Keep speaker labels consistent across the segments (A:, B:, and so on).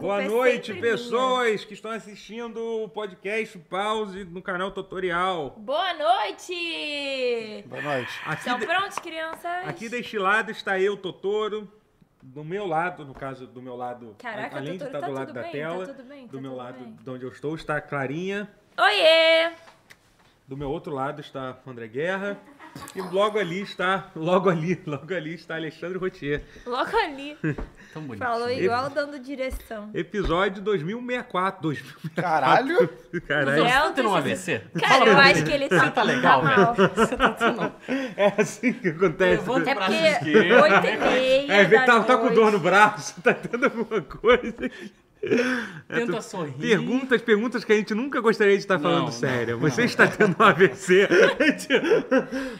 A: Boa noite, pessoas que estão assistindo o podcast Pause no canal Tutorial.
B: Boa noite!
C: Boa noite.
A: Aqui,
B: Estão
A: de-
B: prontos, crianças?
A: aqui deste lado está eu, Totoro. Do meu lado, no caso, do meu lado,
B: Caraca,
A: a- além de
B: Totoro,
A: estar
B: tá
A: do lado
B: tudo
A: da
B: bem,
A: tela,
B: tá tudo
A: do
B: bem, tá
A: meu
B: tudo
A: lado
B: bem.
A: de onde eu estou está a Clarinha,
B: Oiê!
A: do meu outro lado está o André Guerra e logo ali está, logo ali, logo ali está Alexandre Rotier.
B: Logo ali.
C: Tão bonito.
B: Falou igual dando direção.
A: Episódio 2064, 2000,
C: Caralho.
A: caralho.
B: Zé.
C: Você
B: Zelda
C: tá tendo um
A: é
B: e
C: AVC?
B: Cara, eu acho que ele tá,
C: Você tá legal,
B: mal.
A: né?
C: Você tá tendo...
A: É assim que acontece.
C: Levanta
B: É
C: o braço
B: porque
C: esquerdo.
B: oito e meia
A: É, vê que tá,
B: da
A: tá com dor no
B: noite.
A: braço, tá tendo alguma coisa. É,
C: Tenta
A: tu-
C: sorrir.
A: Perguntas, perguntas que a gente nunca gostaria de estar
C: Não,
A: falando
C: não,
A: sério. Você está tendo um AVC.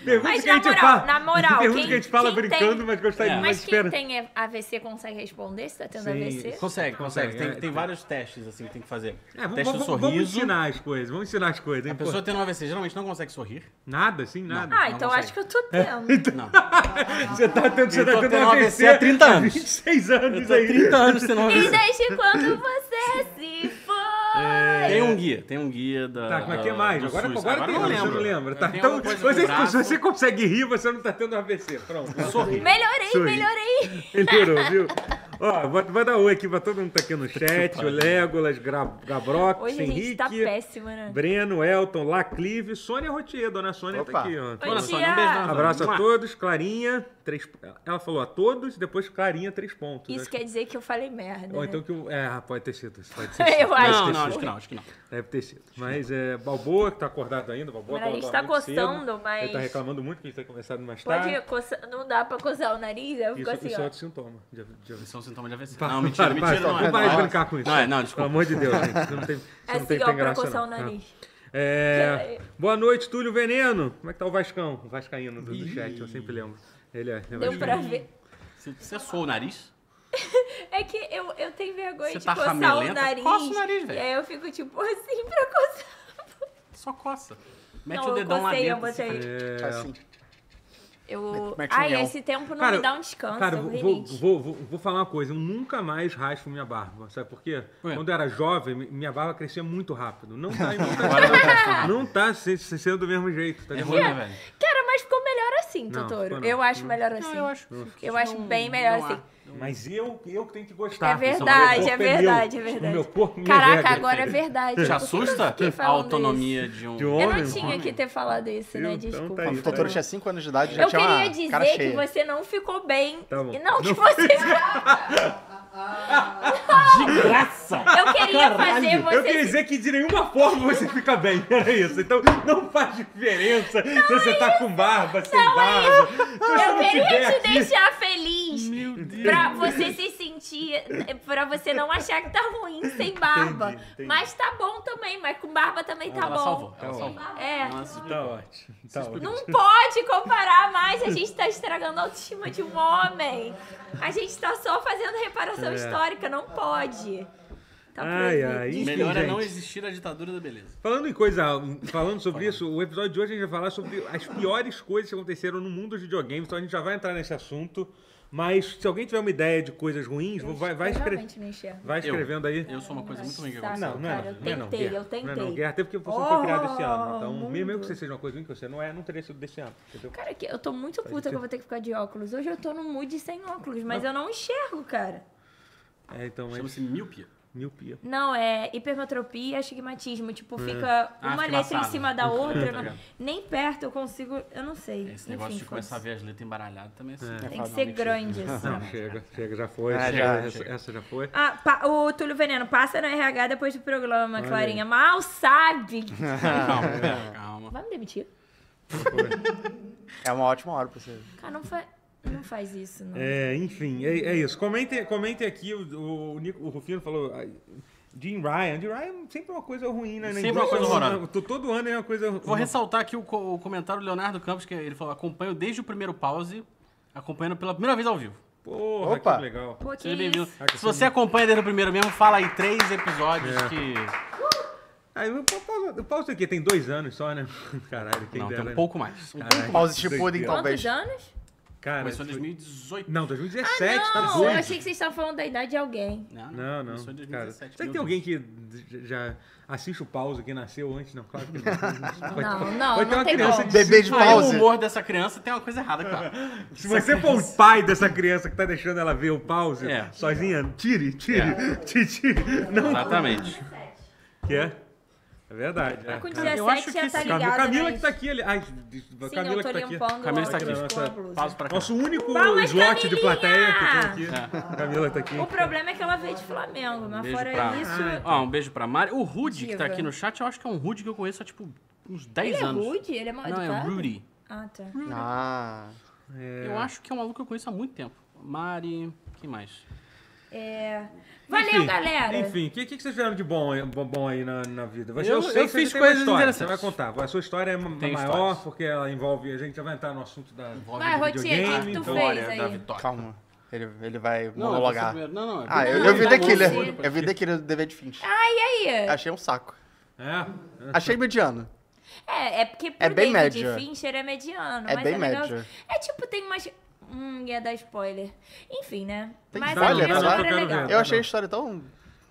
A: perguntas
B: Mas
A: que a
B: na
A: gente
B: moral,
A: fala.
B: na moral,
A: perguntas
B: quem-
A: que a gente fala
B: quem
A: brincando,
B: tem-
A: mas gostaria
C: É.
A: de
B: Mas quem
A: espera.
B: tem AVC consegue responder se tá tendo
A: Sim.
B: AVC?
C: Consegue, consegue. Tem,
A: Consegue,
C: tem
A: é.
C: vários testes, assim, que tem que fazer.
A: É, vamos,
C: Teste do
A: vamos- vamos
C: sorriso.
A: ensinar as coisas, vamos ensinar as coisas. hein,
C: A
A: pô.
C: pessoa tendo um AVC geralmente não consegue sorrir.
A: Nada, sim, nada.
B: Ah,
C: Não
B: então
C: consegue.
B: acho que eu tô
A: É,
B: tendo.
A: então
C: Não.
A: Você tá tendo, você
C: Eu
A: tá
C: tô
A: tendo
C: tendo
A: um AVC
C: há 30 anos.
A: 26 anos
C: Tô há
A: aí.
C: 30 anos tendo um
B: E
C: AVC.
B: desde quando você se foi?
A: É.
C: Tem um guia, tem um guia da.
A: Tá, mas o que
C: da-
A: mais?
C: do
A: Agora,
C: SUS.
A: agora, tem
C: não
A: um, você
C: lembro.
A: não lembra. Tá,
C: Tem
A: então,
C: alguma coisa no
A: você, se
C: braço.
A: você consegue rir, você não tá tendo AVC. Pronto.
C: Sorrir.
B: Melhorei,
A: Sorri.
B: melhorei.
A: Melhorou, viu? Ó, vou, vou dar oi aqui pra todo mundo que tá aqui no chat. o Légolas, Gra- Gabrox,
B: Hoje a gente
A: Henrique,
B: tá péssima, né?
A: Breno, Elton, Laclive, Sônia Rotier. Dona Sônia tá
C: Opa.
A: aqui, ó.
B: Oi,
C: Olha só,
B: tia.
C: um beijo na
A: Abraço a
C: Mua.
A: todos, Clarinha, três... ela falou a todos, depois Clarinha, três pontos.
B: Isso
A: né?
B: quer dizer que eu falei merda.
A: Ou
B: né?
A: então que o... É, pode ter sido, isso, pode ter sido.
B: Eu
A: Deve
B: acho
A: ter
C: Não, não,
A: sido.
C: acho que não, acho que não.
A: Deve ter sido. Mas é Balboa, que tá acordado ainda, Balboa
B: Mas a gente
A: dorme
B: tá
A: muito cedo.
B: coçando, mas-
A: Ele tá reclamando muito que ele tá começado mais
B: Pode
A: tarde.
B: coça- não dá pra coçar o nariz, eu fico
A: Isso,
B: assim,
A: isso é
B: ó.
A: outro sintoma. de- de-
C: Isso é um sintoma de AVC.
A: Para,
C: Não, mentira,
A: para,
C: mentira,
A: para,
C: não
A: para,
C: é.
A: para de
C: Não é.
A: brincar com isso.
C: Não é, não, desculpa.
A: Pelo amor de Deus, gente. Você não tem, você não
B: É
A: tem
B: assim,
A: que
B: ó,
A: ter
B: pra
A: graça.
B: coçar o
A: não.
B: nariz.
A: É,
B: Que-
A: boa noite, Túlio Veneno. Como é que tá o Vascão? O Vascaíno do, do chat, eu sempre lembro. Ele é. é
B: Deu
A: vascaíno.
B: pra ver.
C: Você você suou o nariz?
B: É que eu, eu tenho vergonha
C: Você
B: de
C: tá
B: coçar o
C: ramelenta?
B: nariz.
C: Coça o nariz, velho.
B: E aí eu fico tipo assim pra coçar.
C: Só coça. Mete
B: não,
C: o dedão
B: eu
C: lá
B: cocei, eu
C: dentro. assim.
B: botei.
A: É.
C: Assim.
B: Eu...
C: Mete- mete
B: Ai,
C: um leão.
B: esse tempo não
A: Cara,
B: me dá um descanso.
A: Cara,
B: eu
A: vou, vou,
B: rinite.
A: vou, vou- vou falar uma coisa. Eu nunca mais raspo minha barba. Sabe por quê?
C: Ué.
A: Quando eu era jovem, mi- minha barba crescia muito rápido. Não tá, não
C: Agora eu
A: tá,
C: tô
A: não tá se- se- sendo do mesmo jeito. Tá
C: É
A: ligado?
C: ruim, né, velho?
B: Cara, mas ficou melhor assim,
A: Não,
B: Totoro.
A: ficou não.
B: Eu acho melhor assim.
C: Não, eu acho. que
B: Eu acho
A: tipo
C: não-
B: bem
A: um-
B: melhor
C: não há.
B: assim.
A: Mas eu, eu que tenho que gostar.
B: É
A: pessoal. Meu corpo meu.
B: verdade, é verdade, é
A: O
B: verdade.
A: meu corpo, minha
B: Caraca,
A: regra.
B: agora é verdade.
C: Te
B: Por que que eu
C: assusta
B: fiquei
C: a
B: falando
C: autonomia de um.
A: De um
B: isso? Eu
A: Homem,
B: não tinha que
C: homem.
B: ter falado isso, né?
A: Então tá
B: Desculpa.
A: aí.
D: Quando o Totoro tinha 5 anos de idade, já
B: Eu
D: tinha
B: queria
D: uma cara
B: dizer que
D: cheia.
B: você não ficou bem.
A: Tá bom.
B: E não, que
A: Não
B: você.
C: De graça!
B: Eu queria fazer você.
A: Eu queria dizer que de nenhuma forma você fica bem, era isso. Então não faz diferença se
B: é
A: você tá com barba, sem barba. Então, se
B: Eu
A: não tiver
B: queria te
A: aqui-
B: deixar feliz.
C: Meu Deus.
B: Pra você se sentir. Pra você não achar que tá ruim sem barba.
A: Entendi, entendi.
B: Mas tá bom também, mas com barba também tá
C: ela
B: bom.
C: salvou, ela salvou.
B: É.
C: Nossa,
A: Tá ótimo, tá ótimo.
B: Não pode comparar mais, a gente tá estragando a autoestima de um homem. A gente tá só fazendo reparação
A: É.
B: histórica, não pode. Tá
A: Ai,
B: proibido.
A: ai. Enfim,
C: melhor é
A: gente.
C: não existir a ditadura da beleza.
A: Falando em coisa, falando sobre isso, o episódio de hoje a gente vai falar sobre as piores coisas que aconteceram no mundo dos videogames, então a gente já vai entrar nesse assunto. Mas se alguém tiver uma ideia de coisas ruins, vai, vai,
B: Eu
A: escre-
B: realmente não enxergo.
A: vai escrevendo aí.
C: Eu sou uma coisa muito ruim que
B: Saco,
C: aconteceu.
A: Não, não é.
B: cara, eu
A: não é não,
B: tentei,
A: Guerra.
B: eu tentei.
A: Não é não, Guerra, até porque você
B: Oh,
A: foi criado esse ano. Então, mesmo
B: mundo.
A: que você seja uma coisa ruim que você não é, não teria sido desse ano. Entendeu?
B: Cara, que eu tô muito puta que eu vou ter que ficar de óculos. Hoje eu tô no mood sem óculos,
A: Ah.
B: mas eu não enxergo, cara.
A: É, então, é
C: Chama-se miopia.
A: miopia.
B: Não, é hipermetropia e astigmatismo.
A: Hum.
B: Tipo, fica
C: Ah,
B: uma
C: fica
B: letra em
C: amassado.
B: cima da outra. eu não-
C: ligado.
B: nem perto eu consigo. Eu não sei.
C: Esse negócio
B: Enfim,
C: de começar a
B: foda-se.
C: ver as letras embaralhadas também é assim.
B: Tem que ser grande, assim.
A: Não, chega, chega, já foi.
D: Ah,
A: essa-
D: já,
A: essa,
D: chega.
A: essa já foi.
B: Ah, pa- o Túlio Veneno, passa no RH depois do programa,
A: Olha
B: Clarinha. Mal sabe.
C: Calma, pera, calma.
B: Vai me demitir?
D: É uma ótima hora pra você.
B: Cara, não, fa- não faz isso, não.
A: É, enfim, é, é isso. Comentem, comentem aqui, o, o, Nico- o Rufino falou. ah, Jim Ryan. Jim Ryan sempre uma coisa ruim, né?
C: Sempre
A: Igual
C: uma coisa
A: todo ano,
C: horrorosa.
A: to- Todo ano é uma coisa
C: Vou
A: ruim.
C: ressaltar aqui o, co- o comentário do Leonardo Campos, que ele falou: acompanho desde o primeiro pause, acompanhando pela primeira vez ao vivo.
A: Porra,
D: Opa.
A: que legal.
B: Pô, que
C: Seja bem-vindo.
B: isso.
A: Ah, que
C: Se você acompanha desde o primeiro mesmo, fala aí três episódios
A: É.
C: que.
A: Aí o pau- pau- o pause aqui tem dois anos só, né? Caralho, quem
C: Não,
A: dera.
C: tem um
A: né?
C: pouco mais. Um pouco
A: Caralho,
D: Pause
A: que
D: Shippuden,
A: doideira.
D: talvez.
B: Quantos anos?
A: Cara,
C: Começou em
A: foi-
C: 2018.
A: Não, 2017, tá
B: Ah, Não, eu
A: doido.
B: achei que vocês estavam falando da idade de alguém.
A: Não, não.
C: né? Começou em
A: cara.
C: 2017.
A: Será que tem
C: meu
A: alguém que d- já assiste o pause que nasceu antes? Não, claro que não. Vai
B: Não,
A: ter-
B: não,
A: vai ter
B: não
A: uma
B: tem
A: criança
B: como.
A: de
D: Bebê de
C: Deus. Aí o
D: pause.
C: humor dessa criança tem uma coisa errada, cara.
A: Se você for um- o pai dessa criança que tá deixando ela ver o pause
C: É.
A: sozinha, tire, tire, tire, tire. Não.
C: Exatamente.
A: É. Que é? É verdade. É.
B: Com
C: eu acho
B: 17 já
C: que
B: tá
C: sim.
A: Camila,
B: ligado.
A: Camila
B: né?
A: que tá aqui ali. Ai,
B: Sim,
A: Camila
B: eu tô
A: que tá aqui.
B: limpando
C: Camila está
B: o
C: aqui.
B: óculos com a blusa.
C: Pausa pra cá.
A: Nosso único
B: Vamos,
A: slot de
B: Camilinha!
A: plateia que tem aqui. Camila tá aqui.
B: O problema é que ela veio de Flamengo, mas
C: Beijo
B: fora
C: pra-
B: isso. é
A: Ah,
C: Ó, um beijo pra Mari. O Rude, que tá
B: Diva.
C: aqui no chat, eu acho que é um Rude que eu conheço há, tipo, uns 10
B: Ele é
C: anos.
B: rude? Ele é mal
C: Não,
B: educado?
C: é Rudy.
B: Ah, tá.
D: Ah,
C: Eu acho que é um maluco que eu conheço há muito tempo. Mari... Quem mais?
B: É. Valeu,
A: Enfim,
B: galera!
A: Enfim, o que, que, que vocês fizeram de bom, aí- bom, bom aí na, na vida? Você,
C: Eu- eu
A: que você
C: fiz
A: tem uma
C: coisas
A: história,
C: interessantes.
A: Você vai contar. A sua história é ma-
C: Tenho
A: maior,
C: histórias.
A: porque ela envolve... A gente já vai entrar no assunto da...
B: Vai, Rotinha, o que que tu
A: então-
B: fez aí?
C: da vitória.
D: calma. Ele, ele vai
C: Não, eu vou ser
D: monologar.
C: primeiro. não, não. é
D: Ah, eu,
C: primeiro.
D: eu vi
B: Não,
D: The
B: não,
D: Killer.
B: você.
D: Eu vi The Killer do David Finch.
B: Ah, e aí?
D: Achei um saco.
A: É?
D: Achei mediano.
B: É, é porque pro
D: É bem
B: David
D: média.
B: Fincher é mediano.
D: É
B: mas
D: bem
B: é legal.
D: média.
B: É tipo, tem umas... Hum, ia dar spoiler. Enfim, né?
D: Tem
B: mas a
D: spoiler,
B: a
D: né?
B: história é
A: Eu quero
B: legal.
A: ver.
D: Eu achei
A: não.
D: a história tão.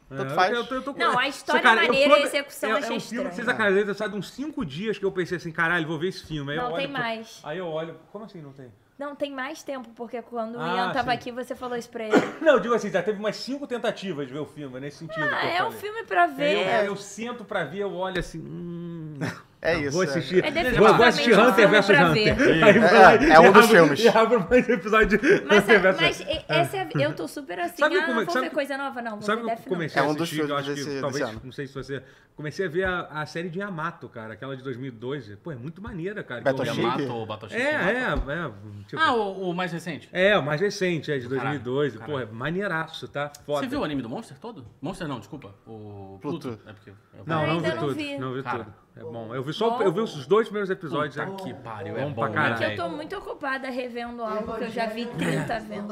D: Tanto
A: É,
D: faz.
A: eu tô- eu tô com-
B: Não, a história
A: Cara, eu
B: maneira,
A: quando-
B: a execução
A: é,
B: eu
A: é
B: achei
A: um filme que
B: estranha.
A: vocês acreditam, sai de uns cinco dias que eu pensei assim, caralho, vou ver esse filme. Aí eu
B: Não,
A: olho
B: tem
A: pro-
B: mais.
A: Aí eu olho, como assim não tem?
B: Não, tem mais tempo, porque quando o
A: Ah,
B: Ian tava
A: sim.
B: aqui, você falou isso pra ele.
A: Não, eu digo assim, já teve umas cinco tentativas de ver o filme, nesse sentido que
B: Ah,
A: eu
B: é um
A: falei.
B: filme pra
A: Aí eu,
B: ver.
A: eu sento pra ver, eu olho assim, hum...
D: É
A: Não,
D: isso.
A: Vou
D: é.
A: assistir.
B: É
A: vou, vou
B: definitivamente
A: assistir
B: um
A: Hunter
B: filme
A: vs
B: pra
A: Hunter.
D: ver.
A: Aí
D: É,
A: vai lá e
D: é um dos
A: abre-
D: filmes.
A: E abre mais episódio de
B: Mas, é,
A: Hunter vs
B: mas e- essa é, eu tô super assim,
A: Sabe
B: ah,
A: como é-
B: não vou
A: sabe-
B: ver coisa nova, não. Vou
A: Sabe o que
B: ver
A: eu
B: Death Note.
A: comecei a
D: É um dos
A: assistir?
D: filmes
A: eu acho
D: desse-
A: que
D: desse
A: talvez,
D: ano.
A: não sei se você... Comecei a ver a, a série de Yamato, cara, aquela de 2012. Pô, é muito maneira, cara. que eu
D: Battleship?
A: vi.
C: Yamato ou Battleship?
A: É, é,
C: Yamato?
A: é. tipo-
C: Ah, o, o mais recente.
A: É, o mais recente, é de 2012.
C: Caralho,
A: Pô, é maneiraço, tá? Foda.
C: Você viu o anime do Monster todo? Monster não, desculpa. O Pluto.
D: Pluto.
C: É porque eu-
A: Não,
B: Ah,
A: não
B: ainda
A: vi
B: não
A: tudo.
B: vi.
A: Não vi
C: Cara.
A: tudo. É bom. Eu vi só
B: Bom. Então,
A: eu vi os dois primeiros episódios.
C: Puta
A: já.
C: que pariu, é
A: Bom
C: bom,
A: pra
C: né,
A: caralho.
B: Que eu
C: velho?
B: tô muito ocupada revendo algo que eu já vi 30 vezes.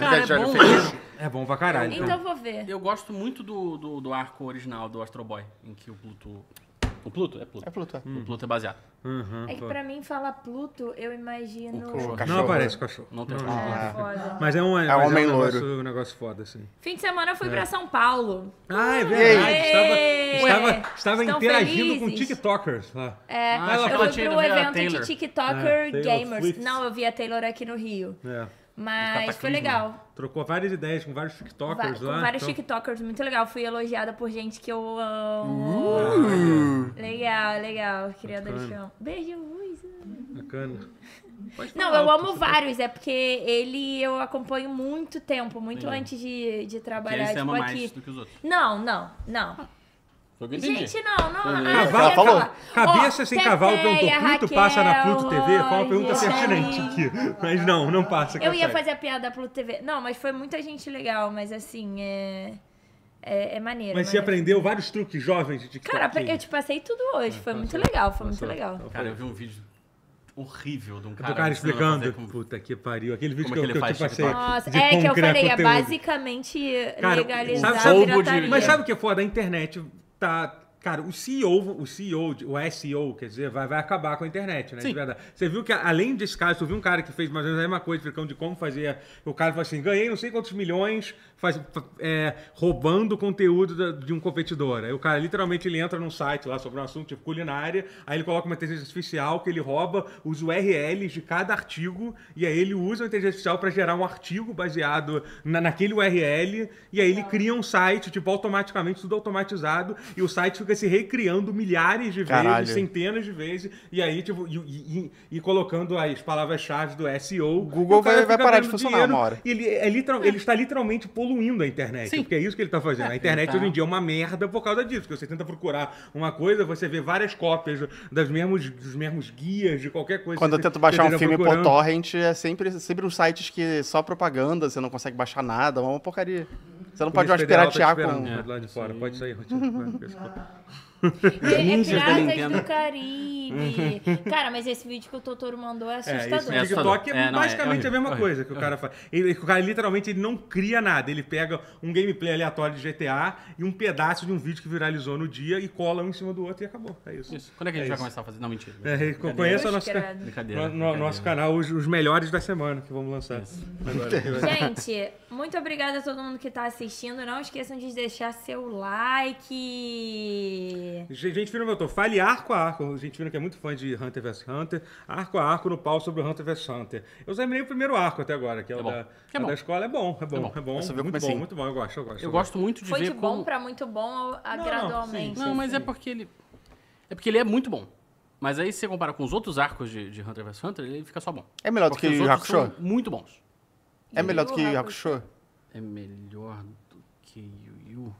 C: Cara,
D: Jack
C: é bom.
D: Johnny
C: mesmo.
A: É bom pra caralho.
B: Então eu vou ver.
C: Eu gosto muito do, do, do arco original do Astro Boy, em que o Pluto... O Pluto? É Pluto.
D: É Pluto. é.
A: Hum.
C: O Pluto é baseado.
A: Uhum,
B: É que
A: pô.
B: pra mim falar Pluto, eu imagino.
D: O
C: Não
D: cachorro.
A: Não aparece cachorro.
C: Não tem
A: Não.
C: como.
B: É,
D: Ah.
B: foda.
A: Mas é um, mas
D: homem
A: é um
D: loiro.
A: negócio, um negócio foda, assim.
B: Fim de semana eu fui pra São Paulo.
A: Ah, é
B: verdade.
A: Estava,
B: Ué,
A: estava, estava
B: estão
A: interagindo com
B: felizes?
A: TikTokers lá.
B: É,
C: Ah, ela
B: eu
C: fala
B: fui
C: Taylor,
B: pro
C: né? A
B: evento
C: Taylor.
B: de
A: É,
B: TikToker
A: Taylor
B: Gamers.
A: Swift.
B: Não, eu vi a Taylor aqui no Rio.
A: É.
B: Mas foi
C: Cataclisma.
B: legal.
A: Trocou várias ideias com vários
B: Va-
A: TikTokers
B: com
A: lá.
B: vários
A: então-
B: TikTokers, muito legal. Fui elogiada por gente que eu amo. Legal, legal. Queria dar
A: Uh! Bacana.
B: chão. Beijo, Luísa.
A: Bacana. Pode
B: Não,
A: falar,
B: eu amo
A: você-
B: vários, é porque ele eu acompanho muito tempo, muito
C: Legal.
B: antes de, de
C: Que
B: trabalhar,
C: ele se
B: tipo,
C: ama mais
B: aqui.
C: do que os outros.
B: Não, não, não.
C: Foi o que eu entendi.
B: Gente, não, não.
C: Entendi.
B: ah,
A: Cavalo,
B: eu ia
D: falou?
B: falar.
A: Cabeça
B: Ó,
A: sem cavalo tem um
B: Teteia,
A: torpito, passa na
B: Raquel,
A: Pluto TV? Foi uma pergunta
B: Roger.
A: pertinente aqui. Mas não, não passa.
B: Eu ia
A: consegue.
B: fazer a piada pelo TV. Não, mas foi muita gente legal, mas assim, é. É, é maneiro.
A: Mas você
B: maneiro.
A: aprendeu Ah, vários truques jovens de TikTok.
B: Cara, eu te passei tudo hoje. Foi muito legal, foi muito é legal.
C: Cara, eu vi um vídeo horrível de um cara...
A: do cara
C: ensinando a fazer
A: explicando.
C: com-
A: Puta que pariu. Aquele vídeo
C: Como
A: que,
C: é
A: eu,
C: que ele
A: que eu te
C: faz
A: passei.
C: TikTok?
B: Nossa,
A: de
B: é que eu
A: concreto
B: falei, é
A: conteúdo.
B: basicamente
A: Cara,
B: legalizar
A: sabe-
B: a
A: sabe-
B: pirataria.
A: Mas sabe o que é foda? A internet tá. Cara, o CEO, o CEO, de- o SEO, quer dizer, vai, vai acabar com a internet, né? De
C: Sim.
A: verdade. Você viu que, além desse caso, tu viu um cara que fez mais ou menos a mesma coisa, explicando de como fazer. O cara falou assim: ganhei não sei quantos milhões faz, fa- é, roubando conteúdo da- de um competidor. Aí o cara literalmente ele entra num site lá sobre um assunto tipo culinária, aí ele coloca uma inteligência artificial que ele rouba os URLs de cada artigo, e aí ele usa a inteligência artificial para gerar um artigo baseado na- naquele URL, e aí ele cria um site, tipo, automaticamente, tudo automatizado, e o site fica se recriando milhares de
D: Caralho.
A: vezes, centenas de vezes, e aí, tipo, e, e- e- e colocando as palavras-chave do SEO.
D: Google
A: e o cara
D: vai- vai
A: fica
D: parar de
A: ganhando
D: funcionar
A: dinheiro,
D: uma hora.
A: e Ele, é literal, ele está literalmente poluindo a internet,
C: Sim.
A: porque é isso que ele está fazendo. A internet
C: Ele tá-
A: hoje em dia é uma merda por causa disso, porque você tenta procurar uma coisa, você vê várias cópias das mesmos, dos mesmos guias de qualquer coisa.
D: Quando
A: que
D: eu
A: você-
D: tento
A: você
D: baixar um
A: esteja
D: filme por
A: procurando.
D: torrent, é sempre, sempre uns sites que só propaganda, você não consegue baixar nada, é uma porcaria. Você não pode mais
A: Polícia Federal tá te
D: piratear
A: esperando
D: com.
C: Uhum.
A: do lado de fora. Pode sair, Rodrigo. Vai, pessoal.
B: É
C: Ninjas da
B: Piratas
C: Nintendo.
B: do Caribe. Cara, mas esse vídeo que o Totoro mandou
A: Uhum.
B: é
A: É, isso
B: assustador.
A: no TikTok é,
C: É, não, é,
A: basicamente
C: é
A: a mesma
C: horrível,
A: coisa que o cara faz. Ele, o cara literalmente ele não cria nada. Ele pega um gameplay aleatório de GTA e um pedaço de um vídeo que viralizou no dia e cola um em cima do outro e acabou. É isso.
C: Isso. Quando é que a gente
A: É
C: vai
A: isso.
C: começar a fazer? Não, mentira.
A: É,
C: Brincadeira.
A: conheça o nosso,
B: Credo.
A: ca-
C: Brincadeira.
A: no, no-
C: brincadeira.
A: nosso canal, os, os melhores da semana que vamos lançar. Agora.
B: Gente, muito obrigada a todo mundo que tá assistindo. Não esqueçam de deixar seu like.
A: Gente, viram, eu tô. Fale arco a arco. A gente viram que é muito fã de Hunter vs Hunter. Arco a arco no pau sobre o Hunter vs Hunter. Eu usei meio o primeiro arco até agora, que é,
C: É
A: o
C: bom.
A: da,
C: É
A: a
C: bom.
A: da escola. É bom, é bom, é bom.
C: bom.
D: Você viu
A: muito
D: como é
A: bom,
D: assim?
A: muito bom. Eu gosto, eu gosto.
C: Eu gosto muito de
B: Foi
C: ver
B: de bom
C: como...
B: pra assim. muito bom a-
A: Não,
B: gradualmente.
A: sim,
C: Não, mas
A: sim.
C: é porque ele... É porque ele é muito bom. Mas aí, se você compara com os outros arcos de, de Hunter vs Hunter, ele fica só bom.
D: É melhor do
C: Porque
D: que
C: os
D: né? Yu Yu
C: outros
D: Hakusho?
C: são muito bons.
D: É melhor do que
B: Yu
D: Yu
B: Yu
D: Yu Hakusho?
C: É melhor do que Yu Yu.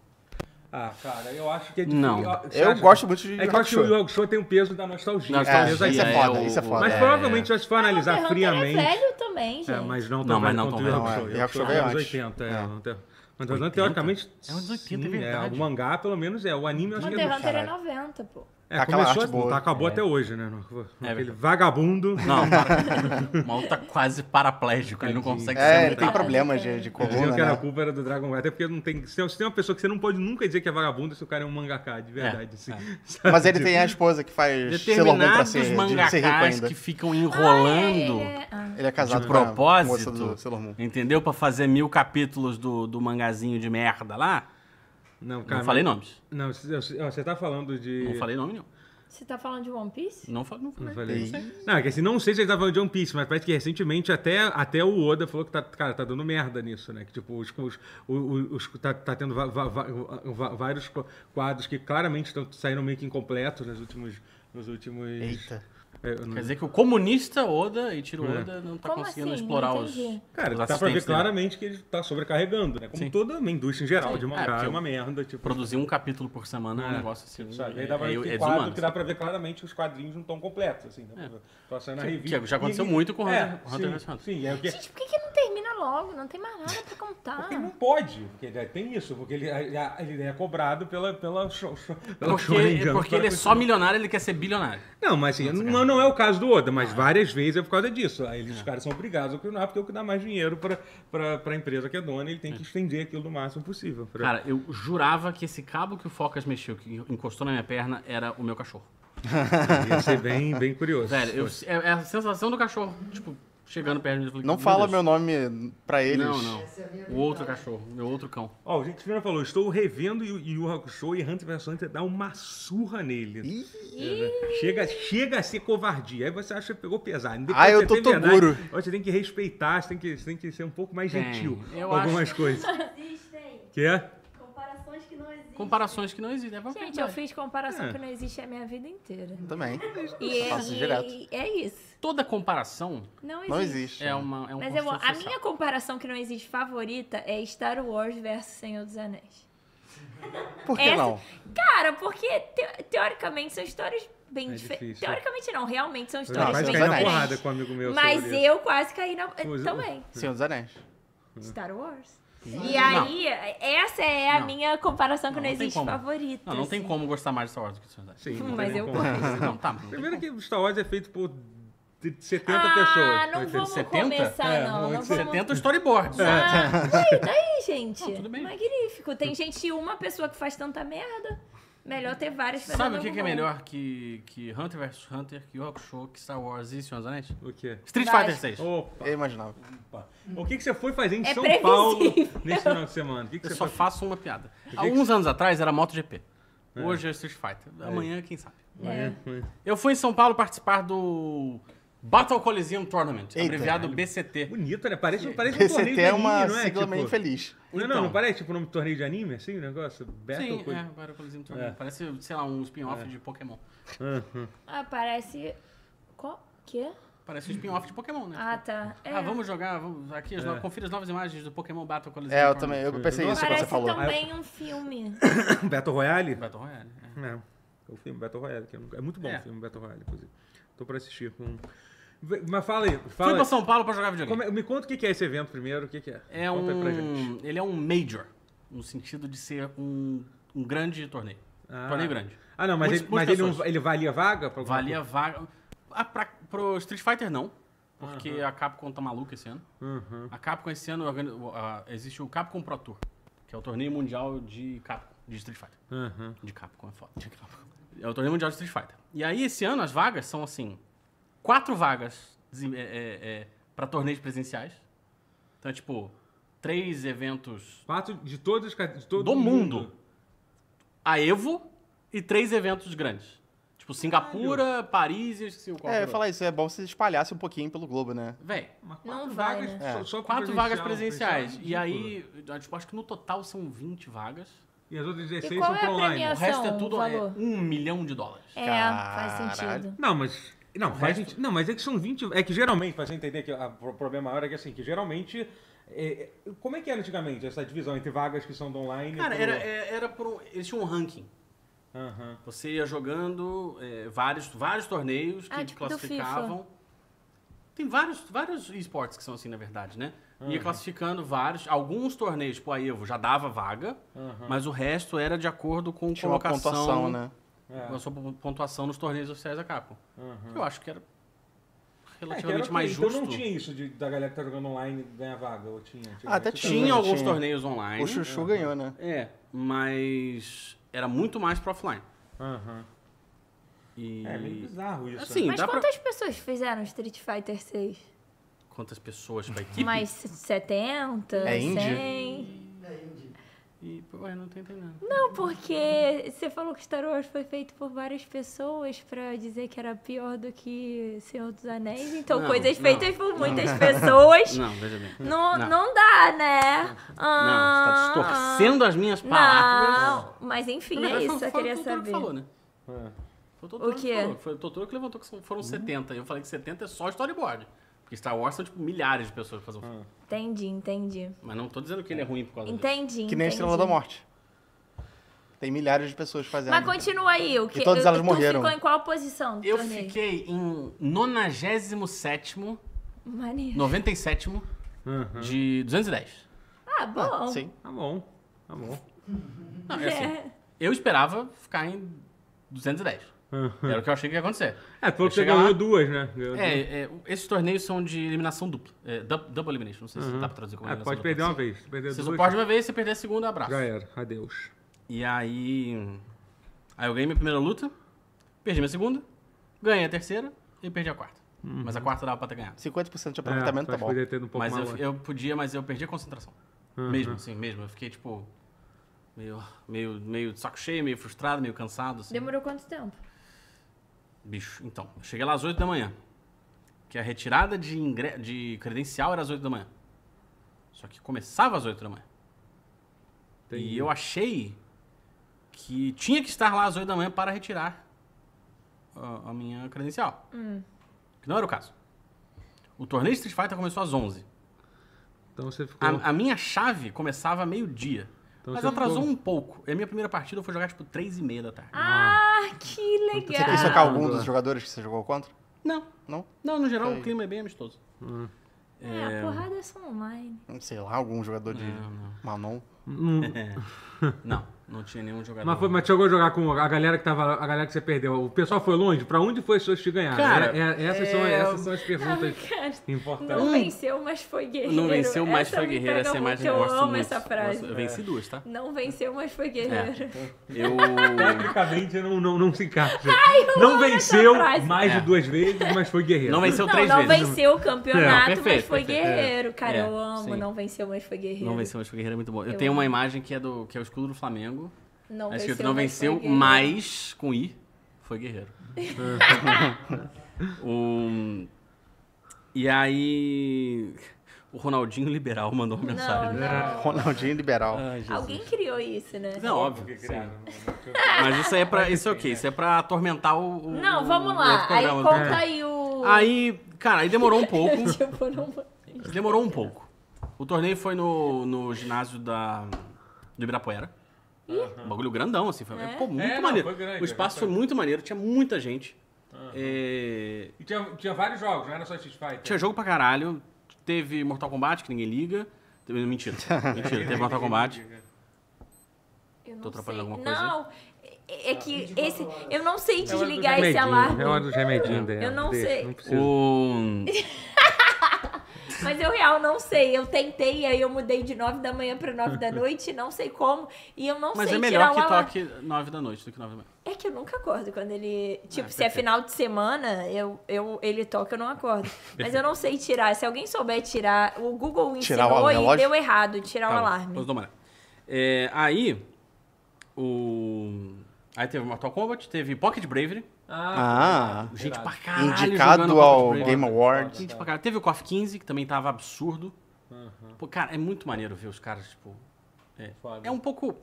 A: Ah, cara, eu acho que é difícil.
C: Não.
A: Você
D: Eu
A: acha-
D: gosto muito de Yu
A: É que
D: Yu
A: eu acho que o
D: Hakusho.
A: Yu Show tem um peso da nostalgia.
D: Nostalgia,
A: Esse aí
D: isso é foda, isso é foda.
A: Mas
D: é,
A: provavelmente, se você for
B: Hunter
A: analisar
B: x Hunter
A: friamente.
B: é velho também, gente.
A: É, mas não
C: Não,
A: tão
C: mas
A: velho
C: não
A: quanto
C: tão
A: o
C: velho.
A: Yakusho.
D: Não, é,
A: O Yakusho é
D: Yakusho
A: dos
D: veio
A: anos
D: antes.
A: 80. É,
D: É.
A: Hunter- Hunter x Hunter, teoricamente.
C: É uns 80, é
A: sim,
C: verdade.
A: O mangá, pelo menos, é. O anime, eu acho que
B: Hunter
A: é
B: x
A: do
B: Hunter é
A: caralho.
B: 90, pô.
A: É,
D: Aquela
A: começou,
D: arte boa.
A: não, tá, acabou até hoje, né? No,
C: É
A: aquele
C: verdade.
A: vagabundo.
C: Não, para. O maluco tá quase paraplégico, ele não consegue
D: É,
C: se
D: ele tem
C: levantar.
D: problemas de, de
A: Diziam
D: coluna,
A: que era a
D: né?
A: culpa era do Dragon Ball. Até porque não tem, se tem uma pessoa que você não pode nunca dizer que é vagabundo se o cara é um mangaká, de verdade. assim.
C: é.
A: Sabe?
D: Mas ele
A: Tipo,
D: tem a esposa que faz Sailor Moon pra
C: Determinados
D: ser, de ser rico
C: mangakás
D: ainda.
C: que ficam enrolando
B: Ah, é, é, ah.
D: Ele é casado
C: de
D: com a
C: propósito,
D: moça do Sailor Moon.
C: entendeu? Pra fazer mil capítulos do, do mangazinho de merda lá.
A: Não,
C: Não falei nomes.
A: Não, você você tá falando de.
C: Não falei nome, não.
B: Você tá falando de One Piece?
C: Não, fa- Tipo, né? não
A: Não
C: falei.
A: falei.
D: Ei.
A: Não, é que assim, não sei se ele tá falando de One Piece, mas parece que recentemente até, até o Oda falou que tá, cara, tá dando merda nisso, né? Que tipo, os, os, os- os- tá, tá tendo va- va- va- va- vários co- quadros que claramente estão saindo meio que incompletos nos últimos. Nos últimos
D: Eita.
A: É, eu não-
C: Quer dizer que o comunista Oda e Tiro
A: É.
C: Oda não tá
B: Como
C: conseguindo
B: assim?
C: explorar
B: Não
C: os.
B: entendi.
A: Cara,
C: os
A: dá pra ver
C: assistentes dele.
A: claramente que ele tá sobrecarregando, né? Como
C: Sim.
A: toda a indústria em geral,
C: Sim.
A: de
C: É,
A: mangá
C: porque
A: é
C: eu-
A: uma merda, tipo.
C: Produzir um capítulo por semana é um
A: É.
C: negócio assim.
A: Sabe?
C: É,
A: Aí dá pra ver
C: é,
A: que
C: é
A: quadro
C: desumano. É.
A: que dá pra ver claramente os quadrinhos não estão completos, assim. Né? Só saindo na
C: Que-
A: revista.
C: que já aconteceu
A: Ninguém-
C: muito com o Hunter-
A: é,
C: Hunter
A: sim,
C: x Hunter.
A: Sim, é o que.
B: Gente, por que, que não termina logo? Não tem mais nada pra contar.
A: Porque ele não pode, porque ele tem isso, porque ele, ele é cobrado pela, pela, show, show- pela Shonen
C: Porque,
A: Jump
C: porque
A: para
C: ele
A: continuar.
C: é só milionário, ele quer ser bilionário.
A: Não, mas assim, não, não é o caso do Oda,
C: Ah.
A: mas várias vezes é por causa disso. Aí eles, os caras são obrigados a continuar, porque é o que dá mais dinheiro para a empresa que é dona, ele tem que estender aquilo no máximo possível. pra-
C: Cara, eu jurava que esse cabo que o Focas mexeu, que encostou na minha perna, era o meu cachorro.
A: Ia ser bem, bem curioso.
C: Velho, eu- é, é a sensação do cachorro, tipo, chegando perto de mim. eu falei,
D: Não
C: "Meu
D: fala
C: Deus."
D: meu nome pra eles.
C: Não,
B: é
C: não. O outro cachorro, meu outro cão.
A: Ó, o gente Fina falou, estou revendo Yu Yu Hakusho e Hunter vs Hunter dá uma surra nele. É, né?
D: Ih,
A: Chega, chega a ser covardia. Aí você acha que pegou pesado. Depois
D: Ah, eu
A: você
D: tô
A: tem verdade,
D: Toguro.
A: ó, Você tem que respeitar, você tem que, você tem que ser um pouco mais
C: Tem.
A: gentil
C: Eu
A: com algumas coisas.
E: existem
A: Que é?
E: comparações que não existem.
C: Comparações que não existem. É uma
B: Gente, eu
C: verdade.
B: fiz comparação
A: É.
B: que não existe a minha vida inteira.
D: também.
B: E, é-
D: Faço
B: e-
D: direto.
B: e é isso.
C: Toda comparação
B: Não existe.
D: Não existe.
C: é, uma, é um
B: Mas eu,
C: construto
B: a
C: social.
B: minha comparação que não existe favorita é Star Wars versus Senhor dos Anéis.
D: Por que
B: Essa-
D: não?
B: Cara, porque te- teoricamente são histórias bem
A: É
B: diferentes.
A: difícil.
B: Teoricamente não, realmente são
A: Eu
B: histórias
A: quase
B: bem
A: caí na
D: Anéis.
A: porrada
B: diferentes.
A: com um amigo meu.
B: Mas
A: sobre isso.
B: eu quase caí na.
A: Pois é.
B: Também.
D: Senhor dos Anéis.
B: Star Wars. E aí, essa é a
C: Não.
B: minha comparação que
C: Não,
B: não,
C: não tem
B: existe
C: como.
B: favorita.
C: Não, não tem
B: assim.
C: como gostar mais de Star Wars do que de Star Wars.
A: Sim,
B: Hum,
A: não
B: mas
A: tem
B: eu
A: como.
B: gosto.
C: Não, tá. não tem
A: Primeiro
C: como.
A: que Star Wars é feito por de- de 70
B: Ah,
A: pessoas.
B: não
A: Mas
B: vamos
C: 70?
B: começar,
A: É,
B: não. Não
A: muito
B: vamos
C: 70 storyboards.
B: Ah, e daí, gente?
C: Não, tudo bem.
B: Magnífico. Tem gente, uma pessoa que faz tanta merda. Melhor ter várias
C: Sabe o que, que é
B: bom.
C: melhor que, que Hunter vs Hunter, que Rock Show, que Star Wars e Senhor dos Anéis?
A: O quê?
C: Street
B: Vai.
C: Fighter 6.
A: Opa.
D: Eu imaginava.
A: O que, que você foi fazer em
B: É
A: São
B: previsível.
A: Paulo nesse final de semana? O que, que
C: Eu
A: você
C: só
A: foi
C: faço uma piada. Há uns anos atrás era MotoGP. Hoje é Street Fighter. Amanhã, quem sabe.
B: É.
C: Eu fui em São Paulo participar do Battle Coliseum Tournament,
D: Eita.
C: abreviado BCT.
A: Bonito, né? Parece, parece um torneio
D: PCT
A: de
D: é
A: anime,
D: uma
A: não é?
D: sigla meio
A: Tipo-
D: infeliz.
A: Não, não,
C: Então.
A: não parece tipo o nome de torneio de anime, assim, o negócio? Battle
C: Sim,
A: coisa. É.
C: é, Battle Coliseum Tournament. Parece, sei lá, um spin-off de Pokémon.
B: Ah, parece. Qual? Quê?
C: Parece um spin-off de Pokémon, né?
B: Ah, tá. É.
C: Ah, vamos jogar, vamos aqui, as
A: É.
C: no- confira as novas imagens do Pokémon Battle Coliseum.
D: É, eu
C: Tournament.
D: também. Eu pensei isso quando
B: Parece
D: você falou.
B: também um filme.
A: Battle Royale?
C: Battle Royale. é.
A: É. O filme Battle Royale, que eu nunca- é muito bom
C: É.
A: o filme Battle Royale, inclusive. Tô pra assistir com. Vê- Mas fala aí,
C: Fui
A: fala
C: pra
A: aí.
C: São Paulo pra jogar videogame.
A: Como é- me conta o que que é esse evento primeiro, o que que é.
C: É
A: Conta aí pra gente.
C: um. Ele é um major, no sentido de ser um, um grande torneio.
A: Ah.
C: Torneio grande.
A: Ah, não, mas,
C: Muitas-
A: ele, mas ele,
C: muitas
A: não- ele valia vaga? pra alguma
C: Valia vaga. Ah, pra, pro Street Fighter não. Porque a Capcom tá maluca esse ano.
A: coisa? Uhum.
C: A Capcom esse ano organi- ah, existe o Capcom Pro Tour, que é o torneio mundial de Capcom, de Street Fighter.
A: Uhum.
C: De Capcom é foda. De Capcom. É o torneio mundial de Street Fighter. E aí, esse ano, as vagas são assim: quatro vagas desen- é, é, é, pra torneios presenciais. Então é tipo, três eventos
A: Quatro de todos os ca- de todo
C: do mundo. A Evo e três eventos grandes. Tipo, Singapura, Paris e eu esqueci o qual.
D: É, eu ia
C: que era.
D: falar isso, é bom se espalhasse um pouquinho pelo globo, né?
C: Véi,
A: Mas quatro
B: Não vai,
A: vagas
D: né?
A: só, só pro
C: É. quatro
A: presencial,
C: vagas presenciais. E
A: presencial é ridículo.
C: aí, tipo, acho que no total são 20 vagas.
A: E as outras
B: E
A: 16
B: qual
A: são
B: é
A: pro
B: a
A: online. né?
C: O
B: premiação?
C: resto é
B: São,
C: tudo
B: o
C: é,
B: valor.
C: um milhão de dólares.
B: É, faz
D: Caralho.
B: sentido.
A: Não, mas. Não, faz
C: resto-
A: sentido. Não, mas é que são 20. É que geralmente, pra você entender que a- o problema maior é que assim, que geralmente. é, é, como é que era antigamente essa divisão entre vagas que são do online
C: Cara,
A: e. pro-
C: era, é- era por. um- Eles tinham um ranking.
A: Aham.
C: Você ia jogando é, vários, vários torneios que
B: Ah, tipo do
C: classificavam. Tem vários, vários esportes que são assim, na verdade, né? Ia classificando vários. Alguns torneios, tipo a Evo, já dava vaga,
A: Aham.
C: mas o resto era de acordo com
D: Tinha uma
C: colocação.
D: pontuação, né?
A: É,
C: Com a sua pontuação nos torneios oficiais da Capcom.
A: aham.
C: Eu acho que era
A: É, que
C: relativamente
A: era ok.
C: mais
A: Então
C: justo.
A: não tinha isso de, da galera que tá jogando online ganhar vaga. Ou tinha, tinha
D: Ah, até
A: Isso
C: Tinha
A: também.
D: Tinha,
C: alguns
D: tinha.
C: torneios online.
D: O Chuchu ganhou, né?
C: É, mas era muito mais pro offline.
A: Aham.
C: E
A: É meio bizarro isso.
C: Assim,
A: né?
B: Mas
C: dá pra-
B: quantas pessoas fizeram Street Fighter 6?
C: quantas pessoas pra equipe?
B: Mais 70?
D: É indie?
B: 100?
C: E, pô, ué, não tô entendendo.
B: Não, porque você falou que Star Wars foi feito por várias pessoas pra dizer que era pior do que Senhor dos Anéis. Então,
C: Não,
B: coisas
C: não,
B: feitas por muitas pessoas.
C: Não, veja bem.
B: Não,
C: Não.
B: não. dá, né?
C: Não,
B: Ah,
C: você tá distorcendo as minhas palavras.
B: Não, mas enfim,
C: Na verdade,
B: é
C: foi-
B: isso. Eu
C: foi o
B: queria
C: Totoro
B: saber.
C: que falou, né?
A: É.
C: Foi o Totoro
B: O
C: que
B: quê?
C: falou. Foi o Totoro que levantou que são- foram 70. E eu falei que 70 é só storyboard. Porque Star Wars são, tipo, milhares de pessoas que fazem um filme.
B: Entendi, entendi.
C: Mas não tô dizendo que ele é ruim por causa disso.
B: Entendi.
D: Que nem a
B: entendi.
D: Estrela da Morte. Tem milhares de pessoas fazendo.
B: Mas continua aí, o que
D: E todas elas
B: tu
D: morreram.
B: ficou em qual posição? do
C: Eu
B: torneio?
C: fiquei em 97º,
B: Maneiro.
C: 97º
A: Aham.
C: de 210.
B: Ah, bom.
D: Ah, sim.
A: Tá bom. Tá bom.
C: Não, é assim,
B: É.
C: eu esperava ficar em 210. Era o que eu achei que ia acontecer.
A: É, pelo que você
C: Chega lá.
A: ganhou duas, né? Ganhou duas.
C: É, é, esses torneios são de eliminação dupla. É, dub- double elimination, não sei se dá pra traduzir como
A: É,
C: eliminação
A: pode
C: dupla.
A: perder uma vez. Se Perder
C: Você só
A: duas,
C: pode uma vez, se perder a segunda, abraço.
A: já era. Adeus.
C: E aí. Aí eu ganhei minha primeira luta, perdi minha segunda, ganhei a terceira e perdi a quarta. Mas a quarta dava pra ter ganhado.
D: 50% de
A: É,
D: aproveitamento tá
A: acho que
D: bom.
A: poderia ter um Uhum. pouco
C: mas
A: mais
C: eu,
A: longe. Uhum.
C: eu podia, mas eu perdi a concentração. Mesmo, assim, mesmo. Eu fiquei, tipo, meio, meio, meio de saco cheio, meio frustrado, meio cansado. Assim.
B: Demorou quanto tempo?
C: Bicho, então, eu cheguei lá às 8 da manhã. Que a retirada de, ingre... de credencial era às 8 da manhã. Só que começava às 8 da manhã. E
A: Entendi.
C: eu achei que tinha que estar lá às 8 da manhã para retirar a, a minha credencial. Que não era o caso. O torneio Street Fighter começou às 11.
A: Então você ficou...
C: A, a minha chave começava meio-dia.
A: Então
C: mas
A: você
C: atrasou
A: ficou-
C: um pouco. E a minha primeira partida eu fui jogar tipo 3 e meia da tarde.
B: Ah, que
D: Você
B: legal.
D: quis socar algum dos jogadores que você jogou contra?
C: Não.
D: Não?
C: Não, no geral
D: Sei.
C: o clima é bem amistoso.
B: É, a porrada é só online.
D: Sei lá, algum jogador de
C: Não, não.
D: Manon.
C: Não, não tinha nenhum jogador.
A: Mas, foi, mas chegou a jogar com a galera que tava. A galera que você perdeu. O pessoal foi longe? Pra onde foi as pessoas que ganharam?
C: Cara,
A: É- é- essas, são,
C: é-
A: essas são as perguntas
B: Cara,
A: importantes.
B: Não venceu, mas foi guerreiro.
C: Hum. Não venceu mais
B: essa
C: foi
B: me
C: guerreiro,
B: pega
C: essa é mais
B: muito, Eu
C: gosto
B: amo
C: muito.
B: essa frase.
C: Nossa, eu venci duas, tá?
B: Não venceu, mas foi guerreiro.
C: Eu.
A: Tecnicamente não, não, não se encaixa. não
B: amo essa
A: venceu
B: frase.
A: mais
C: É.
A: de duas vezes, mas foi guerreiro.
C: Não venceu
B: Não,
C: Então, três
B: não
C: vezes.
B: venceu o campeonato,
C: É, perfeito,
B: mas foi
C: perfeito.
B: guerreiro. Cara,
C: É,
B: eu amo.
C: sim.
B: Não venceu, mas foi guerreiro.
C: Não venceu, mas foi guerreiro é muito bom. Eu,
B: Eu
C: tenho uma
B: amo.
C: imagem que é do que é o escudo do Flamengo.
B: Não
C: É
B: venceu,
C: escrito não
B: mas foi
C: venceu,
B: guerreiro.
C: mas com i foi guerreiro. Um, e aí o Ronaldinho liberal mandou uma mensagem. né?
B: Não, não.
D: Ronaldinho liberal.
C: Ai, Jesus.
B: Alguém criou isso, né?
C: Não, óbvio.
A: que
C: sim.
A: criaram.
C: Mas isso aí é pra. Isso é o quê? Isso é pra atormentar o. o-
B: Não,
C: o
B: vamos
C: outro
B: lá. Aí
C: programa. né?
B: conta aí o.
C: Aí, cara, aí demorou um pouco.
B: tipo, não...
C: Demorou um pouco. O torneio foi no, no ginásio da, do Ibirapuera. Um bagulho grandão, assim. Foi
B: É?
C: pô, muito
A: É, não,
C: maneiro.
A: foi grande,
C: o espaço foi
A: foi
C: muito maneiro, tinha muita gente. É,
A: E tinha, tinha vários jogos, não era só Street Fighter.
C: tinha jogo pra caralho. Teve Mortal Kombat, que ninguém liga. Teve- Mentira, mentira. Teve Mortal Kombat.
B: Eu não
C: Tô atrapalhando
B: sei.
C: alguma coisa?
B: Não, É que esse. Eu não
A: É
B: sei
A: hora dos
B: desligar esse
A: remedinhos,
B: alarme.
A: É hora dos remedinhos dela.
B: Eu não
A: Deixa,
B: sei.
A: Não precisa.
C: O...
B: Mas eu real não sei. Eu tentei, aí eu mudei de 9 da manhã pra 9 da noite, não sei como. E eu não
C: Mas
B: sei
C: é
B: tirar
C: melhor
B: o
C: que
B: um alarme.
C: toque 9 da noite do que 9 da manhã.
B: É que eu nunca acordo quando ele. Tipo,
C: Ah,
B: se é
C: perfeito.
B: final de semana, eu, eu, ele toca, eu não acordo. Mas eu não sei tirar. Se alguém souber tirar. O Google
D: Tirar o
B: ensinou e
D: relógio?
B: deu errado tirar o
C: é Tá,
B: um alarme.
C: Depois eu dou uma olhada. É, aí, o... Aí teve Mortal Kombat, teve Pocket Bravery.
D: Ah,
C: Gente
F: Irado.
C: pra caralho jogando
D: indicado
C: Pocket
D: ao
C: Bravery.
D: Game Award.
C: Gente pra caralho. Teve o KOF 15, que também tava absurdo. Pô, cara, é muito maneiro ver os caras, tipo... É,
F: Foda.
C: é um pouco...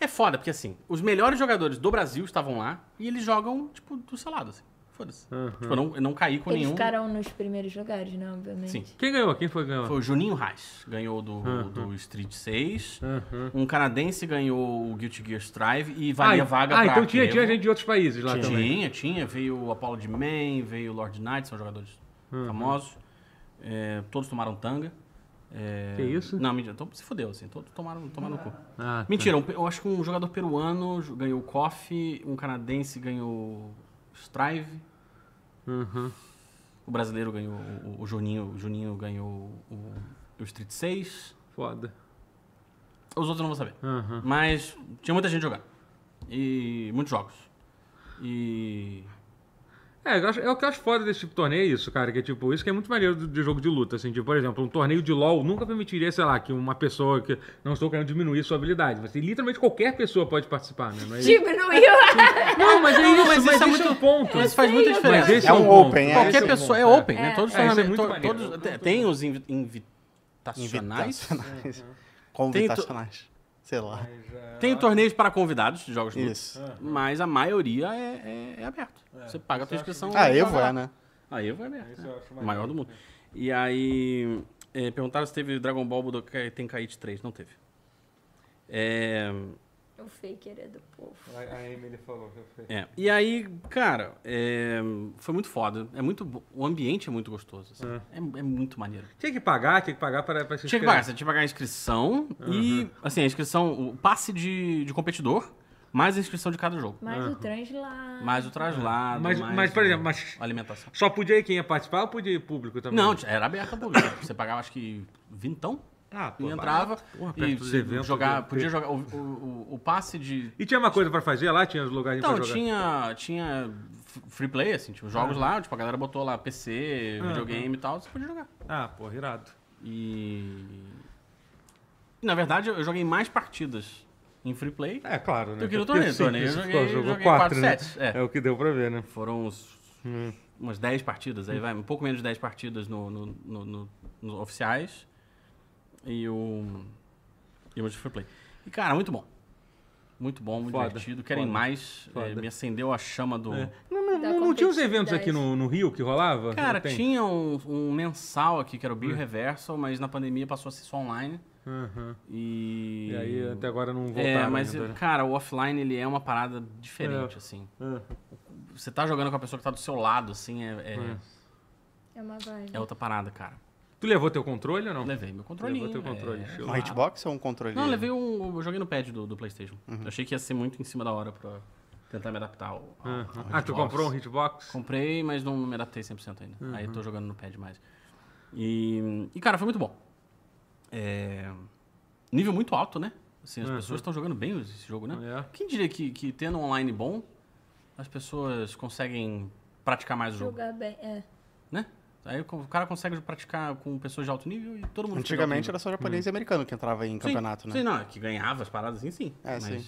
C: É foda, porque assim, os melhores jogadores do Brasil estavam lá e eles jogam, tipo, do salado, assim. Foda-se. Tipo, eu não, eu não caí com
B: Eles
C: nenhum.
B: ficaram nos primeiros lugares, né? Obviamente.
C: Sim.
A: Quem ganhou? Quem foi que ganhou?
C: Foi o Juninho Reis, ganhou do, do Street 6.
A: Aham.
C: Um canadense ganhou o Guilty Gear Strive e valia
A: ah,
C: vaga
A: ah,
C: pra
A: então tinha,
C: Kevo.
A: tinha gente de outros países lá também.
C: Tinha, tinha. Veio o Apollo de Man, veio o Lord Knight, são jogadores
A: Uhum.
C: famosos. É, todos tomaram tanga. É,
A: Que isso?
C: Não, mentira. Então se fudeu, assim. Todos tomaram, tomaram no cu.
A: Ah, tá.
C: Mentira, um- eu acho que um jogador peruano jo- ganhou o KOF, um canadense ganhou o Strive,
A: Uhum.
C: o brasileiro ganhou o, o Juninho, o Juninho ganhou o, o Street 6.
A: Foda.
C: Os outros eu não vou saber.
A: Aham.
C: Mas tinha muita gente jogando. E muitos jogos. E.
A: É, eu acho- é o que eu acho foda desse tipo de torneio, é isso, cara. Que é tipo, isso que é muito maneiro do- de jogo de luta, assim. Tipo, por exemplo, um torneio de LOL nunca permitiria, sei lá, que uma pessoa que. Não estou querendo diminuir sua habilidade. Mas assim, literalmente qualquer pessoa pode participar, né? Mas,
B: Diminuiu
A: não, mas é isso,
C: Tipo, não,
A: mas,
C: mas isso é
A: esse
C: muito-
A: é o ponto.
C: Mas faz muita diferença.
A: Mas esse
D: É um
A: ponto.
D: open, é.
C: Qualquer
A: Esse o
C: pessoa é
A: ponto,
C: open, né? Todos os
A: É, isso é
C: torneios.
A: muito
C: to-
A: maneiro.
C: todos- te- tem os invi- invitacionais.
D: Convitacionais. Convitacionais. Sei lá.
C: Tem torneios para convidados de jogos de luta,
D: Isso.
C: Mas a maioria é, é- é aberto. Você paga a sua inscrição.
D: Ah,
C: e
D: eu
C: joga
D: vou,
C: lá.
D: é, né?
C: A Evo é aberta.
A: Isso eu acho
C: né? Maior do mundo. E aí, é, perguntaram se teve Dragon Ball Budokai Tenkaichi 3. Não teve. É,
B: O faker é do povo.
A: A Emily falou que eu fui.
C: é. E aí, cara, é, foi muito foda. É muito, bo- o ambiente é muito gostoso. assim. É- é muito maneiro.
A: Tinha que pagar, tinha que pagar para, para se
C: Tinha que pagar,
A: inscrever.
C: você tinha que pagar a inscrição e, assim, a inscrição, o passe de, de competidor, mais a inscrição de cada jogo.
B: Mas o trans lá.
C: Mais o traslado,
A: Mas-
C: mais
A: mas, por
C: a-
A: exemplo, mas-
C: a alimentação.
A: Só podia ir quem ia participar ou podia ir público também?
C: Não, era aberta a público. Você pagava, acho que, vintão
A: Ah, pô,
C: e entrava
A: Porra,
C: e
A: perto dos eventos,
C: jogar,
A: né?
C: podia jogar o, o- o- o passe de...
A: E tinha uma coisa pra fazer lá? Tinha os lugares
C: Então,
A: pra jogar? Ah.
C: tinha, tinha f- free play, assim, tinha os jogos lá, tipo, a galera botou lá PC, videogame e tal, você podia jogar.
A: Ah, pô, irado.
C: E... e, Na verdade, eu joguei mais partidas em free play
A: É, claro, né?
C: Do que no
A: Porque
C: torneio,
A: sim,
C: torneio eu
A: isso,
C: joguei-
A: pô, jogou
C: joguei
A: quatro,
C: quatro
A: né?
C: sets, é.
A: É o que deu pra ver, né?
C: Foram uns,
A: Hum.
C: umas 10 partidas, aí vai um pouco menos de 10 partidas no, no, no- no- nos oficiais e o. E o de free play. E cara, muito bom. Muito bom, muito
A: Foda,
C: divertido. Querem
A: foda,
C: mais?
A: foda. É,
C: É, me acendeu a chama do.
A: Não, não, não- não
B: Da
A: tinha os
B: competitividade.
A: eventos aqui no, no Rio que rolava?
C: Cara,
A: Não tem? É.
C: tinha um, um mensal aqui que era o Bio Reversal, mas na pandemia passou a ser só online.
A: Aham.
C: E.
A: E aí até agora não voltaram
C: É, mas,
A: ainda, né? É.
C: cara, o offline ele é uma parada diferente, assim.
A: Ah.
C: Você tá jogando com a pessoa que tá do seu lado, assim, é, é-
B: É uma vibe.
C: é outra parada, cara.
A: Tu levou teu controle ou não?
C: Levei meu
A: Levou
C: controlinho.
A: teu controle.
C: é.
A: show.
D: Um hitbox ou um controle?
C: Não, levei um. Eu joguei no pad do, do PlayStation. Eu achei que ia ser muito em cima da hora pra tentar me adaptar ao. ao-
A: Aham.
C: ao
A: Ah, tu
C: Xbox.
A: comprou um Uhum. hitbox?
C: Comprei, mas não me adaptei 100% ainda. Aí eu tô jogando no pad mais. E, e, cara, foi muito bom. É, Nível muito alto, né? Assim, as pessoas estão jogando bem esse jogo, né?
A: Uhum. É.
C: Quem diria que, que tendo um online bom, as pessoas conseguem praticar mais o jogo,
B: Jogar bem. É.
C: né? Aí o cara consegue praticar com pessoas de alto nível e todo mundo fica de alto
D: Antigamente
C: nível.
D: era só japonês e americano que entrava
C: Hum.
D: em
C: Sim,
D: campeonato, né?
C: Sim, não, é que ganhava as paradas assim, sim.
D: É,
C: mas,
D: sim.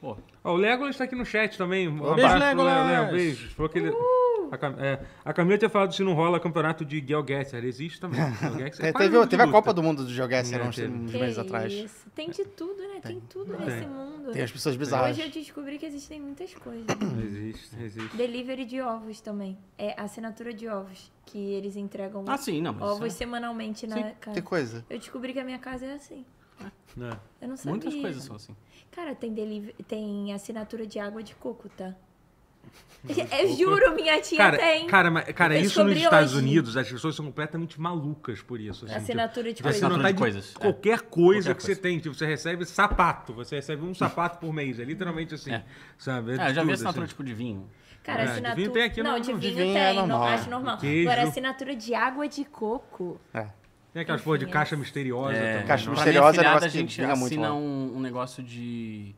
C: Pô,
A: Ó, o Legolas tá aqui no chat também. Um
C: Beijo,
A: abraço pro
C: Legolas! Uh!
A: Leo, Leo, Beijo. Falou que ele... A, Cam... é, a Camila tinha falado se não rola campeonato de Gelgetzer. Existe também. Gelgetzer é quase
D: É, teve
C: um
A: jogo
D: teve a
A: de luta.
D: Copa do Mundo do Geoguessr
A: É,
D: uns,
A: teve.
D: uns
B: Que
D: meses atrás.
B: isso. Tem de tudo, né? Tem, tudo nesse mundo.
D: Tem as pessoas bizarras.
B: Hoje é eu descobri que existem muitas coisas.
A: Existe, existe.
B: Delivery de ovos também. É assinatura de ovos. Que eles entregam
C: Ah, sim, não, mas isso
B: ovos
C: é-
B: semanalmente na casa.
D: Que coisa.
B: Eu descobri que a minha casa é assim.
A: né?
B: Eu não sabia.
C: muitas coisas são assim.
B: Cara, tem, deliv... tem assinatura de água de coco, tá? Eu juro, minha tia
A: Cara,
B: tem.
A: cara, mas- cara
B: Eu
A: isso nos
B: descobri
A: Estados
B: hoje.
A: Unidos, as pessoas são completamente malucas por isso. assim,
B: Assinatura de
A: tipo,
B: coisas.
C: Assinatura de
A: de
C: coisas, é.
A: Qualquer coisa
C: Qualquer
A: que
C: coisa.
A: você tem, tipo, você recebe sapato, você recebe um sapato por mês, é literalmente assim,
C: É.
A: sabe?
C: É, eu já vi
A: tudo,
C: assinatura
A: assim.
C: tipo de vinho.
B: Cara,
A: É, de
B: assinatura.
A: vinho tem aqui
B: não,
A: no-
B: de
A: no-
B: vinho,
D: de vinho é
B: tem, não
D: normal.
B: acho normal.
A: Queijo.
B: Agora, assinatura de água de coco.
D: É.
A: Tem aquelas porra de caixa
B: é.
A: misteriosa também.
D: Caixa
A: não?
C: pra
D: misteriosa é
C: minha afilhada,
D: negócio
C: a
D: que
C: gente
D: briga muito
C: assina
D: lá.
C: um, um negócio de,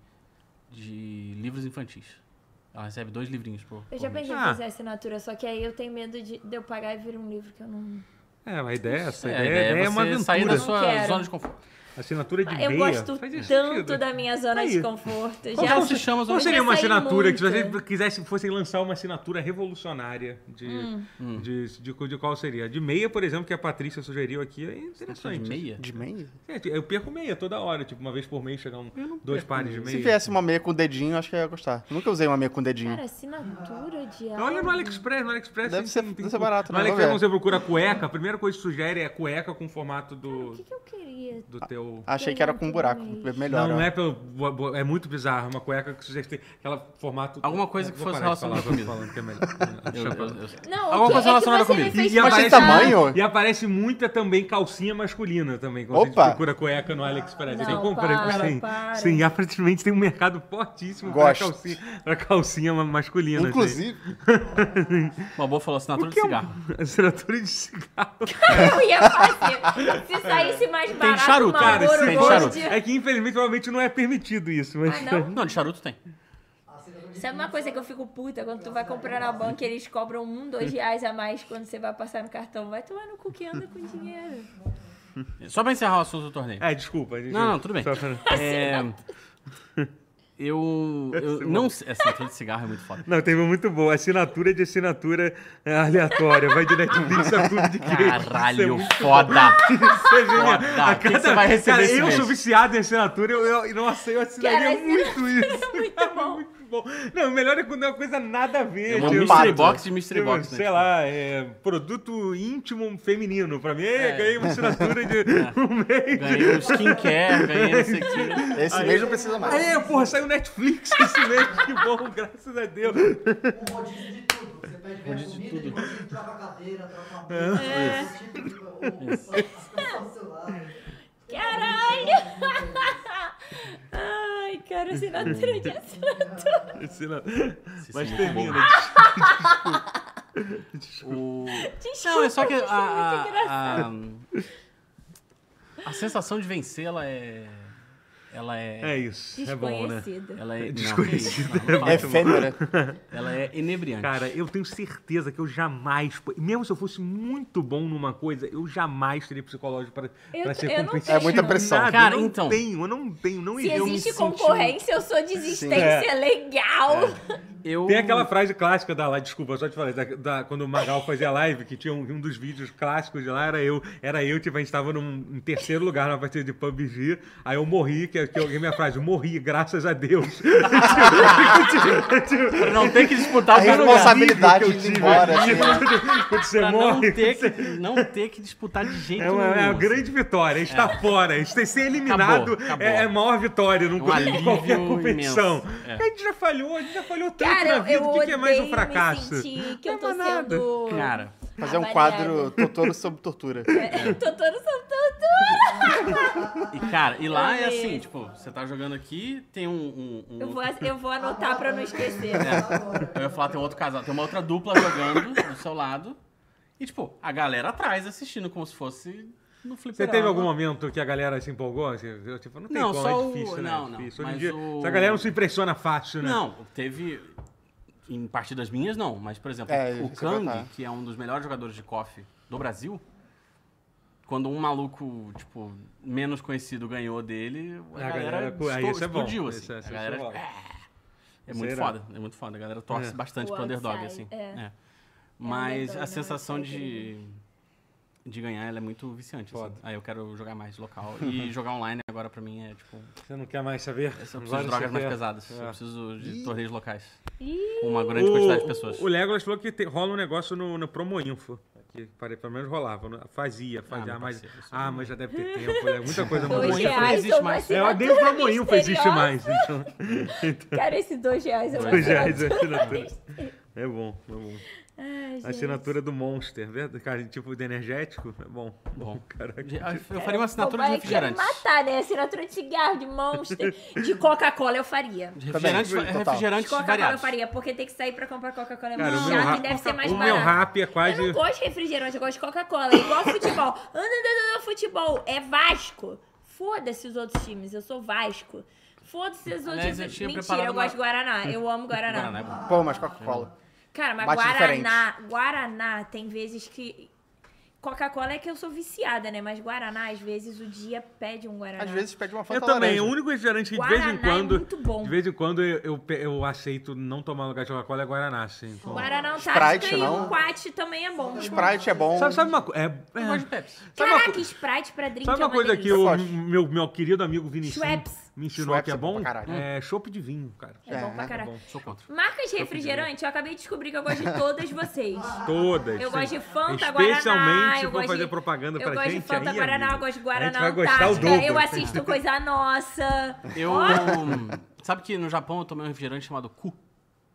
C: de livros infantis. Ela recebe dois livrinhos por,
B: Eu
C: por
B: já
C: mês.
B: pensei em
A: Ah.
B: fazer assinatura, só que aí eu tenho medo de, de eu pagar e vir um livro que eu não.
A: É, a ideia é essa.
C: É,
A: A
C: a
A: ideia,
C: ideia
A: é uma
C: você sair
A: aventura.
C: da sua
B: Não quero.
C: zona de conforto.
A: Assinatura de
B: Ah, Eu
A: meia.
B: gosto
A: faz
B: tanto
A: isso sentido.
B: da minha zona
A: Aí.
B: de conforto.
C: Qual
B: já
C: que se
A: Qual
C: chama
A: é
C: zona de
A: seria
B: já
A: uma
B: saí
A: assinatura que se
B: muito.
A: você quisesse, fossem lançar uma assinatura revolucionária de,
D: Hum.
A: de, de, de qual seria? De meia, por exemplo, que a Patrícia sugeriu aqui, é
C: conforto?
A: interessante.
C: De meia?
D: De meia?
A: É, eu perco meia toda hora, tipo, uma vez por mês chegar um, dois pares de meia.
D: Se viesse uma meia com o dedinho, acho que eu ia gostar. Nunca usei uma meia com o dedinho.
B: Cara, assinatura de água.
A: Olha no AliExpress, no AliExpress.
D: Deve
A: tem-
D: ser-
A: tem-
D: deve ser barato,
A: No
D: né? Vou
A: AliExpress,
D: ver.
A: quando você procura cueca, a primeira coisa que sugere é cueca com o formato
B: O que,
A: do,
B: que eu queria?
A: do teu.
D: Achei que era com um buraco. Melhor.
A: Não,
D: ó.
A: não é pelo. bo- bo- É muito bizarro. Uma cueca que sugere aquela formato.
C: Alguma coisa que
A: Vou
C: fosse
A: parar de falar,
C: relacionada
A: vou
C: à
A: falando que é melhor.
C: Eu,
A: Deixa pra-
C: eu- eu-
D: Ah,
B: Não,
C: Alguma
B: o que,
C: coisa relacionada
B: é que você
C: comigo.
B: me fez
A: E
D: Mas tem
A: aparece-
D: tamanho?
A: E aparece muita também calcinha masculina também, quando
D: Opa!
A: você procura cueca no AliExpress.
B: Não,
A: eu comprei.
B: para,
A: sim,
B: para.
A: sim, aparentemente tem um mercado fortíssimo para
D: Gosto.
A: calcinha, pra calcinha ma- masculina. Assim.
D: Inclusive,
C: Uma boa falou assinatura
A: O
C: de
A: que é um-
C: cigarro.
A: Assinatura de
B: Tá
A: cigarro.
B: Eu ia fazer. Se saísse mais barato,
C: charuto,
B: uma
C: cara,
A: Cara,
C: Ouro
A: esse
C: tem
B: Marlboro
C: charuto.
A: negócio
B: Gold.
A: é que infelizmente provavelmente não é permitido isso, mas
B: Ah, não?
C: Não, de charuto tem.
B: Sabe uma coisa que eu fico puta? Quando tu vai comprar na banca, eles cobram um, dois reais a mais quando você vai passar no cartão. Vai tomar no cu que anda com dinheiro.
C: Só pra encerrar o assunto do torneio.
A: É, desculpa. a gente-
C: Não, não, tudo bem.
A: Só pra-
C: É, eu
A: é
C: eu não sei. Assinatura de cigarro é muito foda.
A: Não, teve um muito bom. Assinatura de assinatura é, aleatória. Vai de Netflix a clube de games. Isso é
C: Caralho,
A: muito
C: foda!
A: Isso é genial.
C: Foda. O Tá, que que você vai receber
A: Cara,
C: esse
A: eu
C: mês?
A: sou viciado em assinatura, eu, eu, nossa, eu assinaria
B: Cara,
A: muito isso.
B: muito
A: Cara,
B: Tá bom.
A: muito Tá bom. Não, o melhor é quando é uma coisa nada a ver.
C: É uma
A: tipo,
C: mystery
A: tipo,
C: box de mystery box, né?
A: Sei lá, é, produto íntimo feminino. Pra mim, é,
C: É.
A: ganhei uma assinatura de um mês.
C: Ganhei um skincare, ganhei não sei o quê.
A: Ah,
D: esse mês não precisa mais.
A: Aí, porra, saiu Netflix esse mês. Que bom, graças a Deus.
F: Um rodízio de tudo. Você pede comida, de tudo. rodízio, troca a cadeira, troca a mesa, esse tipo de- o- o- o- o celular.
B: Caralho! Ai, cara, assinatura de assinatura.
A: Assina-
C: Isso é
A: Mas
C: muito
A: termina.
C: bom. Não, é só que a,
B: Desculpa, isso é muito
C: a, a- a sensação de vencer, ela é. Ela é.
A: É isso. É bom, né?
B: Desconhecida.
C: Ela é.
A: Desconhecida.
C: Não, que isso, não, não fala
D: É
C: isso.
D: fêmea.
C: ela é inebriante.
A: Cara, eu tenho certeza que eu jamais, mesmo se eu fosse muito bom numa coisa, eu jamais teria psicológico para
B: Eu
A: para
B: t-
A: ser
B: eu não
A: competitivo.
B: tenho.
D: É muita pressão.
A: Nada,
C: Cara,
A: eu não
C: então.
A: tenho, eu não tenho, não
B: Se
A: eu me
B: existe
A: senti- É.
B: concorrência, eu sou desistência legal.
C: Eu,
A: Tem aquela frase clássica da live, desculpa, só te falei, da, da- quando o Magal fazia live, que tinha um, um dos vídeos clássicos de lá, era eu, era eu, tipo, a gente tava num, em terceiro lugar numa partida de PUBG, aí eu morri, que, que alguém minha frase, morri, graças a Deus. Tipo,
C: pra não ter que disputar
D: A
C: o primeiro
A: Cara,
C: lugar.
A: que
D: responsabilidade
A: eu
D: indo
A: tive
D: embora,
A: aqui,
D: assim,
A: Quando você
C: Pra não
A: morre,
C: ter, que, não ter que disputar de jeito
A: É uma, é
C: nenhum.
A: uma
C: assim.
A: grande vitória, está fora. Está ser eliminado
C: Acabou, acabou.
A: É, é a maior vitória num,
C: Um
A: em qualquer
C: alívio
A: competição.
C: imenso, é.
A: A gente já falhou, a gente já falhou tanto
B: Cara,
A: na
B: eu,
A: vida.
B: eu
A: o que, que é mais um
B: odeio
A: fracasso?
B: me sentir que eu
A: Não
B: tô
A: é nada.
B: sendo...
C: Cara,
D: Fazer um
B: avaliada.
D: quadro
B: né?
D: Totoro sob tortura.
B: Eu tô todo
C: e, cara, e lá é
B: Amei.
C: assim, tipo, você tá jogando aqui, tem um... um- um
B: Eu vou,
C: outro-
B: eu vou anotar pra não esquecer.
C: É, eu ia falar, tem um outro casal, tem uma outra dupla jogando do seu lado. E, tipo, a galera atrás assistindo como se fosse no
A: Você
C: fliperama.
A: teve algum momento que a galera se empolgou? Assim, eu, tipo, não tem
C: Não,
A: como,
C: só
A: é
C: o-
A: difícil, né?
C: não,
A: é
C: não,
A: difícil. Hoje em
C: mas
A: dia,
C: o-
A: essa galera não se impressiona fácil, né?
C: Não, Tipo, teve... Em partidas minhas, não. Mas, por exemplo,
D: É, eu
C: o
D: ia
C: Kang,
D: perguntar.
C: que é um dos melhores jogadores de KOF do Brasil, quando um maluco, tipo, menos conhecido ganhou dele, a,
A: A
C: galera,
A: galera- aí
C: esto-
A: isso é bom,
C: explodiu,
A: isso
C: assim.
A: é- isso
C: a
A: é
C: galera,
A: bom.
C: tipo, é, é
A: Isso
C: muito
A: é irado.
C: foda, é muito foda. A galera torce
A: É.
C: bastante
B: O
C: pro underdog, assim.
B: outside, é.
C: é. Mas
B: underdog,
C: a
B: não,
C: sensação
B: isso é
C: de, de ganhar, ela é muito viciante, assim.
A: Foda.
C: Aí eu quero jogar mais local. E jogar online agora, pra mim, é, tipo...
A: Você não quer mais saber?
C: Eu só preciso
A: Agora
C: de
A: você
C: drogas mais
A: quer-
C: pesadas. Eu
A: É.
C: preciso de torneios locais.
B: Ih,
C: Com uma grande quantidade de
A: O-
C: pessoas.
A: O Legolas falou que te- rola um negócio no, no Promoinfo. Que pare- pelo menos rolava. não- Fazia, fazia.
C: meu
A: mas,
C: parceiro, isso
A: ah, mas já deve ter tempo. né? Muita coisa mudou.
B: Dois
C: Moinho não
B: reais
C: existe
B: ou mais.
C: mais.
A: É, nem o Flamoinfo existe mais. Então,
B: Cara, esse dois reais é uma
A: dois reais é
B: assinatura.
A: assinatura. É bom, é bom.
B: Ai, gente.
A: Assinatura do Monster, verdade? Cara, tipo de energético, é bom.
C: Bom.
A: Caraca.
C: Eu faria uma assinatura de
B: Papai, quer me
C: refrigerantes.
B: é matar, né? Assinatura de cigarro, de monster, de Coca-Cola eu faria.
C: De é refrigerantes,
D: Também, total.
B: De
C: refrigerantes
B: Coca-Cola eu
C: variados.
B: faria, porque tem que sair pra comprar Coca-Cola é
A: Cara,
B: muito
A: o meu
B: chato e
A: rap-
B: deve ser mais
A: o
B: barato.
A: meu rap é quase.
B: Eu não gosto de refrigerante, eu gosto de Coca-Cola. É igual futebol. Anda, anda, anda, futebol. É Vasco. Foda-se os outros times, eu sou Vasco. Foda-se os outros
C: Aliás, eu
B: times.
C: tinha
B: Mentira,
C: preparado
B: eu gosto de
C: uma-
B: Guaraná. Eu amo Guaraná.
C: Guaraná é bom.
D: Pô, mas Coca-Cola.
B: Cara, mas
D: Bate
B: Guaraná, Guaraná tem vezes que. Coca-Cola é que eu sou viciada, né? Mas Guaraná, às vezes, o dia pede um Guaraná.
D: Às vezes pede uma
A: Eu
D: fanta
A: É também,
D: laranja.
A: o único refrigerante que de vez em
B: Guaraná é
A: quando.
B: muito bom.
A: De vez em quando eu, eu, pe- eu aceito não tomar lugar de Coca-Cola é Guaraná, sim. Então-
B: Guaraná
D: Sprite,
B: Antártica e
D: não?
B: o Quat também é bom.
D: Sprite é bom.
A: Sabe, sabe uma coisa? É,
C: Eu
A: é,
C: gosto de Pepsi.
A: sabe uma,
B: Caraca,
A: co-
B: Sprite pra drink
A: sabe
B: é
A: uma coisa que
B: delícia.
A: o
D: gosto.
A: meu, meu querido amigo Vinicius
B: Schweppes.
A: me ensinou
D: Schweppes
A: que é
D: é bom
A: bom?
D: pra caralho.
A: É chopp de vinho, cara.
B: É bom
D: né? Tá
B: pra caralho.
A: bom.
C: Sou contra.
B: Marcas de refrigerante, eu acabei de descobrir que eu gosto de todas vocês.
A: Todas.
B: Eu
A: sim.
B: gosto de Fanta, Guaraná.
A: Especialmente
B: eu
A: pra
B: gosto
A: fazer
B: de-
A: propaganda
B: Eu
A: pra
B: gosto de
A: gente.
B: Fanta
A: aí,
B: Guaraná,
A: amigo,
B: eu
A: a
B: gosto de
A: gente
B: Guaraná
A: vai gostar o
B: Antártica.
A: dobro.
B: Eu assisto Coisa Nossa.
C: Eu. Sabe que no Japão eu tomei um refrigerante chamado Ku?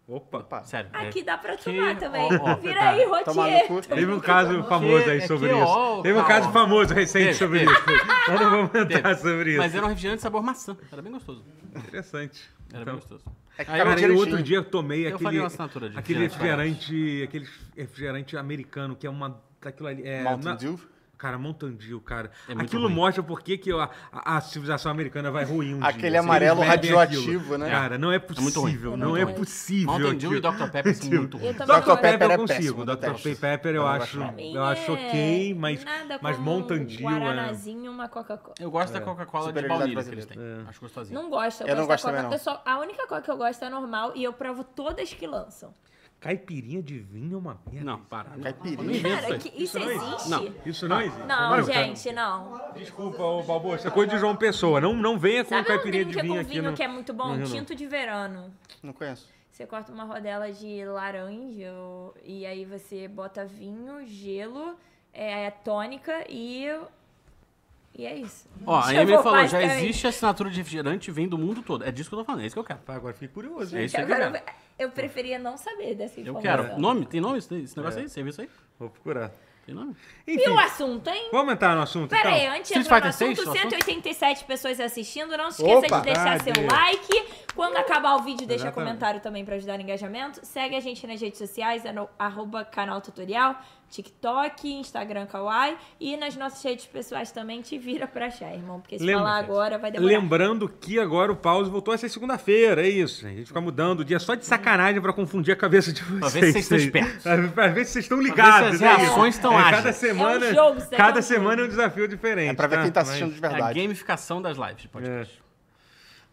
A: Opa.
D: Opa.
C: Sério. é
B: Aqui dá pra
C: Que-
B: tomar também.
C: ó, ó,
B: Vira
C: tá.
B: aí,
D: Tomar
B: Rotier.
D: no cu.
A: Teve um caso famoso aí
C: é
A: sobre
C: que,
A: isso.
C: ó,
A: Teve um
C: calma.
A: caso famoso recente
C: Teve,
A: sobre
C: teve.
A: isso. Nós não vamos entrar
C: Teve.
A: Tá sobre isso.
C: Mas era um refrigerante sabor maçã. Era bem gostoso.
A: Interessante.
C: Era bem
A: Então,
C: gostoso.
D: É que
C: Aí
D: cara,
A: Cara,
D: direitinho.
A: eu outro dia eu tomei
C: Eu
A: aquele,
C: faria uma assinatura de
A: aquele
C: refrigerante.
A: refrigerante, aquele refrigerante americano que é uma daquilo ali, é,
D: Mountain
A: na-
D: Dew.
A: Cara, Mountain Dew, cara.
C: É muito
A: aquilo
C: ruim.
A: mostra por que que a, a- a civilização americana vai ruim um dia.
D: Aquele
A: Eles
D: amarelo
A: bebem
D: radioativo,
A: aquilo.
D: né?
A: Cara, não é
C: muito ruim.
A: possível,
C: É
A: não
C: muito
A: é
C: ruim.
A: possível.
C: Mountain Dew e
A: aquilo.
C: Dr. Pepper são muito ruins.
B: Eu também
A: Dr.
B: gosto.
A: Pepper
D: é
A: eu consigo.
D: péssimo, eu
A: Dr.
D: detesto.
A: Pepper eu
D: Não
A: acho,
D: gosto,
A: eu acho ok, mas,
B: É, Nada
A: mas
B: como
A: Mountain
B: um
A: Dew é...
B: Guaranazinho, uma Coca-Cola.
C: Eu gosto da Coca-Cola de
D: Superioridade
C: baunilha que eles têm. Acho gostosinho.
B: Não gosto, eu,
D: Eu não
B: gosto
D: gosto
B: da
D: também,
B: Coca-Cola.
D: não.
B: só- A única Coca que eu gosto é normal e eu provo todas que lançam.
A: Caipirinha de vinho é uma merda.
C: Não, para. Não.
D: Caipirinha.
B: Cara,
C: isso
B: que isso existe?
C: Não.
A: Isso não existe.
B: Não,
A: Mano, cara,
B: gente,
A: um
B: não.
A: Desculpa, ô Balboa, isso é coisa de João Pessoa. Não, não venha com
B: Sabe um
A: caipirinha de
B: drink
A: vinho
B: com
A: aqui.
B: vinho
A: No...
B: que é muito bom?
A: no Rio, não.
B: Tinto de verano.
D: Não conheço.
B: Você corta uma rodela de laranja ou- e aí você bota vinho, gelo, é, tônica e. E é isso.
C: Ó, a
B: Chegou
C: Emily falou,
B: mais
C: já
B: também.
C: existe assinatura de refrigerante, vem do mundo todo. É disso que eu tô falando, é isso que eu quero.
A: Tá, Agora fiquei curioso.
C: É
A: hein?
C: isso aí que eu
B: Agora,
C: quero.
B: eu preferia não saber dessa
C: Eu
B: informação.
C: quero. Nome? Tem nome? esse- Esse negócio aí? Serviço aí?
A: Vou procurar.
C: Tem nome?
B: E
A: Enfim,
B: o assunto, hein?
A: vamos entrar no assunto
B: Pera aí,
A: então?
B: antes de
C: Street
B: entrar no
C: Fighter
B: assunto,
C: VI, o assunto?
B: 187 pessoas assistindo. Não se esqueça
D: Opa!
B: de deixar seu
A: Verdade.
B: like. Quando acabar o vídeo, deixa
A: Exatamente.
B: comentário também pra ajudar no engajamento. Segue a gente nas redes sociais, é no arroba canal tutorial, TikTok, Instagram Kawaii. E nas nossas redes pessoais também te vira pra achar, irmão. Porque se
A: Lembra,
B: falar
A: gente.
B: agora vai demorar.
A: Lembrando que agora o pause voltou a ser segunda-feira, é isso. gente. A gente fica mudando o dia só de sacanagem pra confundir a cabeça de vocês.
C: ver se vocês estão
A: né?
C: espertos.
A: Pra pra ver se vocês estão
C: ver se as
A: ligados.
C: reações estão
A: é, Cada
C: ágeis.
A: semana,
B: É um jogo, isso daqui é
A: cada
B: um
A: semana
B: jogo.
A: é um desafio diferente.
D: É pra ver quem tá
A: Mas-
D: assistindo de
C: É a
D: verdade.
C: gamificação das lives de podcast.
A: É.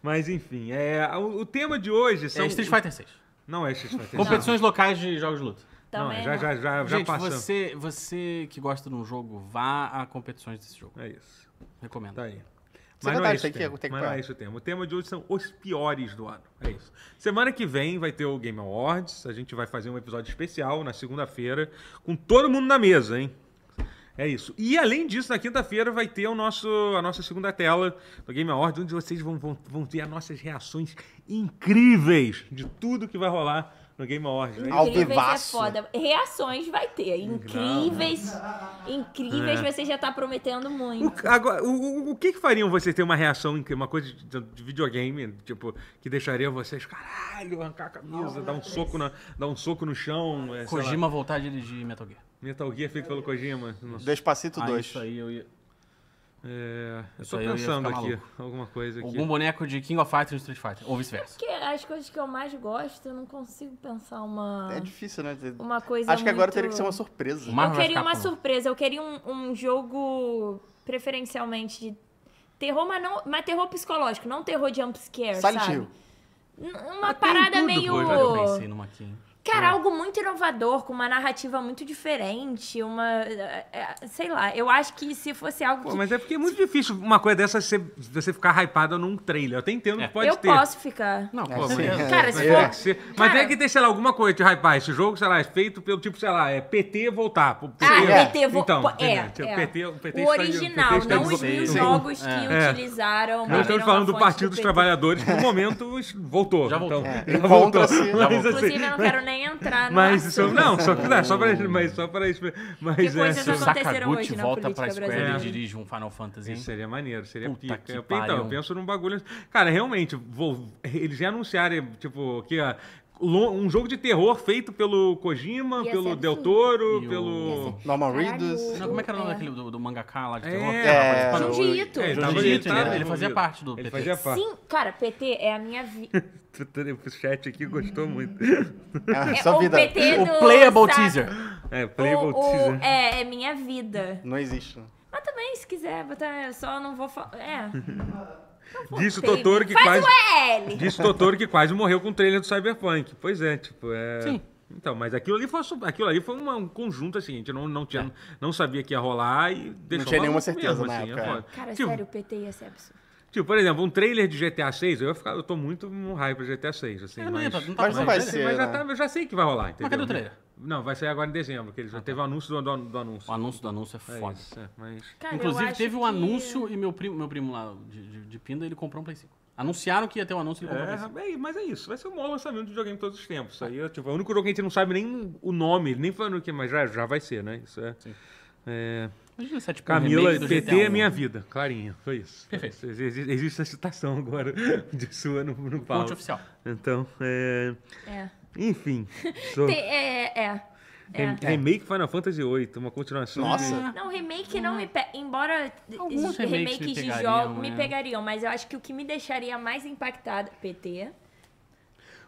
A: Mas enfim, é, o, o tema de hoje
C: É,
A: são...
C: Street Fighter 6.
A: Não é Street Fighter.
C: Competições locais de jogos de luta.
A: Não, é,
B: Também
A: já,
B: não.
A: já, já, já
C: Gente,
A: passamos.
C: você, você que gosta de um jogo, vá a competições desse jogo.
A: É isso.
C: Recomendo.
A: Tá aí.
D: Isso é
A: Mas não é
D: verdade,
A: isso o
D: tem que-
A: tema.
D: tem que
A: Mas não é
D: parar.
A: esse o tema. O tema de hoje são os piores do ano. É isso. Semana que vem vai ter o Game Awards. A gente vai fazer um episódio especial na segunda-feira com todo mundo na mesa, hein? É isso. E além disso, na quinta-feira vai ter o nosso, a nossa segunda tela do Game Awards, onde vocês vão, vão, vão ter as nossas reações incríveis de tudo que vai rolar no Game Awards. né?
D: Ao
B: Incríveis é
D: vivaço.
B: foda. Reações vai ter.
D: né?
B: Incríveis. Incríveis, você já tá prometendo
A: O,
B: muito.
A: agora, o, o- o que, que fariam vocês ter uma reação, incrível, uma coisa de, de videogame, tipo, que deixaria vocês, caralho, arrancar a camisa, dar um soco, na, dar um soco no chão, é, sei lá,
C: Kojima voltar a dirigir Metal Gear.
A: Metal Gear feito pelo Kojima. Nossa,
D: Despacito
C: Ah,
D: 2.
C: isso aí eu ia...
A: é, eu
C: Isso
A: tô
C: aí eu ia
A: pensando
C: ficar
A: aqui,
C: maluco.
A: alguma coisa aqui.
C: Algum boneco de King of Fighters no Street Fighter. Ou vice-versa.
B: Porque as coisas que eu mais gosto, eu não consigo pensar uma.
D: É difícil, né?
B: Uma coisa
D: Acho que agora
B: muito-
D: teria que ser uma surpresa.
C: Uma- Marvel
B: eu queria
C: vs
B: uma
C: Capcom.
B: surpresa, eu queria um, um jogo preferencialmente de terror, mas não, mas terror psicológico, não terror jumpscare,
D: Silent
B: sabe?
D: Hill.
B: N- Uma
C: Tem
B: parada
C: tudo,
B: meio
C: pô, eu pensei numa aqui. hein?
B: Cara, algo muito inovador, com uma narrativa muito diferente, uma. é, é, Sei lá, eu acho que se fosse algo.
A: Pô,
B: que-
A: mas é porque é muito difícil uma coisa dessa você, você ficar hypada num trailer. Eu até entendo
C: É.
A: que pode
B: eu
A: ter.
B: posso ficar.
C: Não,
D: É,
C: pô,
D: sim.
C: beleza.
B: Cara, se
A: Tem
B: for.
A: que ser. Assim, Mas
B: Cara-
A: tem que ter, sei lá, alguma coisa de hypar. Esse jogo, sei lá, é feito pelo tipo, sei lá, é PT voltar. Pô,
B: Ah,
A: sei lá.
B: PT, vou...
A: Então,
B: pô, é,
A: entendeu? Tipo,
B: é.
A: PT, o PT
B: o
A: está de- PT
B: original,
A: está de
B: não os
A: volta.
B: mil
A: Sim.
B: jogos que
A: É.
B: utilizaram.
A: Não estamos
B: beberam
A: falando
B: da
A: do
B: é fonte
A: Partido dos
B: PT.
A: Trabalhadores, que no momento es- voltou.
C: Já voltou.
A: Então,
C: É.
A: já
D: Encontra-se-
A: voltou.
D: Já
A: Mas, assim,
D: voltou.
B: Inclusive, eu não quero nem entrar no
A: mas
B: assunto.
A: isso, é não, só, não, só para mas só para mas
B: Que coisas
A: é,
C: Se o
B: aconteceram hoje
C: Sakaguchi
B: na
C: volta
B: política
C: pra Square
A: brasileira.
C: e dirige um Final Fantasy, hein?
A: Isso seria maneiro, seria
C: Puta
A: pica.
C: que
A: eu,
C: pariu.
A: então, eu penso num bagulho. Cara, realmente, vou- eles já anunciaram, tipo, que ó, lo- um jogo de terror feito pelo Kojima,
B: Ia
A: pelo
B: ser
A: Del
B: absurdo.
A: Toro,
C: E o-
A: pelo.
D: Norman
B: Caralho.
D: Reedus.
C: Não, como é que era o nome daquele do, do mangaká lá de
A: É.
C: terror? que
A: É,
C: tava participando?
D: o-
B: Junji Ito.
A: É,
C: Ele
A: tava
C: tava
A: ali,
C: Ito, ele-
A: tava
C: ele fazia
A: envolvido.
C: parte do
A: Ele
C: PT.
A: fazia parte.
B: Sim, cara, PT é a minha vida.
A: O chat aqui gostou muito.
D: É,
B: É
D: sua
B: o
D: vida
B: PT do
C: O Playable
B: Sa-
C: Teaser.
A: É, Playable
B: O, o,
A: Teaser.
B: é, é minha vida.
D: não existe. né?
B: Mas também, se quiser, botar, eu só não vou falar. É. Não vou
A: Disse o
B: ter.
A: Totoro que
B: Faz
A: quase.
B: o EL.
A: Disse o Totoro que quase morreu com o trailer do Cyberpunk. Pois é, tipo, é.
C: Sim.
A: Então, mas aquilo ali foi, su- aquilo ali foi uma- um conjunto, assim, a gente não, não,
C: É.
A: tinha, não sabia que ia rolar e deixou
D: tinha nenhuma
A: maluco
D: certeza
A: mesmo,
D: na
A: assim, é
D: época, é.
A: foda.
B: Cara,
A: Tipo,
B: sério, o PT ia ser absurdo.
A: Tipo, por exemplo, um trailer de GTA 6, eu ia ficar, eu tô muito um raio pra GTA 6, assim,
C: Eu É, não
A: mas...
C: lembro, não
D: Mas não
C: falando
D: vai
C: dele?
D: ser.
A: mas já,
D: né?
A: tá- eu já sei que vai rolar, entendeu?
C: cadê o trailer?
A: Não, vai sair agora em dezembro, que ele já teve o anúncio do, do- do anúncio.
C: O anúncio do anúncio é
A: É
C: foda.
A: isso, é, mas...
B: Cara, Ah, eu
C: Inclusive,
B: acho
C: teve um
B: que-
C: anúncio e meu primo, meu primo lá de, de, de Pinda, ele comprou um Play 5. Anunciaram que ia ter um anúncio e ele comprou um Play 5.
A: É, bem, mas é isso, vai ser o maior lançamento de videogame de todos os tempos. Isso aí é, tipo, é o único jogo que a gente não sabe nem o nome, nem falando o que, mas já, já vai ser, né? Isso é. é,
C: Imagina se é tipo um
A: Camila,
C: remake do
A: PT
C: GTA
A: é
C: um.
A: minha vida. Clarinha, foi isso.
C: Perfeito.
A: Foi isso. Exi- Existe essa citação agora de sua no, no pau.
C: Fonte oficial.
A: Então, é,
B: É.
A: enfim. sou-
B: Tem- é, é, é.
A: rem- Remake Final Fantasy VIII, uma continuação.
D: Nossa.
B: Não, remake não me pe... Embora remakes,
C: Alguns remakes me
B: remakes de
C: pegariam,
B: jogos me
C: né?
B: pegariam, mas eu acho que o que me deixaria mais impactada. PT.
A: de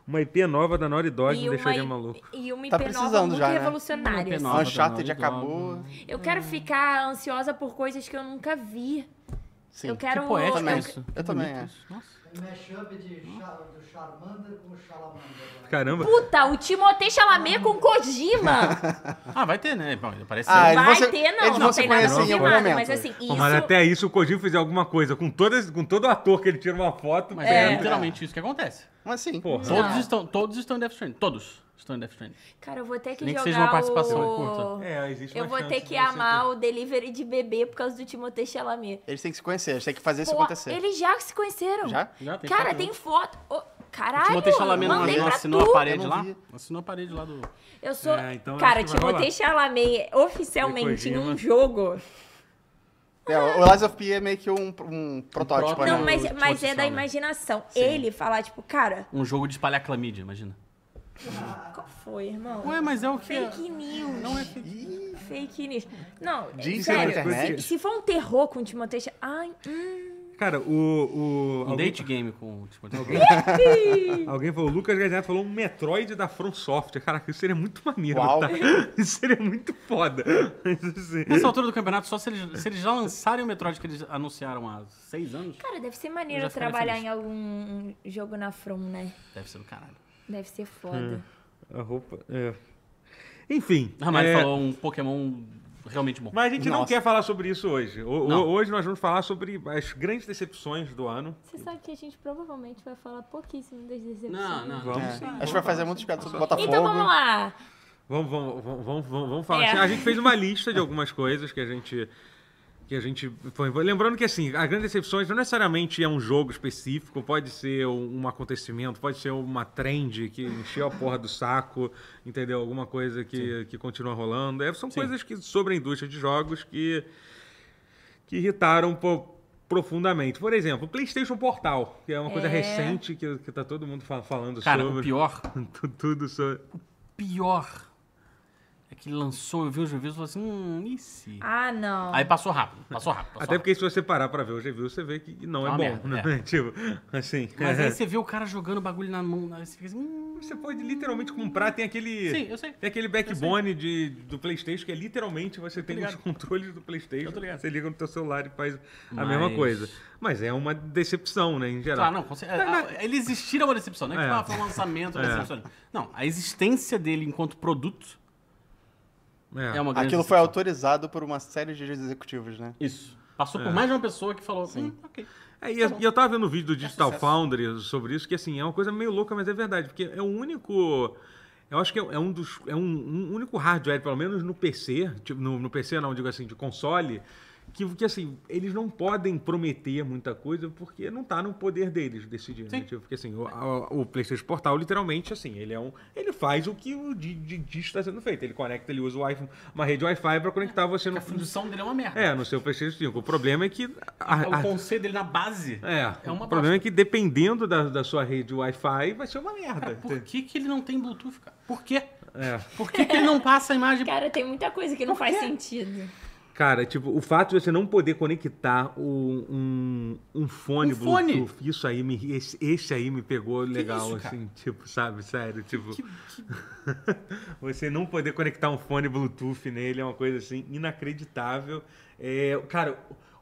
A: uma IP nova da Naughty Dog me
B: e,
A: deixaria
B: uma,
A: maluco.
B: e uma
D: Tá
B: IP nova
D: precisando
B: muito
D: já, né?
B: revolucionária.
C: Uma IP
B: assim.
D: Uncharted
C: Nova, nova.
D: acabou.
B: Eu
C: Ah.
B: quero ficar ansiosa por coisas que eu nunca vi.
D: Sim.
B: Eu quero. um
C: que né? poético
D: também.
B: eu-
C: isso.
D: Eu
C: Que
D: também,
C: bonito
D: é.
C: isso. Nossa.
F: Tem mashup de Char- do Charmander com o Charamander.
A: Caramba.
B: Puta, o Timothée Chalamet com Kojima!
C: Ah, vai ter, né? Bom, ele parece
D: Ah,
C: ser-
D: ele-
B: Vai
D: vão se-
B: ter, não.
D: eles
B: não
D: vão se
B: tem nada
D: conhecer em algum
B: confirmado,
D: momento.
B: Mas assim, isso.
A: Pô, Mas até isso o Kojima fizer alguma coisa. Com, todas, com todo ator que ele tira uma foto,
C: Mas
A: pega-
C: é literalmente isso que acontece.
D: Mas sim.
A: Porra.
C: Todos estão, todos estão em Death Stranding. Todos estão em Death Stranding.
B: Cara, eu vou ter que
C: Nem que
B: jogar
C: seja uma participação
B: o...
C: curta.
A: É, existe
B: Eu
A: uma
B: vou
A: chance
B: ter
A: de
B: que
A: você
B: amar o delivery de bebê por causa do Timothée Chalamet.
D: Eles têm que se conhecer, eles têm que fazer isso
B: Pô,
D: acontecer.
B: eles já se conheceram.
D: Já?
C: Já tem
B: Cara,
C: foto,
B: tem
C: né?
B: foto. Ô,
C: O
B: caralho,
C: Timothée Chalamet não,
B: mandei
C: não
B: pra
C: assinou
B: tu.
C: a parede
D: Eu
C: lá?
D: não vi.
C: Assinou a parede lá do...
B: Eu sou...
A: É, então
B: Cara,
A: acho que vai
B: Timothée Chalamet oficialmente em
A: Kojima.
C: né?
B: um jogo...
D: É, o o Lies of P é meio que um, um protótipo,
C: proto-
D: né?
B: Não,
C: o
B: mas,
C: Timothée
B: mas é da
C: Chalamet.
B: imaginação. Ele falar, tipo, cara,
C: Um jogo de espalhar clamídia, imagina.
B: qual foi, irmão?
C: Ué, mas é o que...
B: Fake news. Não é fake news. Fake news. Não,
D: Diz na
B: sério,
D: internet.
B: se, se for um terror com o Timothée Chalamet... Ai, hum,
A: ter. Cara, o. o
C: Um
A: alguém,
C: date game com o Timothée Chalamet.
A: alguém falou, o Lucas Gazinato falou um Metroid da From Software. Caraca, isso seria muito maneiro.
D: Uau.
A: tá? Isso seria muito foda. Mas, assim,
C: Nessa altura do campeonato, É só se eles, se eles já lançarem o Metroid que eles anunciaram há seis anos,
B: cara, deve ser
C: Eu
B: maneiro
C: já ficaria
B: trabalhar
C: feliz.
B: em algum jogo na From, né?
C: deve ser do caralho.
B: Deve ser
C: Hum.
B: foda.
A: A roupa. É. Enfim.
C: Ah, mas
A: é,
C: ele falou um Pokémon realmente bom.
A: Mas a gente não
D: Nossa.
A: quer falar sobre isso hoje. O- o-
C: Não.
A: hoje nós vamos falar sobre as grandes decepções do ano.
B: Você sabe que a gente provavelmente vai falar pouquíssimo das decepções.
C: Não, não.
A: Vamos.
D: É. A gente vai fazer muitos piadas sobre Botafogo.
B: Então vamos lá.
A: Vamos, vamos, vamos, vamos, vamos- vamos falar.
B: É.
A: assim. A gente fez uma lista de algumas coisas que a gente. Que a gente foi. Lembrando que assim, as grandes decepções não necessariamente é um jogo específico, pode ser um um acontecimento, pode ser uma trend que encheu a porra do saco, entendeu? Alguma coisa que, que continua rolando. É, são coisas que sobre a indústria de jogos que, que irritaram po- profundamente. Por exemplo, o PlayStation Portal, que é uma coisa
B: É.
A: recente que, que tá todo mundo fa- falando
C: Cara, o
A: sobre.
C: pior,
A: Tudo sobre.
C: pior é que lançou, eu vi os reviews e falei assim, hum, e se?
B: Ah, não.
C: Aí passou rápido, passou rápido. Passou
A: Até
C: rápido.
A: porque se você parar pra ver os reviews, você vê que não é,
C: É Tá uma
A: bom,
C: merda,
A: né? Tipo, assim.
C: Mas aí você vê o cara jogando o bagulho na mão, aí você fica assim, hum,
A: Você pode literalmente comprar, tem aquele.
C: Sim, eu sei.
A: Tem aquele backbone de, do Playstation que é literalmente você tem os
C: ligado.
A: controles do Playstation.
C: Eu tô ligado.
A: Você liga no teu celular e faz a
C: Mas-
A: mesma coisa. Mas é uma decepção, né, em geral.
C: Ah, não, com certeza. Ah, Ele existir é uma decepção, não é que
A: É.
C: ah, foi um lançamento, uma
A: É.
C: decepção. Não, a existência dele enquanto produto é,
A: É.
C: uma grande
D: Aquilo foi
C: decepção.
D: autorizado por uma série de executivos, né?
C: Isso. Passou por mais de uma pessoa que falou, assim ok.
A: É, e, eu- e eu tava vendo um vídeo do Digital Foundry sobre isso, que assim, é uma coisa meio louca, mas é verdade, porque é o único. Eu acho que é, é um dos. É um, um único hardware, pelo menos no PC, tipo, no, no PC não, digo assim, de console, que, que assim, eles não podem prometer muita coisa porque não tá no poder deles decidir. né?
C: Sim.
A: Tipo, porque assim, o, a- o PlayStation Portal, literalmente, assim, ele é um. Ele faz o que o de- de- disso está sendo feito. Ele conecta, ele usa o Wi-Fi- uma rede Wi-Fi para conectar você no.
C: A função dele é uma merda.
A: É, no seu PlayStation 5. O problema é que. a-
C: O
A: a-
C: conceito dele na base
A: é,
C: é uma
A: o problema
C: bosta. É
A: é que dependendo da, da sua rede Wi-Fi, vai ser uma merda.
C: Por que, que ele não tem Bluetooth, cara? Por quê?
A: É.
C: Por que, que ele não passa a imagem?
B: Cara, tem muita coisa que não faz sentido.
A: Cara, tipo, o fato de você não poder conectar o- um, um fone
C: Um fone?
A: Bluetooth, isso aí me, esse, esse aí me pegou legal,
C: isso, cara?
A: assim, tipo, sabe, sério, tipo... você não poder conectar um fone Bluetooth nele é uma coisa, assim, inacreditável. É, cara,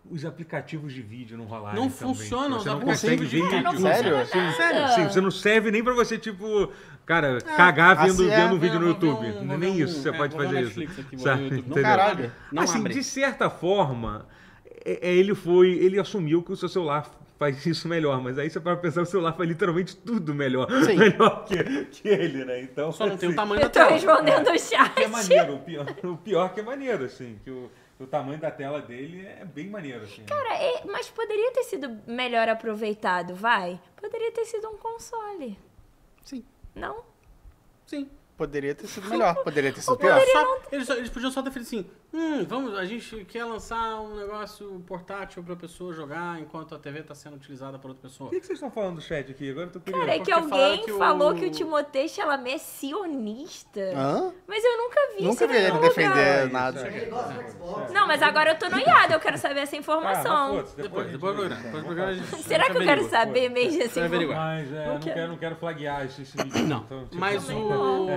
A: os aplicativos de vídeo não rolaram
C: Não
A: também. tipo,
C: funcionam
A: você
C: os
A: não consegue
C: aplicativos de
A: ver
C: vídeo.
B: Não
D: Sério?
B: funciona
D: Sim,
B: nada.
A: Sim, você não serve nem pra você, tipo, cara,
C: Ah,
A: cagar vendo,
D: assim é,
A: vendo um vídeo no
C: vou ver um-
A: YouTube.
C: vou
A: nem
C: ver um-
A: isso, você
C: é,
A: pode
C: vou ver um
A: fazer
C: Netflix
A: isso.
C: aqui, vou ver
A: sabe?
C: um YouTube. Não,
A: Entendeu?
D: caralho.
C: Não
A: assim,
C: abre.
A: de certa forma, é- é, ele foi, ele assumiu que o seu celular faz isso melhor, mas aí você para pensar, o celular faz literalmente tudo melhor,
D: Sim.
A: melhor que, que ele, né? Então,
C: Só não tem o
A: assim,
C: tamanho da
B: Eu tô
C: tela.
B: respondendo
A: que
B: o
A: é
B: chat.
A: maneiro, o pior, o pior que é maneiro, assim, que o, o tamanho da tela dele é bem maneiro, assim. né?
B: Cara, é- mas poderia ter sido melhor aproveitado, vai? Poderia ter sido um console.
D: Sim.
B: Não?
C: Sim.
D: Poderia ter sido melhor, poderia ter sido
B: Ou
D: pior.
B: poderia-
C: Só- eles, só- eles podiam só ter feito assim, hum, vamos, a gente quer lançar um negócio portátil pra pessoa jogar enquanto a TV tá sendo utilizada por outra pessoa.
A: Por que, que vocês estão falando do chat aqui? Agora eu tô curioso.
B: Cara, é que
C: porque
B: alguém
C: falaram que o-
B: falou que o Timothée Chalamet é sionista.
D: Hã?
B: Mas eu nunca vi isso
D: Ah. Nunca
B: em
D: vi ele
B: nenhum lugar.
D: defender
A: Isso,
D: nada.
A: é.
F: Ele gosta do Xbox.
B: Não, mas agora eu tô noiada, eu quero saber essa
A: Ah, mas
B: informação.
A: foda-se,
C: Depois,
A: a gente
C: depois do
A: vê.
C: programa. Depois do programa a gente-
B: Será
C: a gente
B: que eu quero
C: averigua.
B: saber mesmo assim? essa
C: Vai averiguar.
B: informação?
A: Mas é, não,
B: Não quero.
A: quero, não quero flaguear esse, esse vídeo.
C: Não,
A: então, tipo,
C: mas
A: não.
C: o...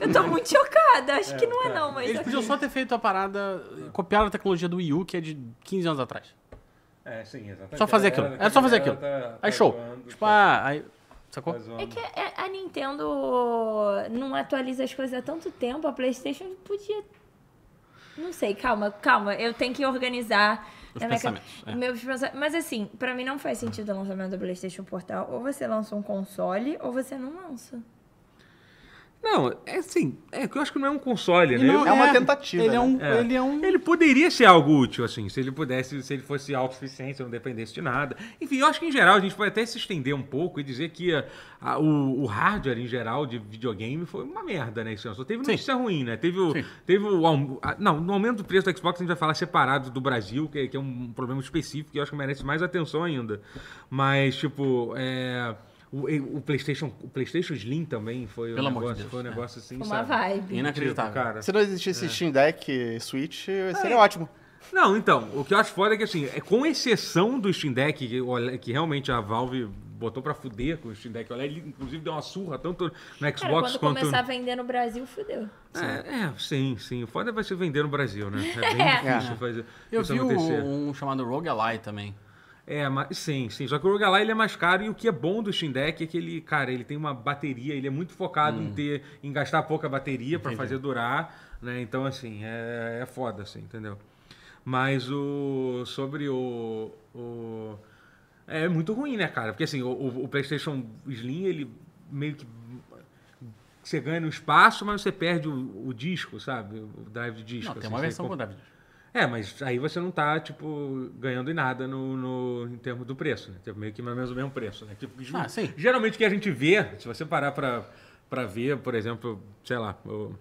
B: Eu tô muito chocada, acho que não é
A: cara.
B: não, mas...
C: Eles podiam só ter feito a parada, copiaram a tecnologia do Wii U, que é de 15 anos atrás.
A: É, sim, exatamente.
C: Só fazer
A: A galera
C: aquilo.
A: tá-
C: Era só fazer
A: a
C: aquilo.
A: galera tá- tá
C: Aí show.
A: zoando,
C: Tipo, ah, aí... Sacou?
A: tá zoando.
B: É que a a Nintendo não atualiza as coisas há tanto tempo, a PlayStation podia. Não sei, calma, calma. Eu tenho que organizar.
C: Os
B: na minha cabeça-
C: pensamentos, é.
B: Meus pensa- Mas assim, pra mim não faz sentido o lançamento do PlayStation Portal. Ou você lança um console, ou você não lança.
A: Não, é assim, é que eu acho que não é um console,
C: E
A: né?
C: não
A: Eu-
D: é uma tentativa,
C: Ele é
D: né?
C: um...
A: É.
C: Ele é um...
A: Ele poderia ser algo útil, assim, se ele pudesse, se ele fosse autossuficiente, se não dependesse de nada. Enfim, eu acho que em geral a gente pode até se estender um pouco e dizer que a- a- o, o hardware em geral de videogame foi uma merda, né? Isso só teve
C: Sim.
A: notícia ruim, né? Teve o.
C: Sim.
A: Teve o aum- a- não, no aumento do preço do Xbox a gente vai falar separado do Brasil, que, que é um problema específico que eu acho que merece mais atenção ainda. Mas, tipo, é, O, e- o PlayStation, o PlayStation Slim também foi um
C: Pelo amor de
A: negócio,
C: Deus,
A: foi um
C: é.
A: negócio assim,
B: Uma
A: sabe?
B: vibe.
C: Inacreditável.
A: Tipo, cara.
D: Se não existisse Steam Deck, Switch,
B: É.
D: seria ótimo.
A: Não, então, o que eu acho foda é que, assim, é com exceção do Steam Deck, que, olha- que realmente a Valve botou pra fuder com o Steam Deck, olha, ele inclusive deu uma surra tanto no
B: Cara,
A: Xbox
B: quando
A: quanto...
B: começar a vender no Brasil, fudeu.
A: É, é, sim, sim. O foda vai ser vender no Brasil, né? É bem
B: É.
A: difícil
D: É.
A: fazer
C: Eu
A: isso
C: vi
A: acontecer.
C: um, um chamado Rogue Ally também.
A: É, mas, sim, sim. Só que o Rogalai ele é mais caro e o que é bom do Steam Deck é que ele, cara, ele tem uma bateria, ele é muito focado
C: Hum.
A: em ter, em gastar pouca bateria pra fazer durar, né? Então, assim, é, é foda, assim, entendeu? Mas o. Sobre o. o- é muito ruim, né, cara? Porque assim, o, o- o PlayStation Slim, ele meio que. Você ganha no espaço, mas você perde o, o disco, sabe? O drive de disco.
C: Não, tem
A: assim,
C: uma
A: você
C: versão
A: compra-
C: com o David.
A: é, mas aí você não tá, tipo, ganhando em nada no, no- em termos do preço, né? Tipo, meio que mais ou menos o mesmo preço, né? Tipo, ge-
C: Ah, sim.
A: Geralmente o que a gente vê, se você parar pra, pra ver, por exemplo, sei lá, o,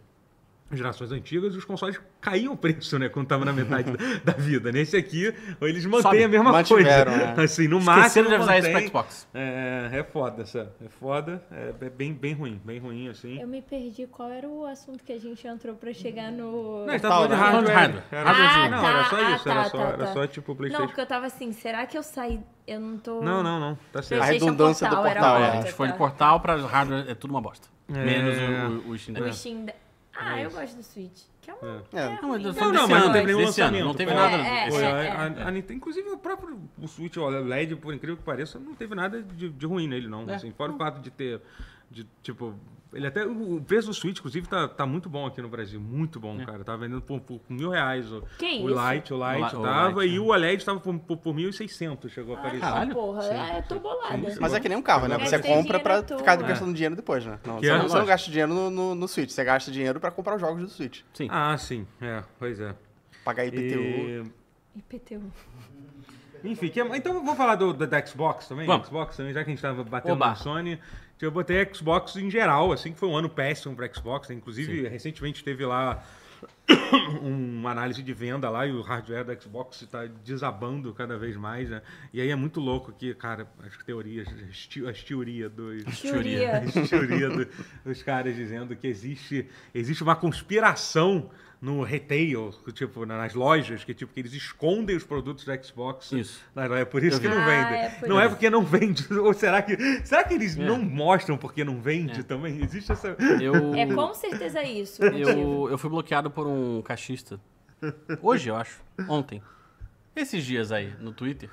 A: gerações antigas, os consoles caíam o preço, né? Quando tava na metade da, da vida. Nesse aqui, eles mantêm
C: Sobe,
A: a mesma coisa.
D: mantiveram, né?
A: Assim, no máximo.
C: Esqueceram de avisar isso pra
A: mantém.
C: Xbox.
A: É, é foda, essa. É foda. É, é bem, bem ruim. Bem ruim, assim.
B: Eu me perdi qual era o assunto que a gente entrou pra chegar no.
A: Não, ele tá
D: Tá,
A: falando de
D: né?
A: hardware.
C: Hardware.
A: Era,
B: Ah,
A: não,
B: tá,
A: era só
B: ah,
A: isso. Era
B: tá,
A: só,
B: tá,
A: era
B: tá.
A: só tipo
B: Não,
A: PlayStation.
B: porque eu tava assim, será que eu saí. Eu não tô.
A: Não, não, não. Tá certo.
D: A
B: PlayStation
D: redundância do
B: era
D: portal,
B: outra,
D: é,
C: A gente foi de
B: tá?
C: portal pra hardware, é tudo uma bosta. Menos
A: É.
C: o, o, o
B: O
C: chinês.
B: Steam. da- Ah, eu gosto do Switch. Que é uma.
D: É.
B: é
C: Não, mas eu
B: ruim,
C: sou um
A: Não, não,
B: né?
C: desse
A: mas não
C: ano,
A: teve nenhum
C: desse ano,
A: lançamento.
C: não teve
A: Foi-
C: nada
A: Foi,
B: É,
C: desse
B: é,
C: ano.
A: a-
B: é.
A: a- a Nintendo- inclusive o próprio o Switch OLED, por incrível que pareça, não teve nada de, de ruim nele, não.
C: É.
A: Assim, fora o fato de ter, de, tipo, ele até o o preço do Switch, inclusive, tá, tá muito bom aqui no Brasil, muito bom, cara. Tá vendendo por, por mil reais o,
B: Que
A: o
B: isso?
A: Lite, o
C: O
A: Lite né? Ah,
C: Li- o
A: tava
C: Lite,
A: e o OLED tava por, por, por 1.600, chegou a aparecer.
C: caralho.
B: Porra,
C: Sim.
B: ah, eu tô bolada.
A: Sim.
D: Mas é que nem um carro, né?
A: Gastei
D: Você compra
B: dinheiro
D: pra
B: à toa.
D: ficar gastando dinheiro depois, né? Não,
A: Que
D: você,
A: é?
D: não, você não gasta dinheiro no, no, no Switch, você gasta dinheiro pra comprar os jogos do Switch.
C: Sim.
A: Ah, sim, é, pois é.
D: Pagar IPTU.
A: E-
B: IPTU.
A: Enfim, que é- então eu vou falar do, da, da Xbox também.
C: Vamos.
A: Xbox também, já que a gente tava batendo
C: Oba.
A: no Sony. Eu botei Xbox em geral, assim, que foi um ano péssimo pra Xbox. né? Inclusive, recentemente teve lá uma análise de venda lá e o hardware da Xbox está desabando cada vez mais, né? E aí é muito louco que, cara, as teorias, as, teo- as teorias dos...
B: Teoria.
A: As teoria do- dos caras dizendo que existe, existe uma conspiração no retail, tipo, na- nas lojas, que tipo, que eles escondem os produtos da Xbox.
C: Isso.
A: Na loja, é por isso
C: Eu
A: que
B: vi.
A: não
B: Ah,
A: vendem.
B: é por
A: não é
B: isso.
A: porque não vende. Ou será que. Será que eles
C: É.
A: não mostram porque não vende
C: É.
A: também? Existe essa.
C: Eu,
B: É com certeza isso. Tipo, o motivo.
C: eu, eu fui bloqueado por um cachista. Hoje, eu acho. Ontem. Esses dias aí, no Twitter.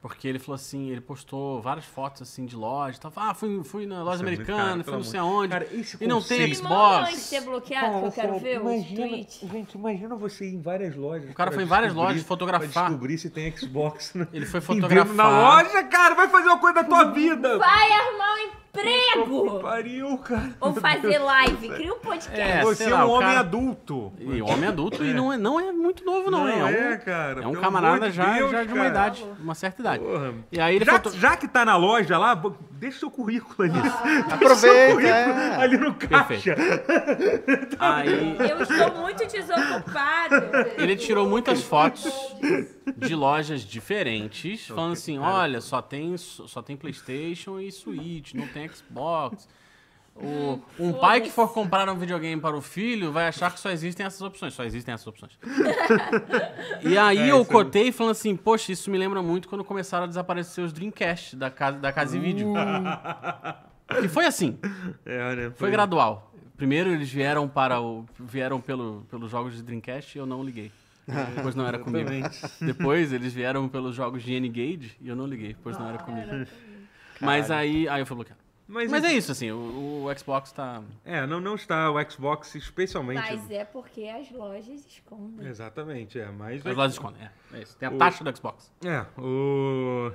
C: Porque ele falou assim, ele postou várias fotos assim de loja. e tal. ah, fui, fui na loja
A: Isso é muito caro, pelo
C: americana, fui não
A: amor.
C: sei aonde.
A: Cara, esse
C: e não tem
A: conceito-
B: Manda antes de
C: Xbox.
B: ser bloqueado, É que eu
A: sério,
B: quero ver os
A: imagina,
B: tweets.
A: Gente, imagina você ir em várias lojas.
C: O cara
A: pra
C: foi em várias
A: descobrir-
C: lojas fotografar.
A: pra descobrir se tem Xbox. né?
C: Ele foi
A: Em dentro
C: fotografar.
A: Na loja, cara, vai fazer uma coisa da tua vida.
B: Vai arrumar um emprego!
A: Pariu, cara.
B: Ou fazer live, cria um podcast.
C: É,
A: Você
C: sei
A: é
C: lá,
A: um
C: o
A: homem
C: cara-
A: adulto.
C: E homem adulto e não é, não é muito novo, não, hein? é, um,
A: cara.
C: é um
A: pelo amor
C: camarada
A: de
C: já,
A: Deus,
C: já de uma
A: cara.
C: idade, uma certa idade.
A: Porra.
C: E aí ele
A: já,
C: foto-
A: já que tá na loja lá, bo- deixa seu currículo ali. Deixa seu
D: Ah, Aproveita!
A: currículo
D: é.
A: ali no caixa.
C: aí
B: Eu estou muito desocupado.
C: ele tirou muitas fotos de lojas diferentes, falando assim, olha, só tem, só tem Playstation e Switch, não tem Xbox. O- um pai que for comprar um videogame para o filho vai achar que só existem essas opções, só existem essas opções. e aí eu cotei falando assim, poxa, isso me lembra muito quando começaram a desaparecer os Dreamcast da casa, da casa e vídeo. E foi assim,
A: É, né?
C: foi gradual. Primeiro eles vieram para o vieram pelo, pelos jogos de Dreamcast e eu não liguei. Pois não era comigo. Depois eles vieram pelos jogos de N-Gage e eu não liguei, pois não era comigo. Mas aí, aí eu fui bloqueado.
A: Mas,
C: Mas é isso, assim, o, o Xbox tá.
A: É, não, não está o Xbox especialmente.
B: Mas é porque as lojas escondem.
A: Exatamente, é. Mas
C: As lojas escondem. É, é isso. Tem a
A: O-
C: taxa do Xbox.
A: É, o.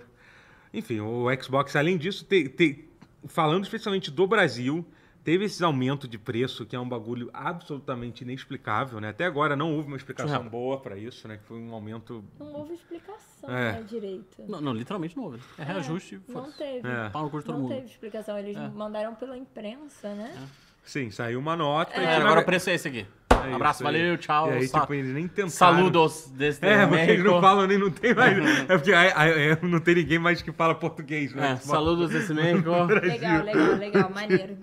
A: Enfim, o Xbox, além disso, te- te- falando especialmente do Brasil, teve esse aumento de preço, que é um bagulho absolutamente inexplicável, né? Até agora não houve uma explicação
C: Surreal.
A: boa pra isso, né? Que foi um aumento.
B: Não houve explicação
A: É.
B: né, direito.
C: Não, não, literalmente não houve. É reajuste.
B: Não
C: foda-se.
B: teve.
A: É.
C: Pau no cu de todo
B: Não
C: mundo.
B: teve explicação. Eles
C: É.
B: mandaram pela imprensa, né?
A: Sim, saiu uma nota. e
C: Galera,
A: na-
C: agora o preço é esse aqui.
A: É isso
C: Abraço,
A: aí.
C: valeu, tchau.
A: E aí,
C: sa-
A: tipo, eles nem tentaram.
C: Saludos deste
A: É, porque eles não
C: México.
A: falam nem não tem mais. É porque aí- aí- aí não tem ninguém mais que fala português, né?
C: Uhum. É, saludos desse México.
B: Legal, legal, legal. Maneiro.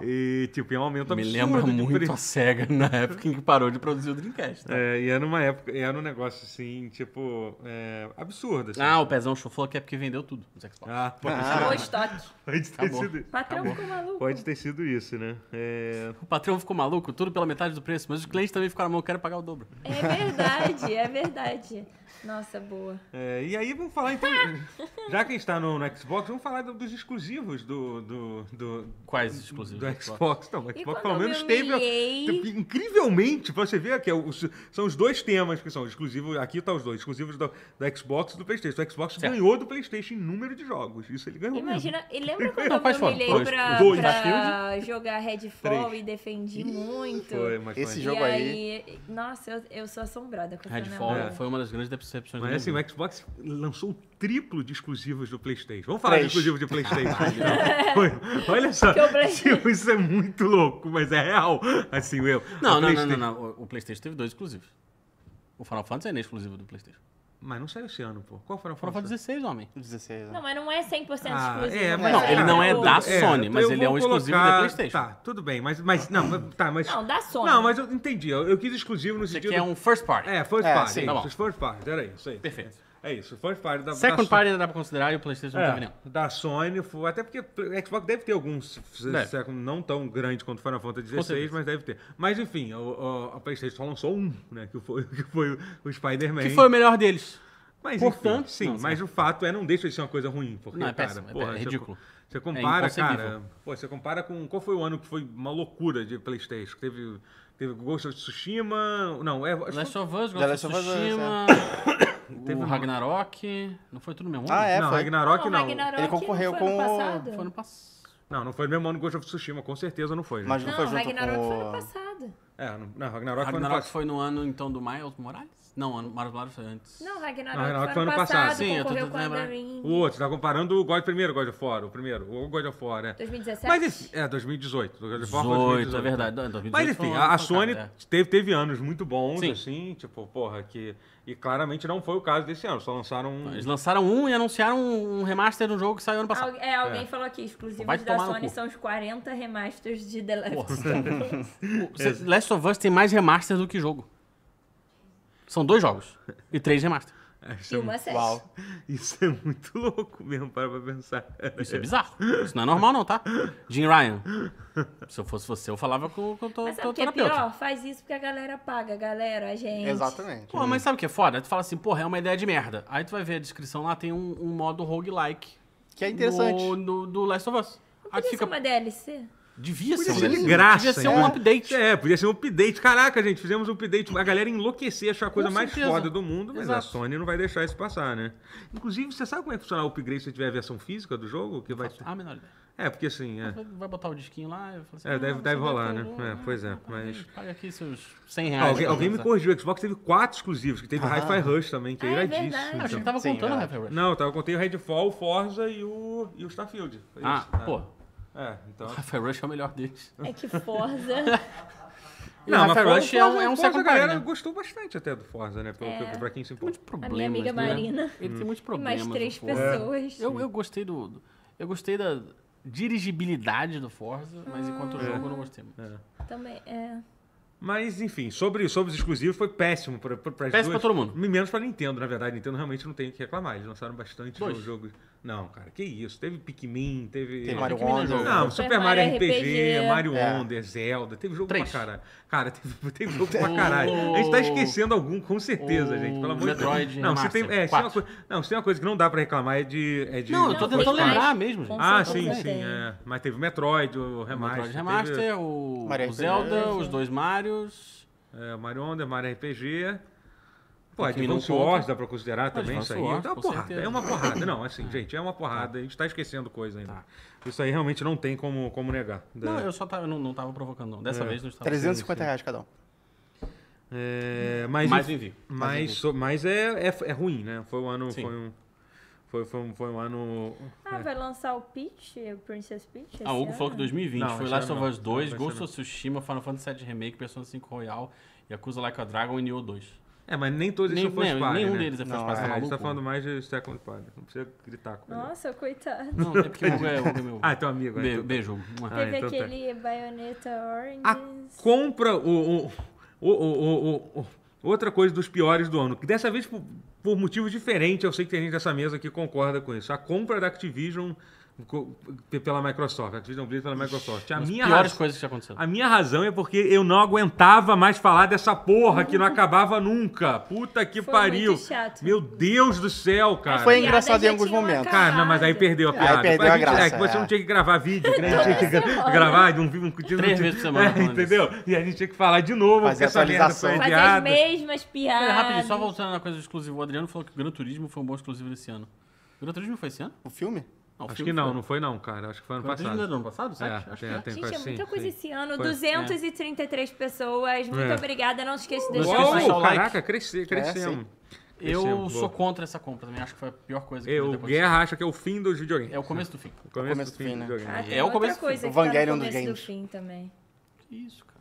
A: E, tipo, é um aumento
C: Me
A: absurdo.
C: lembra
A: de
C: muito
A: preço.
C: a SEGA na época em que parou de produzir o Dreamcast. tá?
A: É, e era uma época, e era um negócio assim, tipo, é, absurdo. Assim.
C: Ah, o Pezão falou que é porque vendeu tudo nos Xbox.
A: Ah, pode,
B: Acabou o estoque.
A: pode ter
C: acabou.
A: sido,
B: Patrão
C: Acabou.
B: ficou maluco.
A: pode ter sido isso, né? É,
C: O patrão ficou maluco, tudo pela metade do preço, mas os clientes também ficaram malucos, quero pagar o dobro.
B: É verdade, é verdade. Nossa, boa.
A: é, e aí vamos falar, então, já que a gente tá no, no Xbox, vamos falar do- dos exclusivos do, do, do,
C: Quais exclusivos?
A: do Xbox. Não, o
B: E
A: Xbox
B: quando
A: pelo
B: eu
A: menos
B: me
A: teve...
B: humilhei,
A: Tipo, Incrivelmente, pra você ver que é o- os- são os dois temas que são exclusivos. Aqui tá os dois, exclusivos do, do Xbox e do Playstation. O Xbox
C: Certo.
A: ganhou do Playstation em número de jogos. Isso ele ganhou. mesmo.
B: Imagina, e lembra quando
C: Não,
B: eu me
C: quais foram?
B: humilhei
C: Dois.
B: pra,
A: Dois.
B: pra jogar Redfall e defendi muito?
A: Foi, mas foi.
D: Esses jogo
B: e
D: aí.
B: aí... Nossa, eu, eu sou assombrada com essa
C: Redfall
B: memória.
C: é, foi uma das grandes decepções
A: Mas
C: da
A: assim,
C: minha
A: o Xbox lançou o triplo de exclusivos do PlayStation. Vamos falar de
D: Três.
A: exclusivos de PlayStation. então. Foi- Olha só,
B: Que o Brasil-
A: tipo, isso é muito louco, mas é real. Assim, eu.
C: vida.
A: o
C: Não, não, não,
A: PlayStation-
C: não, não. O- O PlayStation teve dois exclusivos. O Final Fantasy é exclusivo do PlayStation.
A: Mas não saiu esse ano, pô. Qual foi a
C: O Final Fantasy 16, homem.
D: 16, né?
B: Não, mas não é 100% exclusivo.
A: Ah, é, mas
B: né?
C: Não, ele não é
B: o-
C: da
A: É,
C: Sony, mas
A: eu
C: ele é
A: vou
C: um exclusivo
A: colocar-
C: da PlayStation.
A: Tá, tudo bem, mas, mas não, mas- tá, mas.
B: Não, da Sony.
A: Não, mas eu entendi. Eu, eu quis exclusivo no
C: Você
A: sentido.
C: quer um first party.
A: É, first
D: É,
A: party.
D: sim.
A: isso,
C: Tá bom.
A: first party, era isso aí.
C: Perfeito.
A: É isso, first party da
C: Second
A: da
C: party ainda dá pra considerar e o PlayStation não teve
A: É,
C: nenhum.
A: da Sony, foi- até porque o Xbox deve ter alguns
C: Deve.
A: século não tão grande quanto Final Fantasy
C: Com
A: 16,
C: certeza.
A: mas deve ter. Mas enfim, o, o- a PlayStation só lançou um, né? Que foi, que foi o Spider-Man.
C: Que foi o melhor deles.
A: Mas,
C: Portanto,
A: enfim, sim,
C: não,
A: mas o fato é não deixa de ser uma coisa ruim, porque
C: Não, é
A: cara,
C: péssimo, é
A: porra,
C: pé- é
A: você-
C: ridículo.
A: Você
C: É
A: compara,
C: inconcebível.
A: cara, pô, você compara com qual foi o ano que foi uma loucura de PlayStation? Teve teve Ghost of Tsushima, não, é acho
C: Last
A: que-
C: of Us,
D: The
C: Ghost
D: Last
C: of
D: of Us, é.
C: Tsushima, o um-
A: Teve-
C: Ragnarok. Não foi tudo no mesmo ano?
D: Ah, é,
A: não,
D: foi.
A: Ragnarok não.
B: Ragnarok
D: Ele concorreu
B: não foi ano
D: com o-
B: passado.
C: Foi no passado.
A: Não, não foi mesmo ano Ghost of Tsushima, com certeza não foi. né?
D: Mas não,
B: Não,
D: foi junto
B: Ragnarok
D: com
B: foi ano
D: o-
B: passado.
A: É, não, não, Ragnarok, foi no
C: Ragnarok
A: passado.
C: foi no ano, então, do Miles Morales? Não, ano- Miles Morales foi antes.
B: Não, Ragnarok,
A: Ragnarok
B: foi ano passado.
C: Sim, eu tô
B: concorreu com
C: tentando
B: Elden
C: lembrar.
B: Ring.
A: O outro, tá comparando o God primeiro, God of War, o primeiro, o God of War, é.
B: 2017?
A: Mas enfim, é 2018, o God of War foi
C: 18,
A: 2018.
C: é verdade. não, 2018
A: né? Mas
C: foi
A: enfim,
C: um
A: a,
C: ano
A: a Sony
C: pancada,
A: teve, teve anos muito bons,
C: Sim.
A: assim, tipo, porra, que. E claramente não foi o caso desse ano, só lançaram
C: é.
A: um.
C: Eles lançaram um e anunciaram um remaster de um jogo que saiu ano passado.
B: Algu- é, alguém falou aqui, exclusivos
C: Vai
B: da
C: tomar no
B: Sony
C: cu.
B: são os 40 remasters de The Last
C: Porra.
B: of Us.
C: O- cê- Last of Us tem mais remaster do que jogo. São dois jogos e três remasters.
B: e uma série.
D: Uau.
A: Isso é muito louco mesmo, para pra pensar.
C: Isso é bizarro. Isso não é normal, não, tá? Jim Ryan. Se eu fosse você, eu falava com, com o teu
B: Mas sabe
C: teu
B: o que é
C: terapeuta.
B: pior? Faz isso porque a galera paga, a galera, a gente.
D: Exatamente.
C: Pô, mas sabe o que é foda? Tu fala assim, porra, é uma ideia de merda. Aí tu vai ver a descrição lá, tem um, um modo roguelike.
D: Que é interessante.
C: no- do, do Last of Us.
B: Não
C: Aí
B: podia
C: tu Ah, fica.
B: ser uma DLC?
C: Devia
A: Podia
C: ser, um
A: ser é de
C: DLC.
A: graça.
C: Devia ser um
A: né?
C: update.
A: É, podia ser um update. Caraca, gente, fizemos um update. A galera enlouquecer, achou a coisa mais
C: certeza.
A: foda do mundo, mas a
C: Exato.
A: Sony não vai deixar isso passar, né? Inclusive, você sabe como é que funciona o upgrade se tiver a versão física do jogo? Que vai...
C: Ah, a menor ideia.
A: É, porque assim, é.
C: Vai botar o disquinho lá eu falo assim,
A: É, deve-
C: você
A: deve rolar,
C: ter
A: né?
C: um jogo,
A: É, pois é,
C: Ah, paga
A: mas- Ah,
C: aí, Paga aqui seus 100 reais.
A: Alguém, alguém me
C: Tá.
A: corrigiu, o Xbox teve quatro exclusivos, que teve Hi-Fi Rush também, que é
B: Ah, é
A: iradíssimo.
B: verdade.
C: Ah,
A: então.
C: achei que tava
D: Sim,
C: contando,
D: é.
C: Rafael. Rush.
A: Não, tá, eu contei o Redfall, o Forza e o, e o Starfield. Foi
C: Ah,
A: isso, né?
C: pô.
A: É, então.
C: Rafael Rush é o melhor deles.
B: É que Forza.
C: Não,
A: mas
C: Rafael
A: Forza-
C: Rush é um,
A: Forza-
C: é um
A: Forza,
C: second
A: A galera
C: party, né?
A: gostou bastante até do Forza, né? Pelo,
B: É.
A: pelo- pra quem se
C: Tem
A: importa.
C: muitos
B: a
C: problemas,
B: minha amiga
C: né?
B: Marina.
C: Ele tem muitos
B: E mais
C: problemas.
B: três
C: o Forza. É.
B: pessoas.
C: Eu, eu gostei do, do- Eu gostei da dirigibilidade do Forza, mas
A: Ah,
C: enquanto
A: é.
C: jogo eu não gostei muito.
B: Também, é.
A: Mas, enfim, sobre, sobre os exclusivos foi péssimo pra, pra, pras
C: Péssimo
A: duas-
C: pra todo mundo.
A: Menos pra Nintendo, na verdade. Nintendo realmente não tem o que reclamar. Eles lançaram bastante
C: Dois.
A: jogo. Não, cara, que isso. Teve Pikmin, teve.
D: Tem Mario
C: que menino
D: Wonder.
C: jogo.
A: Não, Super, Mario RPG, Mario
D: É.
A: Wonder, Zelda, teve jogo
C: Três.
A: pra caralho. Cara, teve, teve jogo pra caralho. A gente tá esquecendo algum, com certeza,
C: O
A: gente. Pelo amor de
C: Metroid
A: Deus. Não, se tem,
C: Remastered,
A: é, se tem uma
C: quatro.
A: coisa, não, se tem uma coisa que não dá pra reclamar é de. É de
C: Não, eu tô
B: Não,
A: de-
C: tentando
B: foi
C: lembrar
B: mais-
C: mesmo, gente.
B: com
A: Ah,
B: certeza
A: sim,
B: não
A: sim.
B: tem.
A: é. Mas teve Metroid, o
C: O
A: Remaster.
C: Metroid Remaster,
A: teve,
C: o,
D: Mario
C: o
D: RPG.
C: Zelda, os dois Marios.
A: é, Mario Wonder, Mario RPG. Pô,
C: Pikmin não
A: Advance
C: conta.
A: Wars dá pra considerar também
C: Advance
A: isso aí.
C: Wars,
A: Então é
C: com
A: uma porrada,
C: certeza.
A: é uma porrada. Não, assim, gente, é uma porrada. A gente tá esquecendo coisa ainda.
C: Tá.
A: Isso aí realmente não tem como, como negar. É.
C: Não, eu só tava, eu não, não tava provocando, não. Dessa vez não estava.
D: 350 reais cada um.
A: É, mas,
C: Mais um envio.
A: Mas, so- mas é, é, é ruim, né? Foi um ano.
C: Sim.
A: Foi um, foi, foi, um, foi um ano.
B: Ah, vai lançar o Peach, o Princess Peach? esse
C: Ah, o Hugo
B: ano?
C: falou que 2020
A: Não,
C: foi
A: esse
C: Last
A: ano
C: of Us
A: não.
C: 2,
A: Não, esse
C: Ghost
A: ano
C: of Tsushima, Final Fantasy VII Remake, Persona 5 Royal, Yakuza Like a Dragon e Nioh 2.
A: É, mas nem todos
C: Nem,
A: eles são first
C: nem-
A: party,
C: nenhum
A: né?
C: deles é First
D: Não,
A: É,
C: Party, tá
A: a gente
C: maluco?
A: tá falando mais de second party. Não precisa gritar com ele.
B: Nossa, coitado.
C: Não, é porque o Hugo é, o Hugo é meu...
A: Ah, é teu amigo. é,
C: Be-
A: então-
C: Beijo, Hugo.
A: Ah,
B: Teve
A: então tá.
B: aquele Bayonetta Orange.
A: A então, compra. O, o, o, o, o- o- outra coisa dos piores do ano, que dessa vez por, por motivo diferente, eu sei que tem gente dessa mesa que concorda com isso. A compra da Activision co- pela Microsoft, Activision Blizzard pela Microsoft. A minha
C: Piores
A: raz-
C: coisas que já aconteceram.
A: A minha razão é porque eu não aguentava mais falar dessa porra que não acabava nunca. Puta que
B: Uhum. Foi
A: pariu.
B: muito chato.
A: Meu Deus do céu, cara.
B: A
D: Foi
B: piada
D: engraçado em
B: já
D: alguns
B: tinha
D: momentos.
B: acabado.
A: Cara, não, mas aí perdeu a
D: Aí
A: piada.
D: perdeu a
A: gente-
D: graça,
A: É que você
D: é.
A: não tinha que gravar vídeo, que a gente tinha que gra- gravar de um vídeo. Um, Três
C: vezes por semana falando
A: entendeu? E a gente tinha que falar de novo, porque
D: Fazer
A: essa merda
D: atualização.
A: foi
B: Fazer as
A: adiada.
B: mesmas piadas.
C: Pera, rapidinho, só voltando na coisa do exclusivo. O Adriano falou que o Gran Turismo foi um bom exclusivo desse ano. O Gran Turismo foi esse ano?
D: O filme?
C: Não, Não,
A: Acho
C: foi-
A: que não,
C: foi-
A: não foi não, cara. Acho que foi ano
C: Foi desde
A: passado.
C: ano passado, sete?
A: É,
C: Acho que
A: tem-
C: é.
A: tem
B: Gente,
A: coisa
B: é
A: assim,
B: muita coisa
A: sim.
B: esse ano.
A: Foi.
B: 233 pessoas. Muito
A: É.
B: obrigada. Não se esqueça de
C: Não
B: deixar
C: esqueça de
B: o like.
C: deixar
A: Uou,
C: o like.
A: caraca, cresce, crescemos.
C: Eu
A: Crescemos,
C: sou
A: boa.
C: contra essa compra também. Acho que foi a pior coisa que
A: é um Eu,
C: podia
A: o
C: ter
A: Guerra acha que é o fim dos videogames.
C: acontecido. É o começo do fim.
A: o começo, do fim,
D: né?
A: dos videogames.
B: Ah, tem
C: É o
B: outra
C: começo do fim.
B: coisa
D: O
B: que tá no
D: Evangelion dos
B: começo do
D: games.
B: fim também.
C: Isso, cara.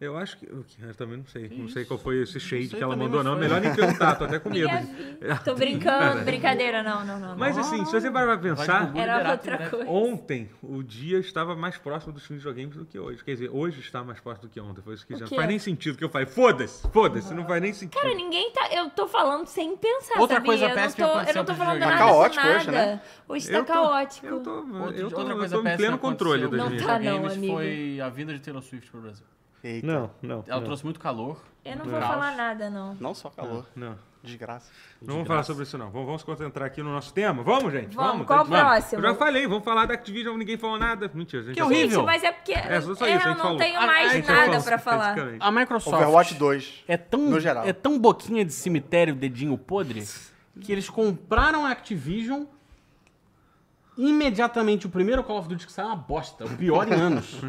A: Eu acho que. Eu que- eu também não sei. Não sei qual foi esse shade
C: sei
A: que ela
C: também,
A: mandou,
C: mas
A: não.
C: foi.
A: Melhor nem perguntar, tô até com medo.
B: Minha vida. Tô brincando, brincadeira, não, não, não.
A: é Mas assim, se você parar pra pensar,
C: Google.
B: Era
C: Liberar
B: outra
C: tudo, né?
B: coisa.
A: ontem o dia estava mais próximo dos filmes de videogames do que hoje. Quer dizer, hoje está mais próximo do que ontem. Foi isso que
B: O
A: já.
B: quê?
A: Não faz nem sentido o que eu falei. Foda-se, foda-se, não faz nem sentido.
B: Cara, ninguém tá. Eu tô falando sem pensar,
C: Outra
B: sabia?
C: coisa
B: eu, não
C: péssima
B: tô, eu
C: aconteceu
B: não tô
C: com
B: falando
C: os
B: nada
D: videogames. Tá
B: com
D: caótico
B: nada.
D: hoje, né?
B: Hoje tá
A: Eu tô-
B: caótico.
A: Eu tô,
C: Outra-
A: eu tô,
C: outra
A: eu
C: coisa
A: tô em
C: péssima
A: pleno controle
C: aconteceu
A: das
C: com
B: Não
A: minhas.
B: tá não,
C: videogames
B: amigo.
C: foi a vinda de Taylor Swift pro Brasil.
D: Eita.
B: tá.
A: Não, não.
C: Ela
A: não.
C: trouxe muito calor.
B: Eu não
C: Não.
B: vou
C: Caos.
B: falar nada, não.
D: Não só calor.
A: Não.
D: Desgraça.
A: Não vamos falar sobre isso, não. Vamos, vamos se concentrar aqui no nosso tema. Vamos, gente?
B: Vamos, qual o próximo?
A: Eu já falei, vamos falar da Activision, ninguém falou nada. Mentira, gente.
C: Que
A: já
C: horrível.
B: Gente, mas é porque
A: É, só isso, a
B: eu
A: gente
B: não
A: falou.
B: tenho
C: A-
A: falou. A
B: mais
A: gente já
B: nada
A: falou,
B: pra falar.
A: basicamente.
C: A Microsoft
D: Overwatch 2.
C: é tão
D: no geral.
C: é tão boquinha de cemitério, dedinho podre, que eles compraram a Activision imediatamente o primeiro Call of Duty que saiu é uma bosta, o pior em anos.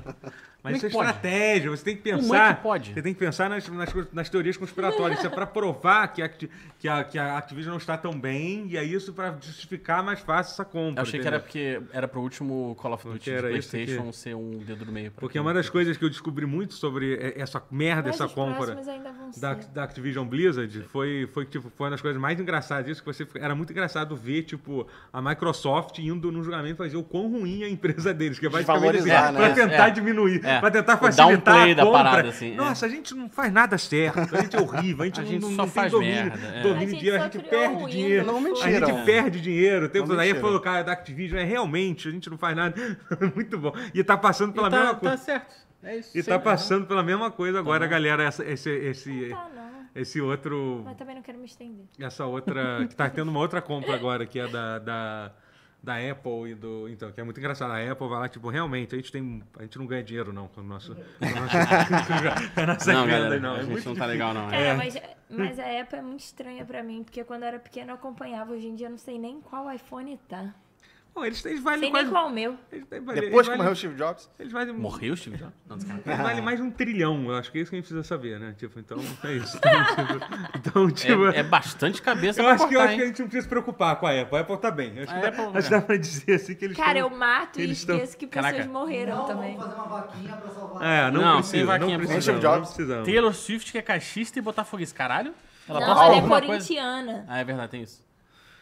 A: Mas isso
C: Como
A: é
C: é que pode?
A: estratégia, você tem que
C: Como é
A: pensar.
C: que pode?
A: Você tem que pensar nas, nas, coisas- nas teorias conspiratórias. Isso é pra provar que a, Acti- que, a, que a Activision não está tão bem, e é isso pra justificar mais fácil essa compra.
C: Eu achei que
A: entendeu?
C: era porque era pro último Call of Duty
A: Porque
C: de
A: era isso
C: PlayStation ser um dedo do meio. pra
A: Porque é
C: quem-
A: uma das coisas que eu descobri muito sobre eh, essa merda,
B: Mas
A: essa
B: os
A: compra.
B: próximos ainda vão ser.
A: da, da Activision Blizzard foi, foi, tipo, foi uma das coisas mais engraçadas isso que você era muito engraçado ver tipo a Microsoft indo no julgamento fazer o quão ruim é a empresa deles que vai
D: Desvalorizar,
A: para
D: né?
A: tentar
C: É.
A: diminuir
C: É.
A: para tentar
C: O
A: facilitar a
C: downplay da
A: compra
C: parada, assim, é.
A: nossa a gente não faz nada certo a gente é horrível a gente,
C: A
A: não,
C: gente
A: não,
C: só
A: não tem
C: faz
A: domínio,
C: merda, é.
A: domínio
B: A gente
A: de dinheiro a
B: só
A: gente
B: criou
A: perde
B: o
A: dinheiro
B: Windows,
D: Não,
A: a
D: mentira.
A: gente perde dinheiro o tempo
D: Não,
A: todo. aí
D: mentira.
A: falou cara da Activision é realmente a gente não faz nada muito bom e tá passando
C: E
A: pela
C: tá,
A: mesma
C: tá
A: coisa
C: certo. É isso.
A: e
C: Sim,
A: tá
C: aham.
A: passando pela mesma coisa agora, galera, essa- esse, esse,
B: Tá, não.
A: esse outro.
B: Mas também não quero me estender.
A: Essa outra. Que tá tendo uma outra compra agora, que é da. da da Apple e do. Então, que é muito engraçado. A Apple vai lá, tipo, realmente, a gente tem. A gente não ganha dinheiro, não, com o nosso. Com o nosso com a nossa
C: Não,
A: venda,
C: galera,
A: não. É
C: a gente
A: muito
C: não tá legal não.
B: Cara, É, mas, mas a Apple é muito estranha pra mim, porque quando eu era pequena eu acompanhava. Hoje em dia eu não sei nem qual iPhone tá.
A: Bom, eles, eles valem
B: Sei
A: quase.
B: nem qual é o meu.
A: Eles, valem- eles
D: Depois que
A: valem-
D: morreu o Steve Jobs,
A: Eles valem,
C: Morreu, Steve Jobs? Não, desculpa.
A: eles valem mais de um trilhão. Eu acho que é isso que a gente precisa saber, né? Tipo, então é isso. Então, tipo. então, tipo,
C: É, é bastante cabeça
A: eu
C: pra
A: acho, que, eu
C: cortar,
A: acho que a
C: hein?
A: gente não precisa se preocupar com a Apple. A Apple tá bem. Acho
C: A
A: que,
C: Apple-
A: dá, acho que dá pra dizer assim que eles
B: Cara, eu
A: estão-
B: mato e
A: eles estão-
B: esqueço que pessoas
C: Caraca.
B: morreram
F: Não,
B: também.
F: vamos fazer uma vaquinha pra salvar.
A: É, não,
C: Não, sem
A: precisa, não
C: vaquinha, por
A: precisa.
D: favor.
A: Não
D: Jobs.
A: precisa.
C: Taylor Swift, que é caixista e botafoguista, caralho?
B: Não,
C: posta
B: ela é
C: alguma coisa-
B: corintiana.
C: Ah, é verdade, tem isso.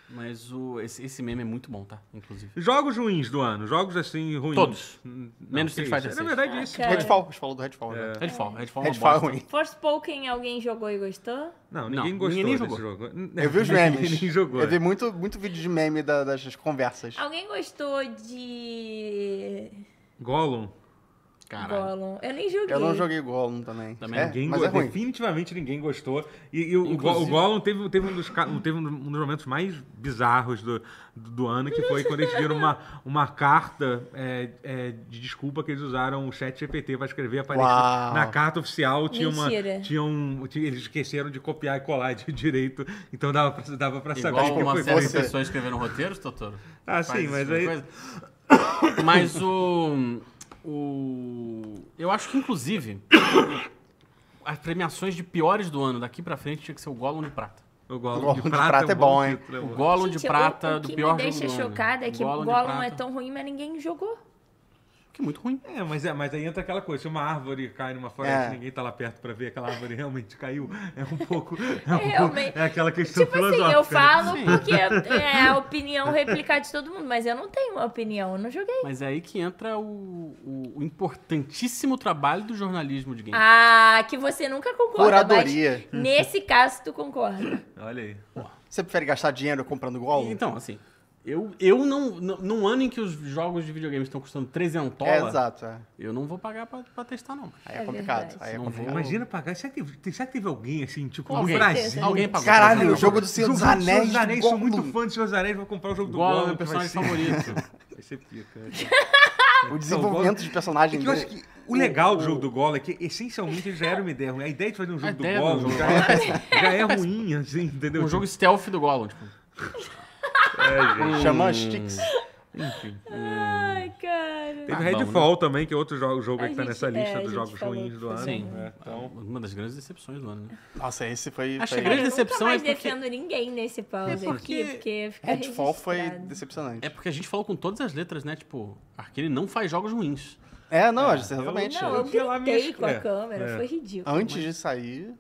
C: Mas o, esse, esse meme é muito bom, tá? Inclusive.
A: Jogos ruins do ano, jogos assim ruins.
C: Todos.
A: Hum, não,
C: Menos
A: que
C: Street
A: isso.
C: Fighter
A: Na
C: 6.
A: verdade, isso.
B: Cara.
D: Redfall. A gente falou do Redfall. né?
C: Redfall, Redfall é uma
D: Redfall é
C: bosta.
D: ruim.
B: Forspoken, alguém jogou e gostou?
A: Não, ninguém
C: Não,
A: gostou
C: ninguém nem
A: desse
C: jogou.
A: jogo.
D: Eu vi os
A: Ninguém-
D: memes.
A: Ninguém jogou. é.
D: Eu vi muito, muito vídeo de meme da- das conversas.
B: Alguém gostou de.
A: Gollum.
C: Caralho.
B: Gollum? Eu nem joguei.
D: Eu não joguei Gollum também.
C: Também
D: é,
A: Ninguém
D: mas
A: go-
D: é ruim.
A: Definitivamente ninguém gostou. E, e o, o Go- o
C: Inclusive-
A: Gollum teve, teve, um dos, ca- um- teve um dos momentos mais bizarros do, do, do ano, que foi quando eles viram uma, uma carta é, é, de desculpa que eles usaram o chat GPT para escrever. Apareceu.
D: Uau.
A: Na carta oficial tinha uma.
B: Mentira.
A: Tinha um, tinha- eles esqueceram de copiar e colar de direito. Então dava pra, dava pra saber.
C: Igual
A: que
C: uma
A: foi
C: série de
A: feito.
D: você.
C: pessoas escrevendo roteiros, Totoro.
A: Ah,
C: Faz
A: sim,
C: esse
A: mas
C: tipo de
A: aí.
C: coisa. Mas o. O. Eu acho que, inclusive, as premiações de piores do ano daqui pra frente tinha que ser o Gollon de Prata.
A: O Gollum,
D: Gollum
A: de, prata é bom, hein?
C: O Gollum
B: Gente,
C: de
B: eu-
C: Prata
B: o
C: do
B: que
C: pior
B: me deixa
C: jogo do ano.
B: chocada é que
C: Gollum
B: Gollum,
C: de
B: é
C: Prata,
B: tão ruim, mas ninguém jogou.
C: Que é muito ruim.
A: É, mas, é, mas aí entra aquela coisa, se uma árvore cai numa floresta
D: É.
A: ninguém tá lá perto pra ver aquela árvore realmente caiu, é um pouco... É, um pouco-
B: Realmente.
A: é aquela questão
B: Tipo assim,
A: filosófica.
B: eu
A: né?
B: falo porque é a opinião replicada de todo mundo, mas eu não tenho uma opinião, eu não joguei.
C: Mas é aí que entra o, o- o importantíssimo trabalho do jornalismo de games.
B: Ah, que você nunca concorda.
D: Curadoria.
B: Mas nesse caso, tu concorda.
A: Olha aí.
D: Você prefere gastar dinheiro comprando Gollum?
C: Então, assim, eu, eu não, não. Num ano em que os jogos de videogame estão custando 300
D: é, exato. É.
C: eu não vou pagar pra, pra testar, não.
D: Aí é,
B: É
D: complicado.
B: verdade.
D: Aí é
C: Não
D: complicado.
A: Imagina pagar, será que, teve- será que teve alguém assim, tipo,
C: Alguém.
A: no Brasil?
C: Alguém pagou.
D: Caralho, o
C: Alguém
D: jogo
C: pagou.
D: do Senhor dos
A: Jogo do Senhor
D: Anéis.
A: dos
D: do
A: Anéis, sou muito
D: Gollum.
A: fã do Senhor dos Anéis, vou comprar o jogo do
C: Gollum é
A: Gollum.
C: meu
A: que vai
C: personagem
A: ser-
C: favorito.
A: Vai ser pica.
D: O desenvolvimento de personagem
A: É que eu acho
D: dele.
A: que o legal do jogo do Gollum é que, essencialmente, ele já era uma ideia ruim. A ideia de fazer um
C: A
A: jogo do
C: ideia do
A: Gollum
C: jogo
A: já é, já é ruim, assim, entendeu?
C: Um jogo stealth do Gollum, tipo.
A: É, gente.
D: Xamã Sticks. Enfim.
B: Ai, cara.
A: Tipo, Teve
C: Ah,
A: Redfall também, que é outro jogo, jogo
B: A
A: aí que tá
B: gente-
A: nessa
B: é,
A: lista
B: a
A: dos
B: gente
A: jogos
B: falou
A: ruins do
B: que
A: ano.
B: foi
C: Sim. Ah.
A: né? Então,
C: Uma das grandes decepções do ano, né?
D: Nossa, esse foi.
C: Acho
D: foi...
C: que a grande
B: Nunca
C: decepção é
B: mais
C: porque...
B: defendo ninguém nesse pause
C: É porque
B: aqui, porque fica
D: Redfall foi
B: registrado.
D: decepcionante.
C: É porque a gente falou com todas as letras, né? Tipo, Arkane não faz jogos ruins.
D: É, não, exatamente.
C: né?
B: Não, eu
A: Eu tinha lá
B: gritei
A: minhas-
B: com a
A: é,
B: câmera,
A: é.
B: foi ridículo.
D: Antes de sair,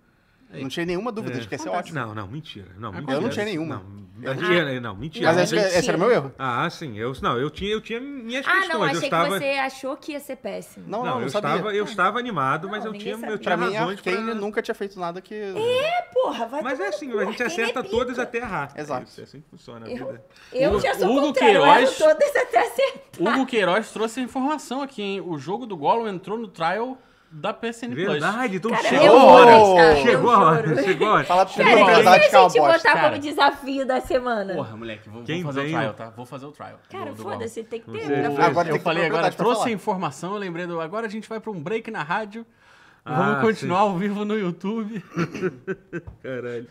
D: não tinha nenhuma dúvida de que ia ser é ótimo.
A: Não, não, mentira. Não, mentira.
D: Eu não tinha nenhuma.
A: Não, a gente- não, mentira.
D: Mas
B: Não,
D: acho que esse
B: mentira.
D: era meu erro.
A: Ah, sim. Eu, não, eu tinha, eu tinha minhas
B: Ah,
A: questões.
B: não, achei
A: eu estava...
B: que você achou que ia ser péssimo.
D: Não,
A: Não,
D: não, não
A: eu,
D: sabia.
A: estava, eu estava animado, mas
B: Não,
A: eu tinha,
B: ninguém
A: eu
B: sabia.
A: tinha
D: Pra mim, a
A: razões
D: Arkane
A: pra...
D: nunca tinha feito nada que.
B: Porra, vai
A: Mas
B: tomar
A: é
B: no
A: assim,
B: cu,
A: a gente
B: quem
A: acerta
B: repita?
A: todas até errar.
D: Exato.
A: É Isso, é assim que funciona a
B: Eu,
A: vida.
B: eu
C: Hugo-
B: já sou
C: Hugo
B: contrário, eu erro
C: Queiroz.
B: todas até acertar.
C: Hugo Queiroz trouxe a informação aqui, hein? O jogo do Gollum entrou no trial da PSN Plus.
A: Verdade, então
B: Cara,
A: chegou
B: eu
A: a hora.
D: juro, cara, eu
A: Chegou a hora,
B: juro.
A: chegou a hora.
D: Fala pra
B: Cara,
C: Hugo
D: mim,
B: que
C: Queiroz
B: se a
D: verdade,
B: gente
D: que é uma
B: botar
D: bosta.
C: cara.
B: como desafio da semana?
C: Porra, moleque, vou, vou
A: Quem
C: fazer
A: veio?
C: o trial, tá? Vou fazer o trial.
B: Cara,
C: do- é do Gollum.
B: foda-se, tem que ter. um
A: Você-
B: pra-
D: Agora
C: eu
D: tem
C: falei
D: que falar a
C: agora,
D: verdade pra
C: trouxe
D: falar.
C: a informação, eu lembrei do. Agora a gente vai pra um break na rádio.
A: Ah,
C: Vamos continuar
A: sim.
C: ao vivo no YouTube.
A: Caralho.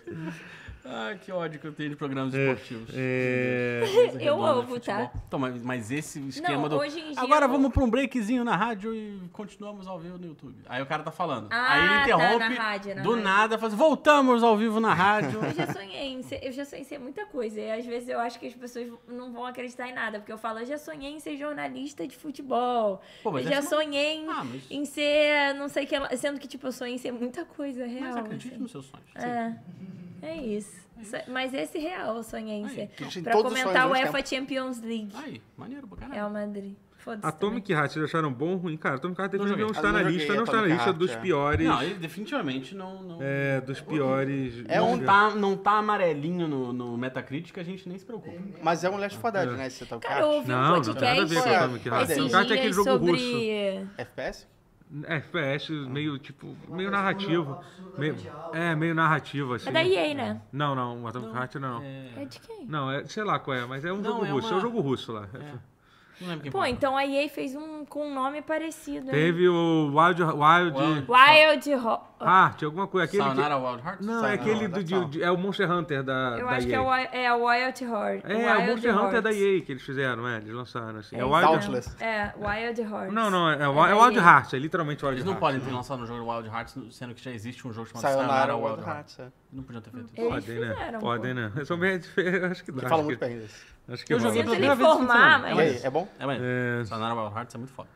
C: ah, que ódio que eu tenho de programas esportivos.
A: É...
B: Eu
C: Redonda,
B: amo,
C: futebol.
B: tá?
C: Então, mas, mas esse esquema do.
B: hoje em dia
C: Agora
B: eu-
C: vamos pra um breakzinho na rádio e continuamos ao vivo no YouTube. Aí o cara tá falando.
B: Ah,
C: Aí ele
B: tá,
C: interrompe.
B: na rádio, na
C: do
B: rádio.
C: nada, faz. Voltamos ao vivo na rádio.
B: Eu já sonhei em ser, eu já sonhei em ser muita coisa. E às vezes eu acho que as pessoas não vão acreditar em nada, porque eu falo, eu já sonhei em ser jornalista de futebol.
C: Pô, mas
B: eu já
C: essa não-
B: sonhei em,
C: Ah, mas-
B: em ser, não sei o que lá, sendo que tipo eu sonhei em ser muita coisa real.
C: mas acredite
B: assim.
C: nos seus sonhos.
B: É. É isso. So- Mas esse real eu sonhei em
C: Aí,
B: ser.
C: então.
D: Gente,
B: Pra
D: todos os
B: comentar o
D: sonhos ao
B: UEFA Champions League.
C: Aí, maneiro pra caralho.
B: É o Madrid. Foda-se. também.
A: Atomic Heart, vocês acharam bom ou ruim? Cara, Atomic Heart um
C: Não
A: definitivamente não está
C: joguei.
D: Eu
A: na
D: não
A: lista,
D: joguei
A: não está na
D: Atomic
A: lista
D: Heart,
A: dos
D: é.
A: piores.
C: Não, ele definitivamente não. não...
A: É, dos piores.
D: É
C: não
D: um-
C: tá, não tá amarelinho no, no Metacritic, a gente nem se preocupa.
D: Mas é um Left 4 Dead, né? Esse tal
B: Cara, eu ouvi
A: Não,
B: um
A: não tem nada a
B: podcast
A: ver
D: com Atomic Heart.
B: esses
D: Atomic
A: Heart é aquele
B: dias
A: jogo
B: sobre...
D: FPS?
A: É, FPS meio, tipo, meio narrativo.
F: absurdamente
A: Meio,
F: alta.
A: é, meio narrativo, assim.
B: É da EA, né?
A: Não, não, o Atomic Heart não.
B: É de quem?
A: Não, é, sei lá qual é, mas é um
C: Não,
A: jogo
C: é
A: russo.
C: uma-
A: É um jogo russo lá.
C: Não lembro quem
B: Pô,
C: foi.
B: então a EA fez um com um nome parecido. né?
A: Teve o Wild... Wild...
C: Wild-
B: Wild Ho
A: Ah, tinha alguma coisa. Aquele que...
C: Sayonara Wild Hearts?
A: Não, é
D: Sayonara,
A: aquele do...
D: that's
A: de-
D: all.
A: de- é o Monster Hunter da
B: Eu
A: da
B: acho que é
A: EA.
B: o, Wi- é o Wild Heart.
A: É, o
B: Wild
A: Monster Hunter é da
B: Hearts.
A: EA que eles fizeram, é, eles lançaram assim. É, o
B: isso
A: Wild
D: Outlast.
B: mesmo. É, Wild Hearts.
A: Não, não, é, o
B: da
A: é Wild
B: EA.
A: Heart, é literalmente Wild
C: Eles não
A: Heart.
C: podem ter lançado um jogo Wild Hearts, sendo que já existe um jogo chamado
D: Sayonara Wild Hearts. é.
C: Não podiam ter feito isso.
B: Eles
A: Podem, né?
B: fizeram, pô.
A: podem, né? Eu sou meio dif- acho que dá.
D: Que
A: acho
D: fala muito
A: que-
D: bem desse.
A: Acho que
C: Eu joguei
A: rola.
C: pela
B: Tenta ele
C: primeira vez esse fim de
B: formar,
C: semana.
B: mas-
D: E aí, é bom?
C: É, mas
A: É.
C: Sayonara Wild Hearts é muito foda.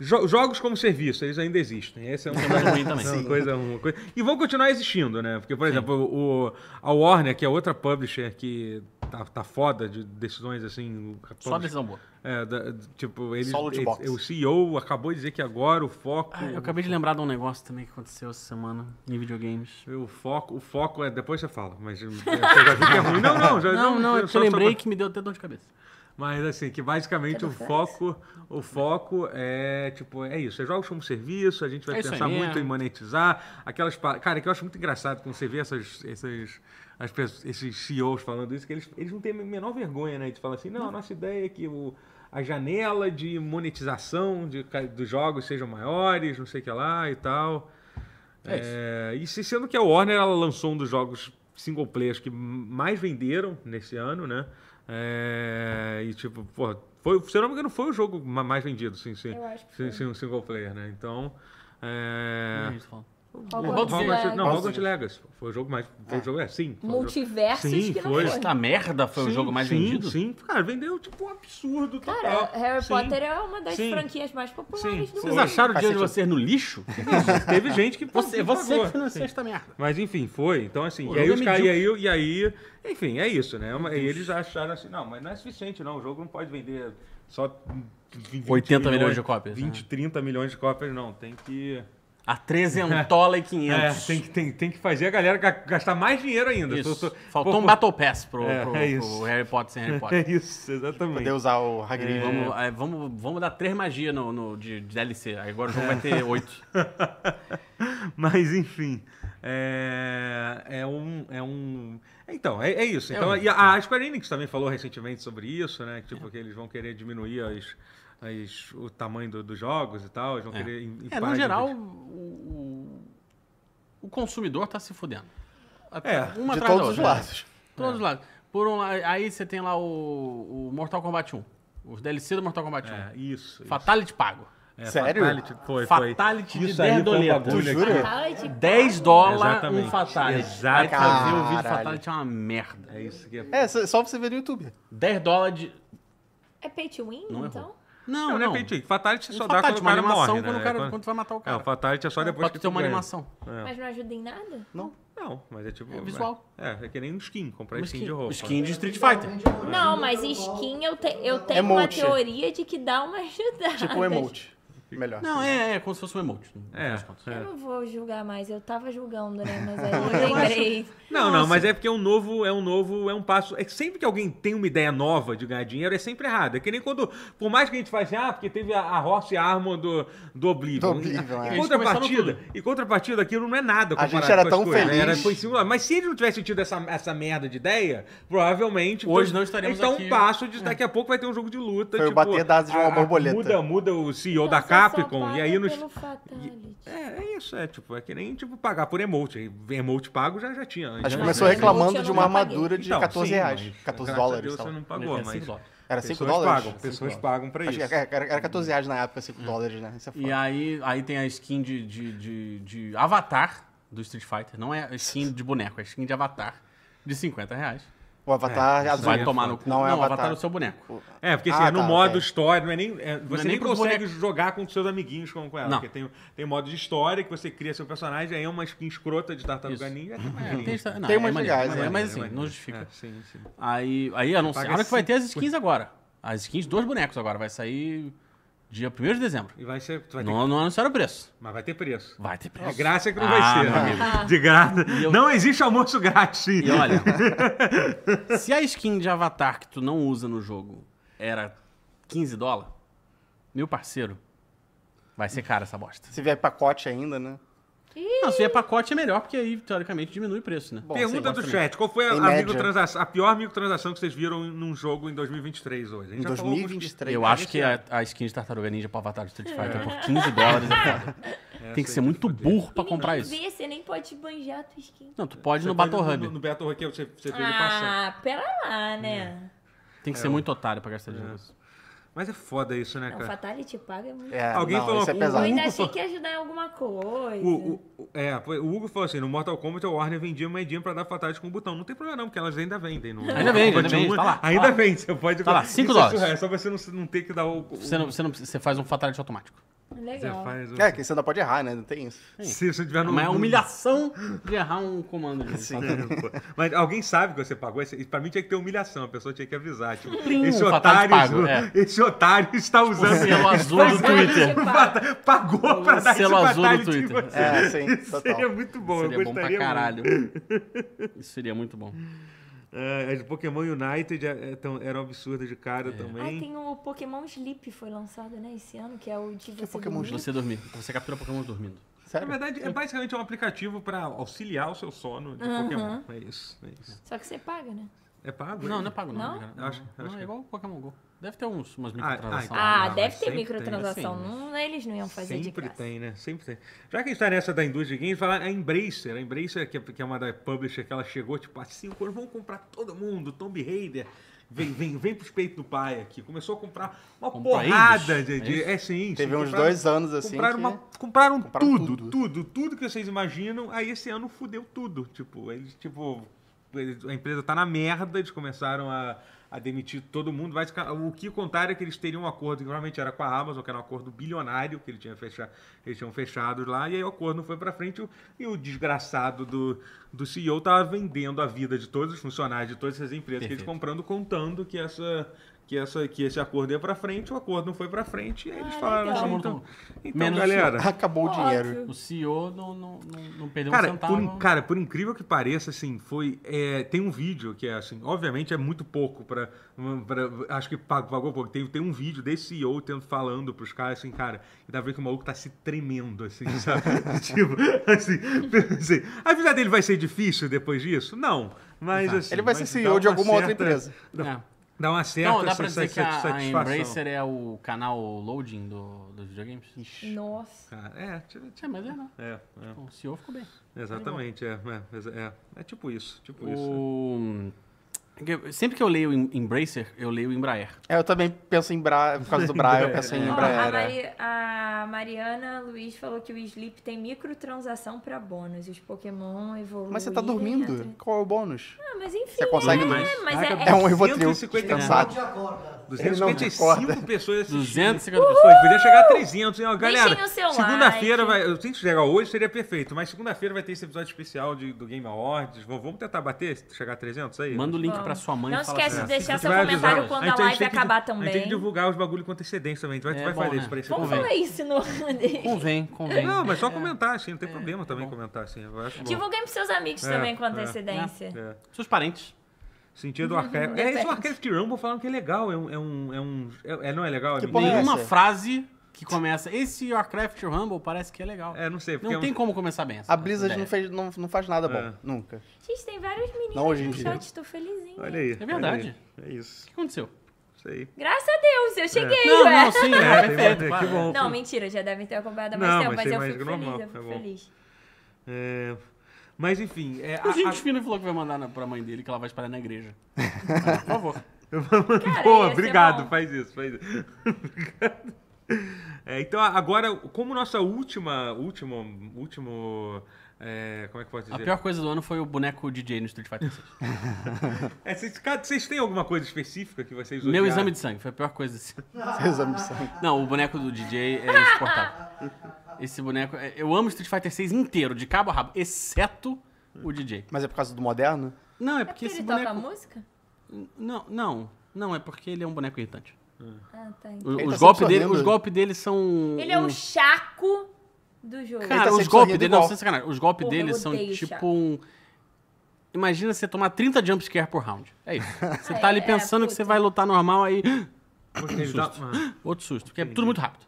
A: Jo- jogos como serviço, eles ainda existem. Essa é uma coisa
C: ruim também.
A: é uma
D: Sim.
A: coisa, uma coisa- E vão continuar existindo, né? Porque, por exemplo, o, a Warner, que é outra publisher que tá, tá foda de decisões assim.
C: Só
A: publish-
C: decisão boa.
A: é, da- tipo, eles,
D: Só loot
A: eles-
D: box.
A: o CEO acabou de dizer que agora o foco.
C: eu acabei de lembrar de um negócio também que aconteceu essa semana em videogames.
A: O foco, o foco é. Depois você fala, mas. é, Você já viu que é ruim. Não, não, já,
C: Não, não, é
A: eu
C: porque eu lembrei que me deu até dor de cabeça.
A: Mas assim, que basicamente o foco, o foco é tipo, é isso, é jogos como serviço, a gente vai
C: É isso
A: pensar
C: aí,
A: muito
C: é.
A: em monetizar, aquelas pa- Cara, que eu acho muito engraçado quando você vê essas, essas as pessoas, esses CEOs falando isso, que eles, eles não têm a menor vergonha, né? De falar assim, não, a nossa ideia é que o, a janela de monetização de, ca- dos jogos sejam maiores, não sei o que lá e tal.
C: É isso.
A: É, e se- sendo que a Warner ela lançou um dos jogos single players que mais venderam nesse ano, né? É, e tipo, porra, foi, se eu não me engano, foi o jogo ma- mais vendido, sim, sim.
B: Eu acho que
A: Sim, sim, um single player, né? Então. É...
C: É isso, fala.
B: Hogwarts é
A: Hogwarts-
B: Legacy.
A: não, Hogwarts Legacy. Foi o jogo mais. Foi o jogo, é, sim. foi o jogo-
B: Multiversos
A: Sim,
B: que não
A: foi.
B: foi.
C: Esta merda foi o
A: Sim,
C: jogo mais
A: sim,
C: vendido?
A: Sim, cara, vendeu tipo um absurdo
B: Cara,
A: total.
B: Harry
A: Sim.
B: Potter é uma das
A: Sim.
B: franquias mais populares
A: Sim.
B: do
C: Vocês
B: mundo.
C: acharam o
D: Faz
C: dinheiro de
D: sentido.
C: vocês é no lixo?
A: Teve gente que.
C: Você,
A: que
C: você
A: pagou.
C: que financiou
A: Sim.
C: esta merda.
A: Mas enfim, foi. Então, assim,
C: Pô,
A: e aí,
C: jogo
A: os
C: é
A: caras, e aí, e aí, enfim, é isso, né? Uma- E eles acharam assim, não, mas não é suficiente, não. O jogo não pode vender só 20
C: 80 milhões de cópias,
A: 20,
C: né?
A: 30 milhões de cópias, não. Tem que.
C: A trezentola e
A: É,
C: 500.
A: tem que, tem, tem que fazer a galera ga- gastar mais dinheiro ainda.
C: Isso.
A: Tô- tô-
C: Faltou
A: pô,
C: um né, Battle Pass pro,
A: É,
C: pro-
A: é
C: pro
A: isso.
C: Harry Potter sem Harry Potter.
A: É isso, exatamente.
D: Poder usar o Hagrid. Vamos
C: Vamos, é, vamos, vamos dar três magias no, no- de, de DLC. Aí Agora o jogo vai ter oito.
A: Mas enfim. É, é um. É um então, é, é isso.
C: É
A: Então,
C: um- É.
A: e a, a Square Enix também falou recentemente sobre isso, né? Que, Tipo, que eles vão querer diminuir as, as- o tamanho do- dos jogos e tal. Eles vão
C: É.
A: querer. em- em
C: É,
A: parar
C: no
A: de
C: geral,
A: investir.
C: o, o consumidor tá se fudendo.
A: É,
C: uma atrás
D: de
C: da
D: todos os
C: outra.
D: É.
C: é,
D: lados.
C: Todos os lados. Por um lado, aí você tem lá o, o Mortal Kombat 1. Os DLC do Mortal Kombat 1.
A: É, isso. isso.
C: Fatality pago.
A: É,
D: Sério?
A: Fatality, foi, foi.
C: fatality de
A: Isso aí foi um
C: Derdoleta.
A: bagulho
D: Tu
A: aqui.
D: jura?
B: Fatality,
C: 10 dólares
A: Exatamente.
C: um Fatality.
A: Exato.
C: Aí fazer o vídeo
D: Caralho.
C: Fatality é uma merda.
A: É isso que é.
D: É, só só você ver no YouTube. Tipo,
C: 10 dólares de...
B: É pay to win,
C: Não
B: então?
C: Não,
A: Não,
C: não.
A: não é peitinho. Fatality
C: Um
A: só dá
C: fatality,
A: quando o
C: uma
A: cara
C: animação
A: morre, né?
C: quando, o cara,
A: É,
C: quando tu vai matar o
A: É,
C: cara.
A: o Fatality é só depois
C: Pode
A: que
C: ter
A: tu
C: uma
A: ganha.
C: animação.
A: É.
B: Mas não ajuda em nada?
D: Não.
A: Não, mas é tipo...
C: É visual.
A: É, é que nem um skin, comprar
C: Uma
A: skin, de roupa. né?
C: Skin de Street Fighter.
B: Não, mas skin eu, te- eu tenho uma
D: Emote.
B: teoria de que dá uma ajudada.
D: Tipo um emote. Melhor.
C: Não, é, é como se fosse um emote. no fim
A: É,
C: das contas.
A: é.
B: Eu não vou julgar mais, eu tava julgando, né? Mas aí eu lembrei.
A: Não, não, mas é porque é um novo, é um novo, é um passo. É que sempre que alguém tem uma ideia nova de ganhar dinheiro, é sempre errado. É que nem quando, por mais que a gente faça, assim, ah, porque teve a, a Horse Armor do, do Oblivion.
D: Do
A: e,
D: Oblivion, é.
A: em
C: Eles
A: contrapartida,
C: começaram
A: em contrapartida, aquilo não é nada.
D: A gente
A: comparado
D: era
A: com as
D: tão
A: coisas, né?
D: feliz.
A: Era, foi singular. Mas se ele não tivesse tido essa, essa merda de ideia, provavelmente.
C: Hoje
A: então,
C: não estaríamos
A: a gente tá
C: aqui. É.
A: um passo de daqui a pouco vai ter um jogo de luta.
D: Foi o
A: tipo,
D: bater das de uma
A: a- a-
D: borboleta.
A: Muda, muda o CEO
B: Então,
A: da
B: você só
A: Capcom. E
B: paga
A: aí nos.
B: pelo Fatality.
A: É, é isso, é tipo, é que nem tipo pagar por emote. aí Emote pago já, já tinha.
D: A
A: antes,
D: gente
A: né?
D: começou
B: Emote
D: reclamando
B: eu
D: de
B: não
D: uma
B: paguei.
D: armadura de
A: Então,
D: 14
A: sim,
D: reais.
A: mas
D: 14
A: graças a
D: dólares.
A: Deus você
D: sei lá.
A: não pagou,
C: É,
A: mas.
C: cinco dólares.
D: Era 5
A: Pessoas
D: dólares?
A: pagam, pessoas
C: dólares.
A: pagam pra
D: Acho
A: isso.
D: que é, era, era- era 14 reais na época, 5 dólares, né? Isso é
C: E
D: foda.
C: aí, aí tem a skin de, de, de, de avatar do Street Fighter. Não é a skin de boneco, é a skin de avatar de 50 reais.
D: O Avatar
A: É,
D: azul.
C: Vai tomar no cu.
D: Não é
C: o
D: Avatar.
C: avatar do seu boneco.
A: É, porque assim,
D: Ah,
A: é no
D: tá,
A: modo
D: ok.
A: história, não é nem, é, você
C: nem
A: nem
C: pro
A: consegue
C: boneco.
A: jogar com seus amiguinhos com, com ela.
C: Não.
A: Porque tem, tem modo de história que você cria seu personagem, aí é uma skin escrota de tartaruga
C: Isso.
A: ninja.
C: É, tem, esta- não,
D: Tem
C: é
D: umas
C: maneiro,
D: legais,
C: maneiro,
D: é
C: mas assim,
A: maneiro.
C: não justifica.
A: É, sim, sim.
C: Aí, aí anunciaram
A: Paga
C: que vai ter as
A: cinco.
C: skins agora. As skins dos bonecos agora. Vai sair dia 1 de dezembro.
A: E vai ser. tu vai ter-
C: Não, não anunciaram o preço.
A: mas vai ter preço.
C: Vai ter preço.
A: É graça que não
C: Ah,
A: vai ser.
C: meu
A: né? De graça.
C: E eu-
A: Não existe almoço grátis.
C: E olha, se a skin de avatar que tu não usa no jogo era 15 dólares, meu parceiro, vai ser cara essa bosta.
D: Se vier pacote ainda, né?
C: Não, se é pacote é melhor, porque aí, teoricamente, diminui o preço, né?
D: Bom,
A: Pergunta
D: sei lá.
A: do chat: qual foi a,
D: Em
A: a
D: média.
A: microtransação- a pior microtransação que vocês viram num jogo em 2023 hoje? A gente
D: Em
A: já falou alguns-
D: 2023.
C: Eu acho que a, a skin de Tartaruga Ninja pro Avatar do Street
A: É.
C: Fighter por 15 dólares é foda. Tem que ser muito burro pra
B: E
C: comprar
B: ninguém
C: isso.
B: Vê, você nem pode banjar a tua skin.
C: Não, tu pode ir
A: Você
C: no Battle
A: foi No,
C: Hub.
A: no Battle Hub, você, você vê ele passando.
B: Ah, pera lá, né?
C: Tem que
A: É.
C: ser muito otário pra gastar dinheiro. com isso.
A: Mas é foda isso, né,
B: Não,
A: cara?
B: um Fatality paga é muito.
D: É,
A: Alguém
D: não,
A: falou
D: isso é
A: um-
B: Eu
D: pesado.
B: ainda
A: Hugo
B: achei
A: fa-
B: que ia ajudar em alguma coisa.
A: O, o- o- é, foi- o Hugo falou assim: no Mortal Kombat a Warner vendia moedinha pra dar fatality com o botão. Não tem problema, não, porque elas ainda vendem. No,
C: Ainda vende, ainda vende,
A: Continua-
C: tá lá, tá
A: Ainda
C: lá.
A: vende, você pode.
C: Tá lá,
A: Isso
C: cinco
A: é
C: dólares.
A: surreal, É só você não, não ter que dar o. o-
C: Você, não, você, não, você faz um Fatality automático.
A: Você
B: Legal.
A: faz o-
D: É, que você ainda pode errar, né? Não tem isso.
A: Se você tiver no.
C: Mas é a
A: no-
C: humilhação de errar um comando. De Sim.
A: Pô, Mas alguém sabe que você pagou? Esse, pra mim tinha que ter humilhação, a pessoa tinha que avisar. Tipo,
C: Plim,
A: esse,
C: um
A: otário,
C: fatality pago, é.
A: esse otário está usando.
C: O selo azul do Twitter.
A: Fata- Pagou pra
C: O
A: dar
C: selo
A: esse
C: azul do
A: fatality em
C: Twitter.
A: você.
D: É, sim,
A: Isso
D: total.
A: seria muito bom,
C: seria
A: eu
C: bom
A: gostaria
C: pra
A: muito.
C: caralho. Isso seria muito bom.
A: É, é de Pokémon United é, é tão- era um absurdo de cara
C: É.
B: Ah,
A: também.
B: tem o Pokémon Sleep foi lançado, né, esse ano, que é o de você
D: Pokémon
B: dormir.
C: Você dormir. Você captura Pokémon dormindo.
A: Na
D: Sério?
A: verdade, é basicamente um aplicativo pra auxiliar o seu sono de Pokémon. É isso, é isso.
B: Só que você paga, né?
A: É pago?
C: Não,
A: hein?
C: não é pago
B: Não?
C: não. né, cara?
A: Eu acho- eu
C: não,
A: acho que-
C: é igual o Pokémon GO. Deve ter uns, umas
A: Ah,
C: microtransações.
A: Ah,
B: Ah,
A: mas
B: deve ter
A: sempre assim,
B: microtransação.
C: tem, né?
B: Não, eles não iam fazer de
A: Sempre
B: graça.
A: tem, né? Sempre tem. Já que a gente tá nessa da indústria de games, falar a Embracer. A Embracer, que é, que é uma da publisher, que ela chegou, tipo, assim, agora vamos comprar todo mundo, Tomb Raider. Vem, vem, vem pros peitos do pai aqui. Começou a comprar uma
C: Comprou
A: porrada
C: eles?
A: de, de- É sim.
D: Teve
A: sim,
D: uns
A: compraram-
D: dois anos assim.
A: compraram,
D: que-
A: uma- compraram
D: Compraram
A: tudo, tudo,
D: tudo.
A: tudo, que vocês imaginam. Aí esse ano fudeu tudo. Tipo, eles, tipo, eles- a empresa tá na merda, eles começaram a, a demitir todo mundo. Vai ficar- o que contaram é que eles teriam um acordo, que provavelmente era com a Amazon, que era um acordo bilionário que ele tinha fecha- eles tinham fechado lá, e aí o acordo não foi pra frente. o- E o desgraçado do, do CEO tava vendendo a vida de todos os funcionários de todas essas empresas que eles
C: Perfeito.
A: comprando, contando que essa. Que, essa, que esse acordo ia pra frente, o acordo não foi pra frente, e aí eles
B: Ah,
A: falaram
B: legal.
A: assim,
C: Todo
A: então,
C: mundo-
A: então
C: Menos o
A: galera,
D: Acabou o dinheiro.
B: Óbvio.
C: O CEO não, não, não, não perdeu um
A: Cara
C: centavo.
A: por, in- cara, por incrível que pareça, assim, foi. é, tem um vídeo que é assim, obviamente é muito pouco pra. pra- acho que pagou, pagou pouco. Tem, tem um vídeo desse CEO tendo, falando pros caras assim, cara, e dá pra ver que o maluco tá se tremendo, assim, sabe? tipo, assim, assim, A vida dele vai ser difícil depois disso? Não. Mas
C: Exato.
A: assim.
D: Ele vai
A: mas
D: ser
A: dá
D: CEO de
A: uma
D: alguma outra
A: certa-
D: empresa.
A: Dá,
C: É.
A: dá uma certa
C: Não, dá pra
A: sa-
C: dizer que a, a
A: satisfação.
C: Embracer é o canal loading do, dos videogames.
B: Nossa.
A: Cara, é, tipo,
C: É, mas é, né?
A: é, é,
C: O CEO ficou bem.
A: exatamente, é, é, é, é tipo isso, tipo isso.
C: O... Porque Sempre que eu leio em- Embracer, eu leio Embraer.
D: É, eu também penso em Bra... Por causa do Bra, né? eu penso em
B: Ó, a,
D: Embraer.
B: Mari- a Mariana Luiz falou que o Sleep tem microtransação pra bônus. e Os Pokémon evoluem. né?
D: Mas você tá dormindo?
B: entram-
D: Qual é o bônus?
B: Ah, mas enfim.
D: Você consegue
B: é,
D: dormir?
B: mas
A: Caraca,
B: é,
D: É um Rivotril
A: 150
D: descansado.
F: Onde acorda?
D: Ele não
A: 255
D: concorda.
A: pessoas assistindo.
C: 250 pessoas.
A: Pois, podia chegar a 300, hein? Ó, Galera,
B: Deixem o seu
A: segunda-feira
B: like.
A: vai. Se a gente chegar hoje, seria perfeito. Mas segunda-feira vai ter esse episódio especial de- do Game Awards. Vamos vamos tentar bater? Chegar a é 300 aí?
C: Manda o link
B: Bom,
C: pra sua mãe
B: não
C: e fala assim,
B: esquece de
C: "Ah,
B: deixar
A: A gente
B: seu
A: vai
B: comentário
A: avisar. gente-
B: quando a
A: gente
B: live
A: tem que-
B: acabar
A: A gente tem que
B: também.
A: divulgar os bagulho com antecedência também. A gente vai,
C: É
A: vai
C: bom,
A: fazer
C: né?
A: isso pra esse
B: Vamos
A: convênio.
B: falar É. isso no André.
C: assim, Convém, convém.
A: Não, mas só comentar, assim. Não tem
B: tá
A: problema também comentar, assim. Eu acho bom.
B: Divulguem pros seus amigos
A: É,
B: também com
A: é,
B: antecedência.
A: É.
C: Seus parentes.
A: Sentido arcaico. É, esse
B: Depende.
A: Warcraft Rumble falando que é legal. É um. É um, é um é, é- não é legal? É
D: Que
A: mentira?
D: porra é
C: Nenhuma
D: essa?
C: frase que começa. Esse Warcraft Rumble parece que é legal.
A: É, não sei. Porque é
C: não tem
A: um...
C: como começar bem essa.
D: A
C: essa
D: Blizzard
C: ideia.
D: não, fez, não, não faz nada bom,
A: É.
D: nunca.
B: Gente, tem vários meninos
D: Não, hoje em
B: no
D: dia.
B: chat, tô felizinha.
A: Olha aí.
C: É verdade.
A: olha aí. É isso.
C: O que aconteceu?
A: Isso aí.
B: Graças a Deus, eu cheguei,
C: Não,
B: ué.
C: não, sim,
A: É,
C: é,
A: tem
C: perfeito.
A: uma-
C: claro.
A: que bom.
B: Não, mentira, já devem ter acompanhado há mais
A: Não, mas
B: tempo, mas
A: tem
B: eu
A: mais
B: fico
A: que normal,
B: feliz, eu
A: tá
B: fico
A: bom.
B: feliz.
A: É, Mas enfim, é, a-
C: O Gente
A: a-
C: Fina falou que vai mandar na, pra mãe dele que ela vai espalhar na igreja. Por favor.
B: Cara, ia
A: Boa,
B: ser
A: obrigado,
B: bom.
A: faz isso, faz isso. Obrigado. É, então, agora, como nossa última, último, último, é, como é que eu posso
C: A
A: dizer?
C: pior coisa do ano foi o boneco DJ no Street Fighter 6.
A: É, vocês, cara, vocês têm alguma coisa específica que vocês
C: Meu
A: odiaram?
C: exame de sangue foi a pior coisa desse
D: Exame de sangue.
C: Não, o boneco do DJ é insuportável. Esse boneco. é- Eu amo Street Fighter 6 inteiro, de cabo a rabo, exceto o DJ.
D: Mas é por causa do moderno?
C: Não, é
B: É porque
C: porque esse
B: ele toca
C: boneco.
B: música?
C: Não, não. Não, é porque ele é um boneco irritante.
B: Ah, tá.
C: O-
D: Ele tá
C: os,
D: sempre
C: golpes dele,
D: sorrindo.
C: os golpes dele são.
B: Ele é o
C: um-
B: chaco do jogo.
D: Ele tá
C: Cara, os golpes
D: sempre sorrindo
C: dele. Não,
D: igual.
C: sem sacanagem. Os golpes
B: Porra,
C: dele
B: eu
C: são
B: odeio
C: tipo
B: chaco.
C: um. Imagina você tomar 30 jumpscare por round. É isso. Você
B: Ah,
C: tá ali
B: é, é,
C: pensando que você
B: puta.
C: vai lutar normal, aí.
A: Porque
C: é
A: eles dão- Ah,
C: Outro susto. Porque é tudo muito rápido.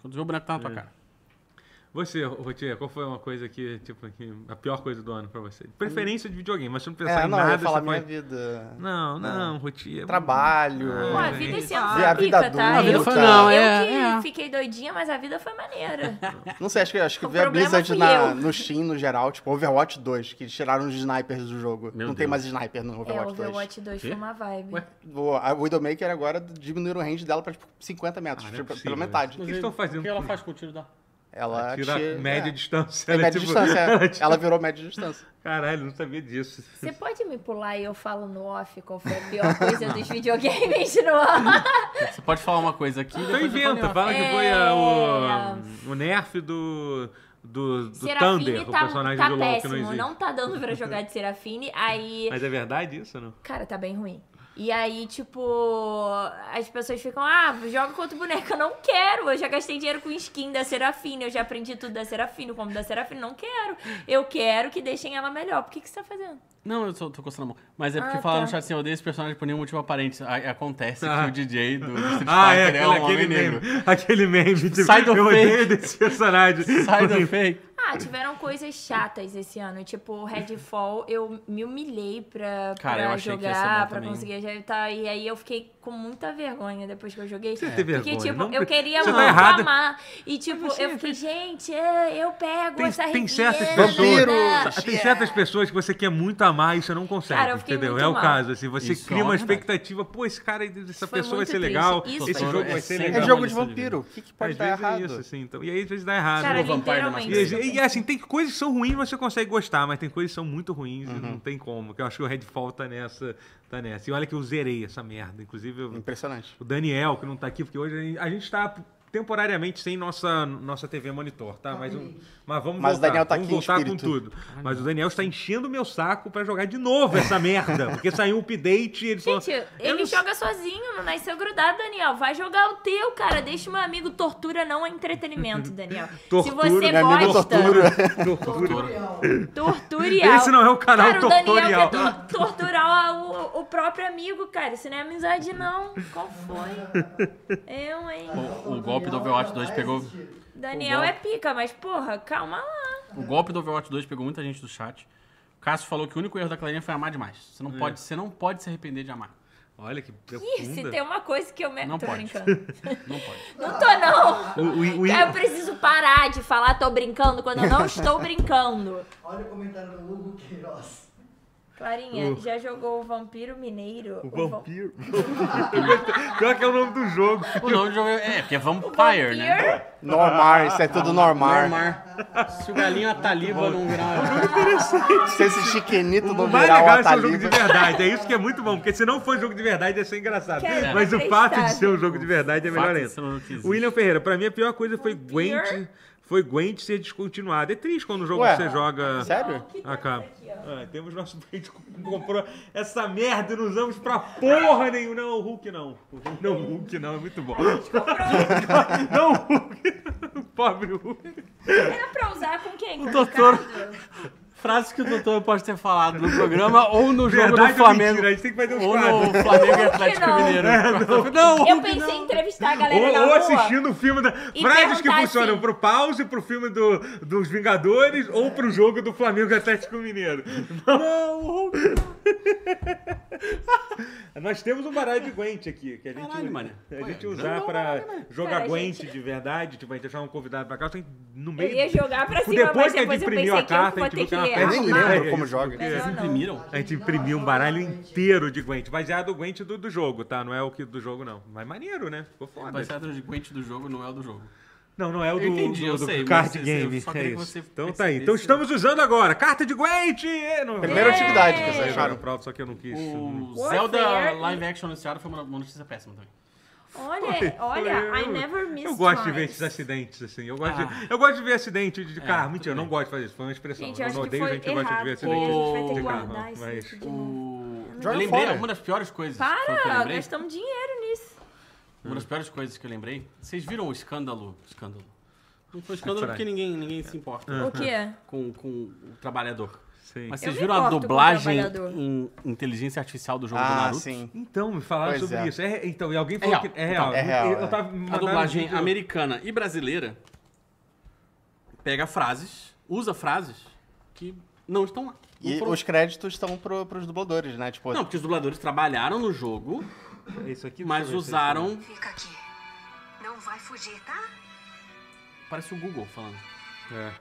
C: Quando vê o boneco tá
A: É.
C: na tua cara.
A: Você, Rotier, qual foi uma coisa que, tipo, que a pior coisa do ano pra você? Preferência de videogame, mas se não pensar
D: é,
A: em
D: não, eu
A: nada,
D: ia falar
A: você
D: minha
A: pode...
D: vida. É.
A: Não, É. não, Rotier.
D: Trabalho.
B: Pô, a vida esse ano
D: E
B: foi
D: a
B: pica,
D: vida
B: tá?
D: adulta.
B: Eu,
D: A vida foi-
B: que-
C: não,
B: eu
C: é,
B: que
C: é.
B: fiquei doidinha, mas a vida foi maneira.
D: Não sei, acho que, acho que
B: O
D: ver a
B: problema
D: Blizzard
B: fui
D: na-
B: eu.
D: no Steam, no geral, tipo, Overwatch 2, que eles tiraram os snipers do jogo.
C: Meu
D: não tem
C: Deus.
D: mais sniper no
B: é,
D: Overwatch 2.
B: Overwatch 2 foi
C: Quê?
B: uma vibe.
C: Ué?
D: O, a Widowmaker agora diminuiu o range dela pra, tipo, 50 metros,
A: Ah, não é
D: tipo,
A: possível.
D: pela metade.
A: O que estão fazendo?
C: O que ela faz com o tiro da.
D: Ela
A: Tira a
D: tira-
A: média
D: é.
A: distância.
D: É
A: ela é
D: média de
A: tipo-
D: distância.
A: ela é
D: é.
A: tipo-
D: Ela virou média de distância.
A: Caralho, não sabia disso.
B: Você pode me pular e eu falo no off qual foi a pior coisa dos videogames no ano?
C: Você pode falar uma coisa aqui.
A: Então
C: depois eu falo em
A: inventa,
C: off.
A: fala que
B: É.
A: foi a- o, o nerf do, do, do
B: Serafine
A: Thunder, o
B: tá,
A: personagem
B: tá
A: do LoL que não
B: péssimo,
A: existe.
B: não tá dando pra jogar de Serafine, aí
A: Mas é verdade isso, não?
B: Cara, tá bem ruim. E aí, tipo, as pessoas ficam, ah, joga com outro boneco. Eu não quero. Eu já gastei dinheiro com skin da Serafina. Eu já aprendi tudo da Serafina, como da Serafina. Não quero. Eu quero que deixem ela melhor. Por que, que você tá fazendo?
C: Não, eu só tô coçando a mão. Mas é porque
B: Ah,
C: falaram
B: tá.
C: no chat assim, eu odeio esse personagem por nenhum motivo aparente. A- acontece
A: Ah.
C: que o DJ do do Street Fighter
A: Ah, é,
C: é, um
A: aquele,
C: homem
A: aquele
C: negro.
A: meme. Aquele meme, tipo,
C: Sai do
A: eu
C: fake.
A: odeio desse personagem. Assim,
C: Sai do fake.
B: Ah, tiveram coisas chatas esse ano. Tipo, Redfall, eu me humilhei pra,
C: Cara, eu
B: pra
C: achei que ia ser
B: jogar,
C: bom
B: pra
C: também.
B: conseguir ajeitar. E aí eu fiquei com muita vergonha depois que eu joguei.
A: Você teve
B: Porque,
A: vergonha,
B: tipo,
A: não?
B: eu queria
A: Você tá
B: muito
A: errada.
B: amar. E, tipo, eu fiquei, gente, é, eu pego
A: Tem,
B: essa
A: tem certas
B: Riviera.
A: pessoas.
D: Vampiros!
A: Tem certas pessoas que você quer muito amar e você não consegue,
B: Cara, eu fiquei
A: entendeu?
B: muito
A: É o
B: mal.
A: caso, assim, você
C: Isso é
A: cria
C: uma
A: uma
C: verdade.
A: expectativa, pô, esse cara, essa
B: Foi
A: pessoa vai
B: muito
A: ser
B: triste.
A: legal,
B: Isso
A: esse
B: foi-
A: jogo
B: é
A: vai ser
C: sempre
A: legal.
D: É
C: uma
D: jogo de
C: lição de
D: vampiro. O que, que pode
A: Às
D: estar
A: vezes é
D: errado?
A: isso, assim, então. E aí às vezes dá errado.
B: Cara,
C: O Vampire da
B: literalmente.
A: E,
C: Masquerade.
A: e, e, assim, tem coisas que são ruins, mas você consegue gostar, mas tem coisas que são muito ruins
D: Uhum.
A: e não tem como. Que eu acho que o Redfall tá nessa, tá nessa. E olha que eu zerei essa merda. Inclusive, eu-
D: Impressionante.
A: o Daniel, que não tá aqui, porque hoje a gente, a gente tá temporariamente sem nossa, nossa TV monitor, tá? Mas, um- mas vamos
D: Mas o
A: voltar,
D: Daniel tá
A: vamos
D: aqui em
A: voltar com
D: espírito.
A: tudo. Mas o Daniel está enchendo o meu saco pra jogar de novo essa merda. Porque saiu um update e ele falou...
B: Gente,
A: eu
B: ele
A: não-
B: joga sozinho, não nasceu grudado, Daniel. Vai jogar o teu, cara. Deixa o meu amigo. Tortura não é entretenimento, Daniel. Se
A: Tortura,
B: você
D: meu amigo
B: gosta,
D: é tortura.
F: Tutorial.
B: torturial.
A: Esse não é o canal
B: cara, o Daniel
A: tortorial.
B: quer to- torturar o, o próprio amigo, cara. Isso não é amizade, não. Qual foi? Eu, hein?
C: O, o golpe do Overwatch 2 pegou.
B: Daniel
C: o
B: é
C: golpe.
B: pica, mas porra, calma lá.
C: O golpe do Overwatch 2 pegou muita gente do chat. O Cássio falou que o único erro da Clarinha foi amar demais. Você
B: É.
C: não, pode, você não pode se arrepender de amar.
A: Olha que
B: Ih, se
A: profunda.
B: tem uma coisa que eu me...
C: Não
B: tô
C: pode.
B: brincando.
C: Não pode.
B: Não tô, não.
A: O- o- o-
B: Eu preciso parar de falar tô brincando quando eu não estou brincando.
F: Olha o comentário do Hugo Queiroz.
B: Clarinha,
A: O-
B: já jogou o Vampiro Mineiro?
A: O
B: vam-
A: vampiro. Pior que é o nome do jogo.
C: O nome do jogo é, é, porque é
B: o
C: Vampire, né?
B: Vampire?
D: Normar, isso é tudo normar.
C: Se o galinho Ataliba não virar.
D: Se esse chiquenito tá
A: O
D: não
A: mais
D: virar o
A: legal é ser um jogo de
D: Ataliba.
A: verdade. É isso que é muito bom, porque se não for jogo de verdade, ia ser engraçado.
B: Cara,
A: Mas o
B: vocês
A: fato de
B: sabem.
A: ser um jogo de verdade é
C: O fato
A: melhor
C: de
A: ainda.
C: ser um jogo que existe.
A: William Ferreira, pra mim a pior coisa foi
B: Vampire?
A: Gwent, foi Gwent ser descontinuado. É triste quando o jogo
D: Ué,
A: que você joga.
D: Sério?
A: Acaba.
B: Aqui, ó.
A: Ah, temos nosso cliente que comprou essa merda e não usamos pra porra nenhuma. Não, o Hulk não. Não, o Hulk não, é muito bom. Não, o Hulk. O Pobre Hulk.
B: Era pra usar com quem? Com o
C: doutor.
B: Ricardo?
C: Frases que o doutor pode ter falado no programa ou no jogo
A: Verdade
C: do
A: ou
C: Flamengo.
A: mentira? É, A gente tem que fazer uns
C: Ou
A: quadros.
C: no Flamengo e
B: Por que
C: Atlético
B: não?
C: Mineiro. não.
B: Eu pensei em entrevistar a
A: Ou,
B: galera na
A: ou
B: rua.
A: assistindo o filme da.
B: E
A: Frases que
B: perguntar
A: funcionam
B: assim.
A: pro pause, pro filme do, dos Vingadores ou pro jogo do Flamengo e Atlético Mineiro. Não, o Hulk não. Nós temos um baralho de Gwent aqui, que a gente,
C: Caralho, mano.
A: a gente usar pra jogar
B: Cara, a
A: Gwent
B: né? gente- é
A: de verdade, tipo, a gente achar um convidado pra cá, só tem no
B: Eu
A: meio. Tipo,
B: ia jogar pra cima,
A: Depois
B: assim, mas
A: que a gente
B: depois eu
A: imprimiu
B: pensei
A: a carta,
B: que eu
A: a
B: vou
A: gente
B: ter que
A: viu que
B: ler.
A: era-
D: Eu nem
B: Ah,
A: É
D: lembro
A: isso,
D: como joga.
B: Melhor não.
C: Imprimiram?
A: A gente imprimiu um baralho inteiro de Gwent, baseado o Gwent do, do jogo, tá? Não é o que do jogo, não. Mas maneiro, né? Ficou foda.
C: Baseado no delinquente do jogo, não é o do jogo.
A: Não, não é o
C: Eu
A: do,
C: entendi,
A: do-
C: eu
A: do
C: sei, mas
A: card
C: eu- eu
A: game.
C: só
A: é
C: queria que
A: isso.
C: você
A: Então tá aí.
C: percebesse
A: Então
C: isso.
A: estamos usando agora carta de Gwent!
D: Primeira atividade que
A: vocês
D: vocês acharam.
A: prova, só que eu não quis.
C: O
B: Warfare
C: Zelda
B: e-
C: live action anunciado foi uma uma notícia péssima também.
B: Olha, olha, I never missed
A: Eu gosto de ver
B: twice.
A: esses acidentes, assim. Eu gosto,
C: Ah.
A: de, eu gosto de ver acidente
C: É,
A: de carro. Mentira, eu não gosto de fazer isso. Foi uma expressão.
B: Gente, eu
A: não
B: acho que
A: odeio
B: foi
A: gente que gosta de ver
B: errado.
A: acidente
B: porque a gente vai ter
A: de
B: que
A: carro.
B: guardar isso
A: mas-
B: aqui de novo.
C: O... Eu
D: Joga
C: lembrei,
D: fora.
C: uma das piores coisas que eu
B: Para,
C: lembrei.
B: gastamos dinheiro nisso.
C: Uma das piores coisas que eu lembrei. Vocês viram o escândalo? Escândalo. Não foi escândalo
A: Caralho.
C: porque ninguém, ninguém se importa
B: O quê?
C: com, com o trabalhador.
A: Sim.
C: Mas
B: Eu
C: vocês
B: me
C: viram a
B: importo com o
C: dublagem
B: trabalhador.
C: em inteligência artificial do jogo do
D: Ah,
C: Naruto?
D: sim.
A: Então, me falaram
D: Pois
A: sobre
D: é.
A: isso. É, então, e alguém falou
C: real.
A: que é
C: Então,
A: real.
D: é real,
A: Eu
D: é.
A: tava me
C: A
A: mandaram um
C: dublagem
A: vídeo.
C: americana e brasileira pega frases, usa frases que não estão lá. Não
D: E
C: foram-
D: os créditos estão pro, pros dubladores, né? Tipo,
C: Não, porque os dubladores trabalharam no jogo,
A: É Isso aqui,
C: mas
A: deixa eu ver se é isso
C: usaram.
G: Fica aqui. Não vai fugir, tá?
C: Parece o Google falando.
A: aqui. É.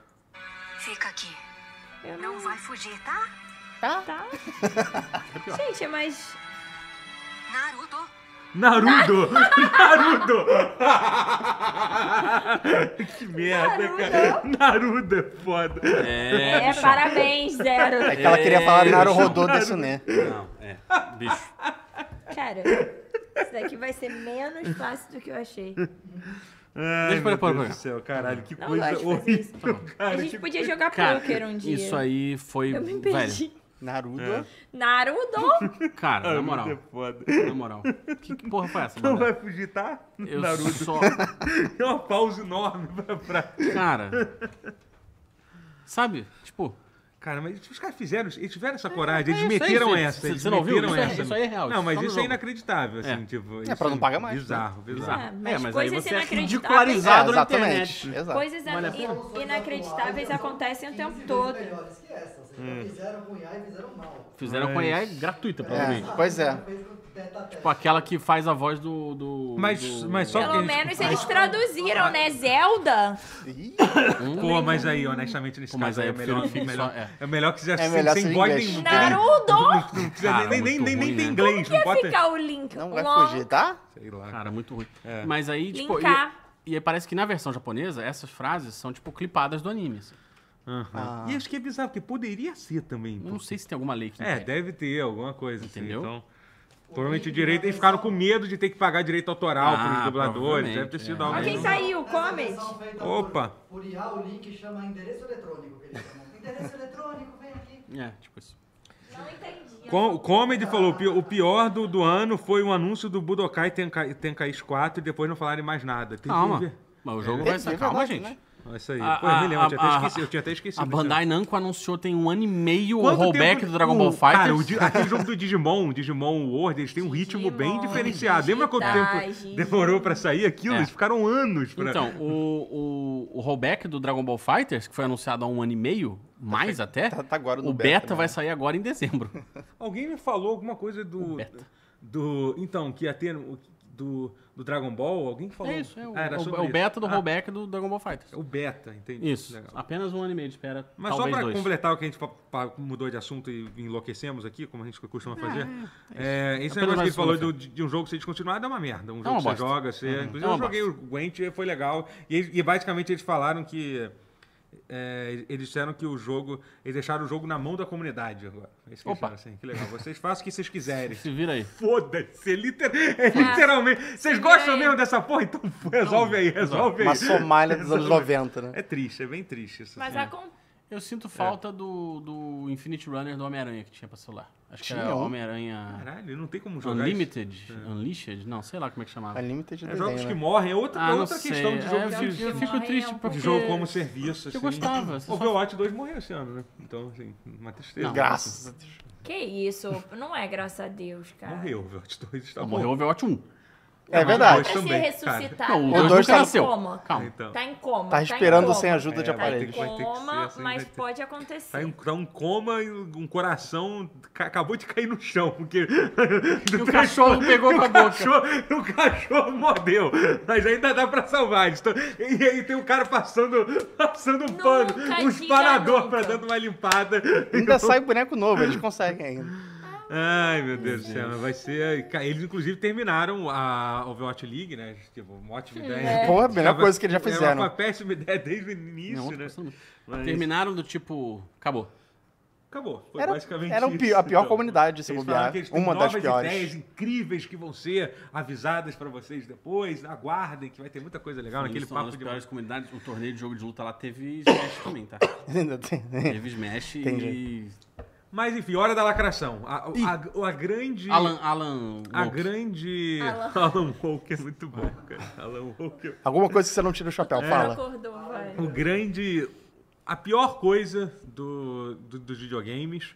G: Fica aqui.
B: Eu
G: Não vai fugir, tá?
B: Tá. Gente, é mais.
G: Naruto.
A: Naruto! Naruto! que merda, cara. Naruto é foda.
C: É,
B: É,
C: bichão.
B: parabéns, Zero.
D: é que ela queria falar
C: É,
D: Naruhodô desse, né?
C: Não, é. Bicho.
B: Cara, isso daqui vai ser menos fácil do que eu achei.
A: Ai,
C: Deixa eu
A: meu
C: parar pra
A: Deus
C: olhar.
A: do céu, caralho, que
B: Não
A: coisa
B: gosto de fazer isso.
A: é, horrível, cara.
B: A gente
A: que
B: podia jogar
C: Cara,
B: poker um dia.
C: isso aí foi.
B: Eu me
C: velho.
B: perdi.
D: Naruto. É,
B: Naruto!
C: Cara, na moral.
A: coisa foda.
C: Na moral. Que, que porra foi essa,
A: Não
C: mano?
A: vai fugir, tá?
C: Eu
A: Naruto.
C: só.
A: É uma pausa enorme pra, pra...
C: Cara. Sabe? Tipo.
A: Cara, mas os caras fizeram, eles tiveram essa coragem,
C: é
A: eles
C: isso aí,
A: meteram
C: filho.
A: essa.
C: Você-
A: Eles
C: você não viu?
A: meteram
C: Isso é-
A: essa.
C: isso aí é
A: Não,
C: real, isso
A: mas
C: tá no
A: isso é
C: jogo.
A: inacreditável, assim,
C: É.
A: tipo...
D: pra
A: isso
D: não pagar mais, né?
A: Bizarro, bizarro.
B: Ah, mas
C: é, mas aí
B: coisas
C: você é
B: inacreditáveis-
C: ridicularizado
D: É,
C: na internet.
D: exatamente. Exato.
B: Coisas
C: Olha,
B: in- inacreditáveis acontecem o tempo todo.
F: melhores que essa. Vocês já fizeram com IA e fizeram mal.
C: Fizeram com AI gratuita, provavelmente.
D: É, pois é.
F: Fez com beta teste.
C: Tipo aquela que faz a voz do. do
A: Mas,
C: do-
A: mas só que
B: Pelo
A: eles-
B: menos eles traduziram, né? Zelda!
D: Ih,
A: Pô, mas aí, honestamente, nesse
C: Pô, mas
A: caso
C: aí
A: aí é
C: eu prefiro
A: melhor,
C: que
A: é melhor,
C: só- é.
A: é melhor que já
D: um- É
A: sem-
D: melhor
A: sem
D: ser
A: voz
D: inglês.
A: nenhuma.
B: Naruto!
A: Não precisa
C: Cara,
A: nem, nem,
C: muito
A: nem, nem
C: ruim,
A: tem
C: né?
A: inglês, não
B: Quer
A: pode...
B: ficar o Link?
D: não vai
B: Long.
D: fugir, tá?
A: Sei lá.
C: Cara, muito ruim.
A: É.
C: Mas aí, tipo. E,
B: Linkar.
C: e aí parece que na versão japonesa, essas frases são, tipo, clipadas do anime. assim.
A: Aham.
D: Ah.
A: E acho que é bizarro, porque poderia ser também.
C: Eu
A: pô.
C: não sei se tem alguma lei que. não
A: É,
C: tem.
A: deve ter alguma coisa, assim,
C: Entendeu?
A: Então, provavelmente o direito. Eles ficaram com medo de ter que pagar direito autoral
C: Ah,
A: pros dubladores.
C: provavelmente,
A: Deve ter sido
C: é.
A: algo.
B: Mas Quem saiu?
F: Essa
B: Comet?
F: versão feita
A: Opa.
F: Por, por IA, o link chama endereço eletrônico. Que ele chama. endereço eletrônico, vem aqui.
C: É, tipo isso.
B: Não entendi.
A: Com- O Comedy falou: "Pi- o pior do, do ano foi o anúncio do Budokai Tenkai, Tenkaichi 4 e depois não falarem mais nada. Tem
C: Calma.
A: que ver.
C: Mas o jogo vai
D: É
C: sair. Calma,
D: verdade,
C: gente.
D: né?
A: É Isso aí.
C: A-
A: Pô, eu me lembro, eu,
C: a-
A: tinha até
C: a-
A: esquecido, eu tinha até esquecido.
C: A Bandai Namco anunciou tem um ano e meio
A: Quanto
C: o rollback
A: tempo-
C: do Dragon Ball
A: o- Cara, o
C: Fighter.
A: di- aquele jogo do Digimon, Digimon World, eles têm um ritmo bem
B: Digimon,
A: diferenciado. Lembra quanto tempo
B: digitais,
A: demorou pra sair aquilo?
C: É.
A: Eles ficaram anos pra...
C: Então, o, o, o rollback do Dragon Ball Fighters, que foi anunciado há um ano e meio, mais até,
D: tá- tá agora no
C: o
D: beta,
C: beta,
D: né?
C: vai sair agora em dezembro.
A: Alguém me falou alguma coisa do.
C: beta.
A: Do. Então, que ia ter. do, do Dragon Ball? Alguém falou?
C: É isso, é o,
A: Ah, era
C: é o-
A: sobre
C: é o
A: isso.
C: beta do
A: Ah,
C: rollback do Dragon Ball Fighters.
A: O beta, entendi.
C: Isso.
A: Legal.
C: Apenas um ano e meio de espera.
A: Mas
C: talvez
A: só pra
C: dois.
A: completar o que a gente pa- pa- mudou de assunto e enlouquecemos aqui, como a gente costuma fazer, é, esse
C: Ah,
A: negócio
C: Apenas
A: que
C: mais
A: ele falou
C: uma
A: do- de, de um jogo ser descontinuado é uma merda. Um jogo
C: uma
A: que você
C: bosta.
A: joga, você. Inclusive,
C: É uma
A: eu joguei o Gwent e foi legal. E, eles- e basicamente eles falaram que. é, eles disseram que o jogo. Eles deixaram o jogo na mão da comunidade agora. Eles
C: Opa.
A: disseram assim, que legal. Vocês façam o que vocês quiserem.
C: Se vira aí.
A: Foda-se, é liter- é literalmente. Vocês
B: se vira
A: gostam
B: aí.
A: mesmo dessa porra? Então resolve aí, resolve aí.
D: Uma Somália dos anos 90, né?
A: É triste, é bem triste isso.
B: Mas
A: assim.
B: acon-
C: Eu sinto falta do, do Infinity Runner do Homem-Aranha que tinha pra celular. Acho que
D: Tinha
C: era
D: um?
C: Homem-Aranha
A: Caralho, não tem como jogar
C: Unlimited? Unleashed? Não, sei lá como é que chamava.
D: Unlimited
A: isso. É
D: desenho,
A: jogos que
D: né?
A: morrem, é outra,
C: Ah, não
A: outra
C: sei.
A: questão de jogo,
C: É,
A: de,
C: eu, eu fico
B: Morrer é
C: triste
B: um
A: de
C: porque...
A: jogo como serviço.
C: eu
A: assim.
C: gostava, você
A: O
C: só-
A: Overwatch 2 morreu esse ano, né? Então, assim, uma tristeza.
C: Não,
D: Graças a Deus.
B: Que isso? Não é graças a Deus, cara.
A: Morreu o Overwatch um. 2. Está
C: Não,
A: bom.
C: morreu o Overwatch 1.
D: É
B: Vai
D: verdade.
B: ser
A: também,
B: ressuscitado.
C: Não, o
D: dois
C: dois
D: dois
C: nunca
D: tá-
C: nasceu.
B: Coma.
C: Calma.
A: Então,
B: Tá em coma.
D: Tá
B: em
D: esperando
B: coma.
D: sem ajuda de
A: É, vai ter
D: aparelhos.
A: que- vai ter
B: Tá em
A: que ser
B: coma,
A: assim,
B: mas
A: vai ter-
B: pode acontecer.
A: Tá em tá um coma e um coração ca- acabou de cair no chão. Porque
C: E o cachorro pegou com a
A: o,
C: boca.
A: cachorro, o cachorro mordeu. Mas ainda dá pra salvar. eles tão- E aí tem um cara passando, passando um pano, um
B: diga
A: espanador pra
B: nunca.
A: dando uma limpada.
D: Ainda sai boneco novo, eles conseguem ainda.
A: Ai, meu Deus do céu, mas vai ser. Ca- Eles, inclusive, terminaram a Overwatch League, né? Tipo, uma ótima ideia.
D: Pô, a melhor
A: Tava-
D: coisa que eles já
A: Era
D: fizeram.
A: uma péssima ideia desde o início,
C: Não,
A: né?
C: tô pensando-
A: Mas
C: Terminaram do tipo... Acabou.
A: Acabou. Foi
D: Era-
A: basicamente
D: era o
A: isso,
D: pi- a pior
A: então.
D: comunidade, se
A: Eles
D: bobear.
A: falaram que eles têm
D: Uma das
A: novas
D: piores.
A: ideias incríveis que vão ser avisadas pra vocês depois. Aguardem, que vai ter muita coisa legal naquele
C: Eles são uma
A: papo
C: das
A: de.
C: piores comunidades. O torneio de jogo de luta lá teve Smash também, tá?
D: Ainda tem-
C: Teve Smash
D: Entendi.
C: e...
A: Mas enfim, hora da lacração. A, a, a grande.
C: Alan... Alan...
A: A
C: Woke.
A: grande.
B: Alan-
A: Alan Walker é muito bom, cara. Alan é Walker.
D: Alguma coisa que você não tira o chapéu,
B: Ela
D: fala.
B: acordou, vai.
A: O grande. A pior coisa do, do- dos videogames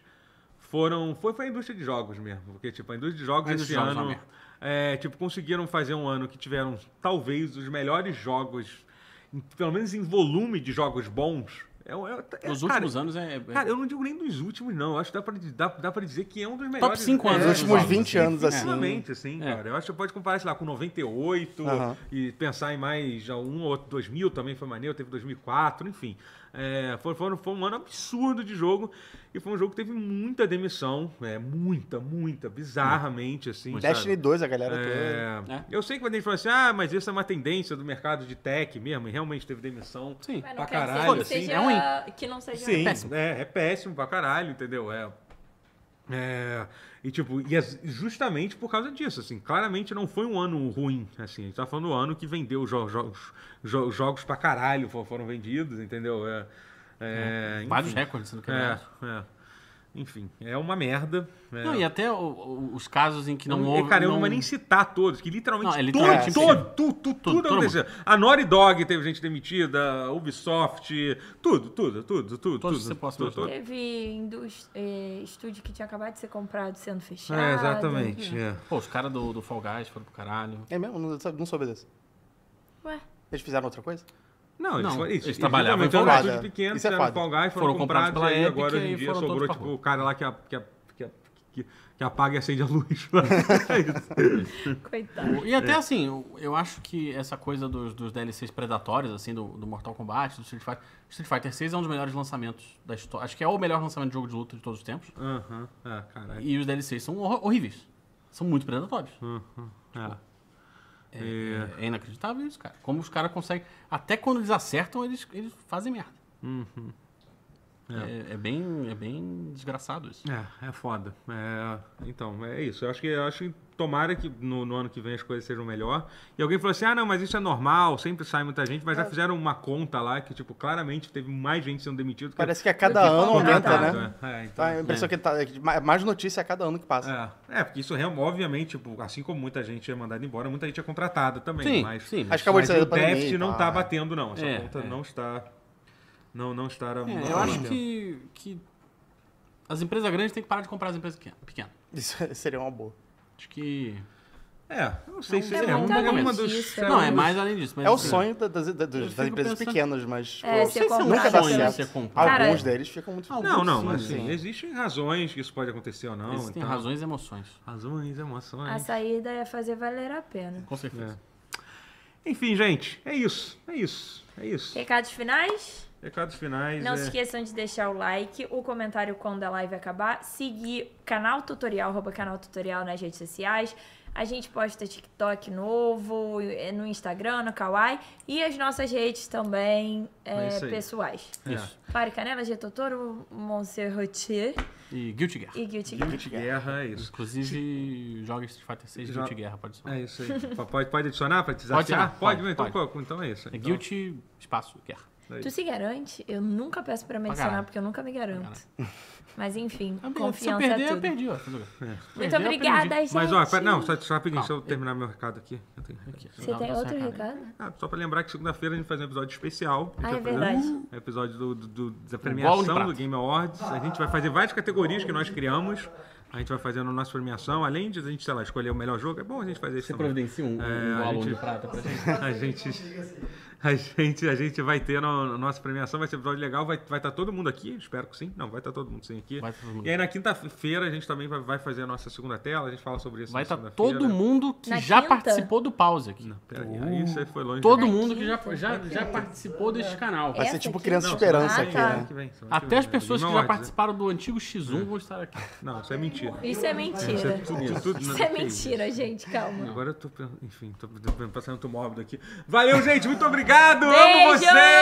A: foram. Foi, foi a indústria de jogos mesmo. Porque, tipo, a indústria de jogos
C: A
A: esse
C: indústria de jogos é
A: ano.
C: uma merda.
A: é, tipo, conseguiram fazer um ano que tiveram, talvez, os melhores jogos, em- pelo menos em volume de jogos bons. É, um- é, é,
C: Nos
A: cara,
C: últimos anos é... é-
A: Cara, eu não digo nem dos últimos, não. Eu acho que dá pra, dá, dá pra dizer que é um dos melhores.
C: cinco anos
A: É,
D: Nos
C: dos
D: últimos
C: jogos,
D: 20 anos, assim.
A: Definitivamente, assim,
C: É.
A: cara. Eu acho que você pode comparar, sei lá, com 98
D: Aham.
A: e pensar em mais já um ou outro. 2000 também foi maneiro, teve 2004, enfim. É, foi, foram- foi um ano absurdo de jogo e foi um jogo que teve muita demissão, é, muita, muita, bizarramente, assim. sabe?
D: Destiny 2, a galera toda.
A: É,
C: É.
A: Eu sei que vai falar assim, ah, mas isso é uma tendência do mercado de tech mesmo, e realmente teve demissão.
C: Sim.
B: Mas
A: pra
B: não quer
A: caralho,
B: dizer que,
A: assim,
B: seja,
C: é ruim.
B: que não seja
A: Sim, é
C: péssimo.
A: péssimo. É, péssimo pra caralho, entendeu? É. É, e tipo, e as- justamente por causa disso, assim, claramente não foi um ano ruim, assim, a gente tá falando um ano que vendeu jo jogos, jo- jogos pra caralho fo- foram vendidos, entendeu? É, é, enfim.
C: Vários recordes sendo
A: É,
C: quebrados.
A: é. Enfim, é uma merda. é.
C: Não, e até o- o- os casos em que não
A: E,
C: houve...
A: cara, eu não
C: não-
A: vou nem citar todos, que literalmente,
C: Não, é literalmente
A: todo,
C: impossível.
A: todo, tudo, tudo, tudo,
C: todo mundo.
A: aconteceu. A Naughty Dog teve gente demitida, a Ubisoft, tudo, tudo, tudo, tudo,
C: Todos
A: tudo,
C: que você possa
A: tudo,
C: imaginar.
A: tudo.
B: Teve indus- eh, estúdio que tinha acabado de ser comprado sendo fechado.
D: Ah,
A: É, exatamente. é.
C: Pô, os caras do, do Fall Guys foram pro caralho.
D: É mesmo? Não, sabe- não soube desse.
B: Ué,
D: Eles fizeram outra coisa?
A: Não, eles,
C: Não,
A: foram-
C: eles trabalhavam em
A: eram
D: Fall Guys,
A: estúdios
D: é.
A: pequenos,
D: Isso é
A: fizeram
D: fato.
A: Fall Guys, foram,
C: Foram
A: comprados,
C: comprados pela
A: e aí
C: Epic
A: agora hoje em
C: e
A: dia
C: foram
A: sobrou
C: todos pra
A: tipo
C: rua.
A: o cara lá que, a- que, a- que, a- que- que apaga e acende a luz. É isso.
B: coitado.
C: E até assim, eu- eu acho que essa coisa dos, dos DLCs predatórios, assim, do, do Mortal Kombat, do Street Fighter. Street Fighter 6 é um dos melhores lançamentos da história. Acho que é o melhor lançamento de jogo de luta de todos os tempos.
A: Aham, é, caralho.
C: E os DLCs são hor- horríveis. São muito predatórios.
A: É.
C: É, Hum. é inacreditável isso, cara. Como os caras conseguem. Até quando eles acertam, eles, eles fazem merda. Uhum. É, é bem, é bem desgraçado isso.
A: É, é foda. É, então, é isso. Eu acho que, eu acho que tomara que no, no ano que vem as coisas sejam melhor. E alguém falou assim: ah, não, mas isso é normal, sempre sai muita gente,
D: É.
A: mas já fizeram uma conta lá que, tipo, claramente teve mais gente sendo demitida. do
D: Parece que a cada ano aumenta,
A: contratado,
D: né?
A: É, É, então.
D: Tá, a impressão é que tá, é que ma- mais notícia a cada ano que passa.
A: É, é, porque isso realmente, obviamente, tipo, assim como muita gente é mandada embora, muita gente é contratada também.
C: Sim,
A: mas,
C: sim.
D: Acho que acabou
A: mas
D: de sair
A: o
D: da pandemia
A: déficit
D: e
A: não
D: tal. né?
A: tá batendo, não. Essa
C: É,
A: conta
C: é.
A: não está. Não, não está.
C: É, eu acho que, que as empresas grandes têm que parar de comprar as empresas pequen- pequenas.
D: Isso seria uma boa.
C: Acho que.
A: É, eu não sei se
B: É
A: é
B: muita
A: uma
B: gente
A: dos.
B: isso.
A: é
B: Não,
C: Não,
A: um
C: é
A: dos-
C: mais além disso. mas
D: É o
C: assim,
D: sonho da- das, das- das
C: fico
D: empresas
C: pensando-
D: pequenas, mas
B: É,
D: pô,
B: ser
D: sei se
B: comprado.
D: nunca dá
B: Sonho
D: certo.
C: ser comprado.
D: Alguns
B: Cara,
D: deles ficam muito felizes.
A: Não, não,
C: é Sim,
A: mas assim,
D: sim.
A: existem razões que isso pode acontecer ou não.
C: Existem
A: então.
C: razões e emoções.
A: Razões, emoções.
B: A saída é fazer valer a pena.
C: Com certeza.
A: Enfim, gente, é isso. É isso. É isso.
B: Recados finais?
A: Recados finais.
B: Não
A: é...
B: se esqueçam de deixar o like, o comentário quando a live acabar, seguir o canal tutorial, arroba canal tutorial nas redes sociais. A gente posta TikTok novo, eh, no Instagram, no Kawaii e as nossas redes também
A: É
B: eh,
A: isso aí.
B: pessoais.
A: É.
C: Isso.
B: Claro, Canela, Getotoro, Monsieur Rotier
C: É. E Guilty Gear.
B: e Guilty Gear.
A: Guilty Guerra, é isso.
C: Inclusive, joga Street Fighter 6
A: Já-
C: Guilty Guerra, pode ser.
A: É isso aí. Pa- pode, pode adicionar para desafiar?
C: adicionar,
A: Pode,
C: pode,
A: então,
C: pode.
A: co- então é isso.
C: É
A: Então,
C: Guilty, espaço, Guerra.
A: é isso.
B: Tu se garante? Eu nunca peço pra me
C: Pra
B: adicionar,
C: caralho.
B: porque eu nunca me garanto. Mas enfim,
C: Ah, Se eu
B: confiança
C: perder,
B: é
C: eu
B: tudo.
C: perdi, ó. Tudo bem.
B: Muito
C: Perder, eu
B: obrigada,
C: aprendi.
B: gente.
A: Mas, ó, pera- não, só, só rapidinho,
C: Calma.
A: deixa eu terminar meu recado aqui. Eu tenho-
C: Aqui, tá
B: Você
C: dá-
B: tem
C: dá
B: outro
C: sacada.
B: recado?
A: Ah, só pra lembrar que segunda-feira a gente faz um episódio especial. A gente
B: Ah, é
A: vai fazer
B: verdade.
A: Um episódio do, do- do- da
C: Bolo de
A: premiação
C: prata.
A: do Game Awards. A gente vai fazer várias categorias que nós criamos. A gente vai fazendo a nossa premiação. Além de a gente, sei lá, escolher o melhor jogo, é bom a gente fazer isso
C: Você
A: também.
C: providencia um,
A: É,
C: um
A: a
C: balão
A: gente-
C: de prata pra gente?
A: A gente,
F: assim.
A: a gente, a gente vai ter no- na nossa premiação, vai ser um episódio legal. Vai estar todo mundo aqui, espero que sim. Não, vai estar todo mundo sim aqui.
C: Vai estar todo mundo.
A: E aí na quinta-feira a gente também vai, vai fazer a nossa segunda tela. A gente fala sobre isso na
C: Vai estar
A: segunda-feira.
C: todo mundo que
B: Na
C: já
B: quinta?
C: participou do pause aqui.
A: Não, pera aí, aí você foi longe.
B: Na
C: Todo mundo que
B: quinta? É.
C: já, já, já participou deste canal.
D: Vai ser
B: Essa
D: tipo
B: aqui?
D: Criança
A: Não,
D: Esperança
A: semana
B: Ah,
A: que
D: aqui,
B: tá.
A: vem,
D: né?
A: que vem, semana que
C: Até
A: vem,
C: as
A: né?
C: pessoas que
A: Game
C: já
A: Awards, né?
C: participaram do antigo X1 vão estar aqui.
A: Não, isso é mentira.
B: Isso é mentira. Isso é mentira, gente, calma.
A: Agora eu tô, pen- enfim, tô, tô pensando muito mórbido aqui. Valeu, gente, muito obrigado! Amo
B: Beijo!
A: vocês!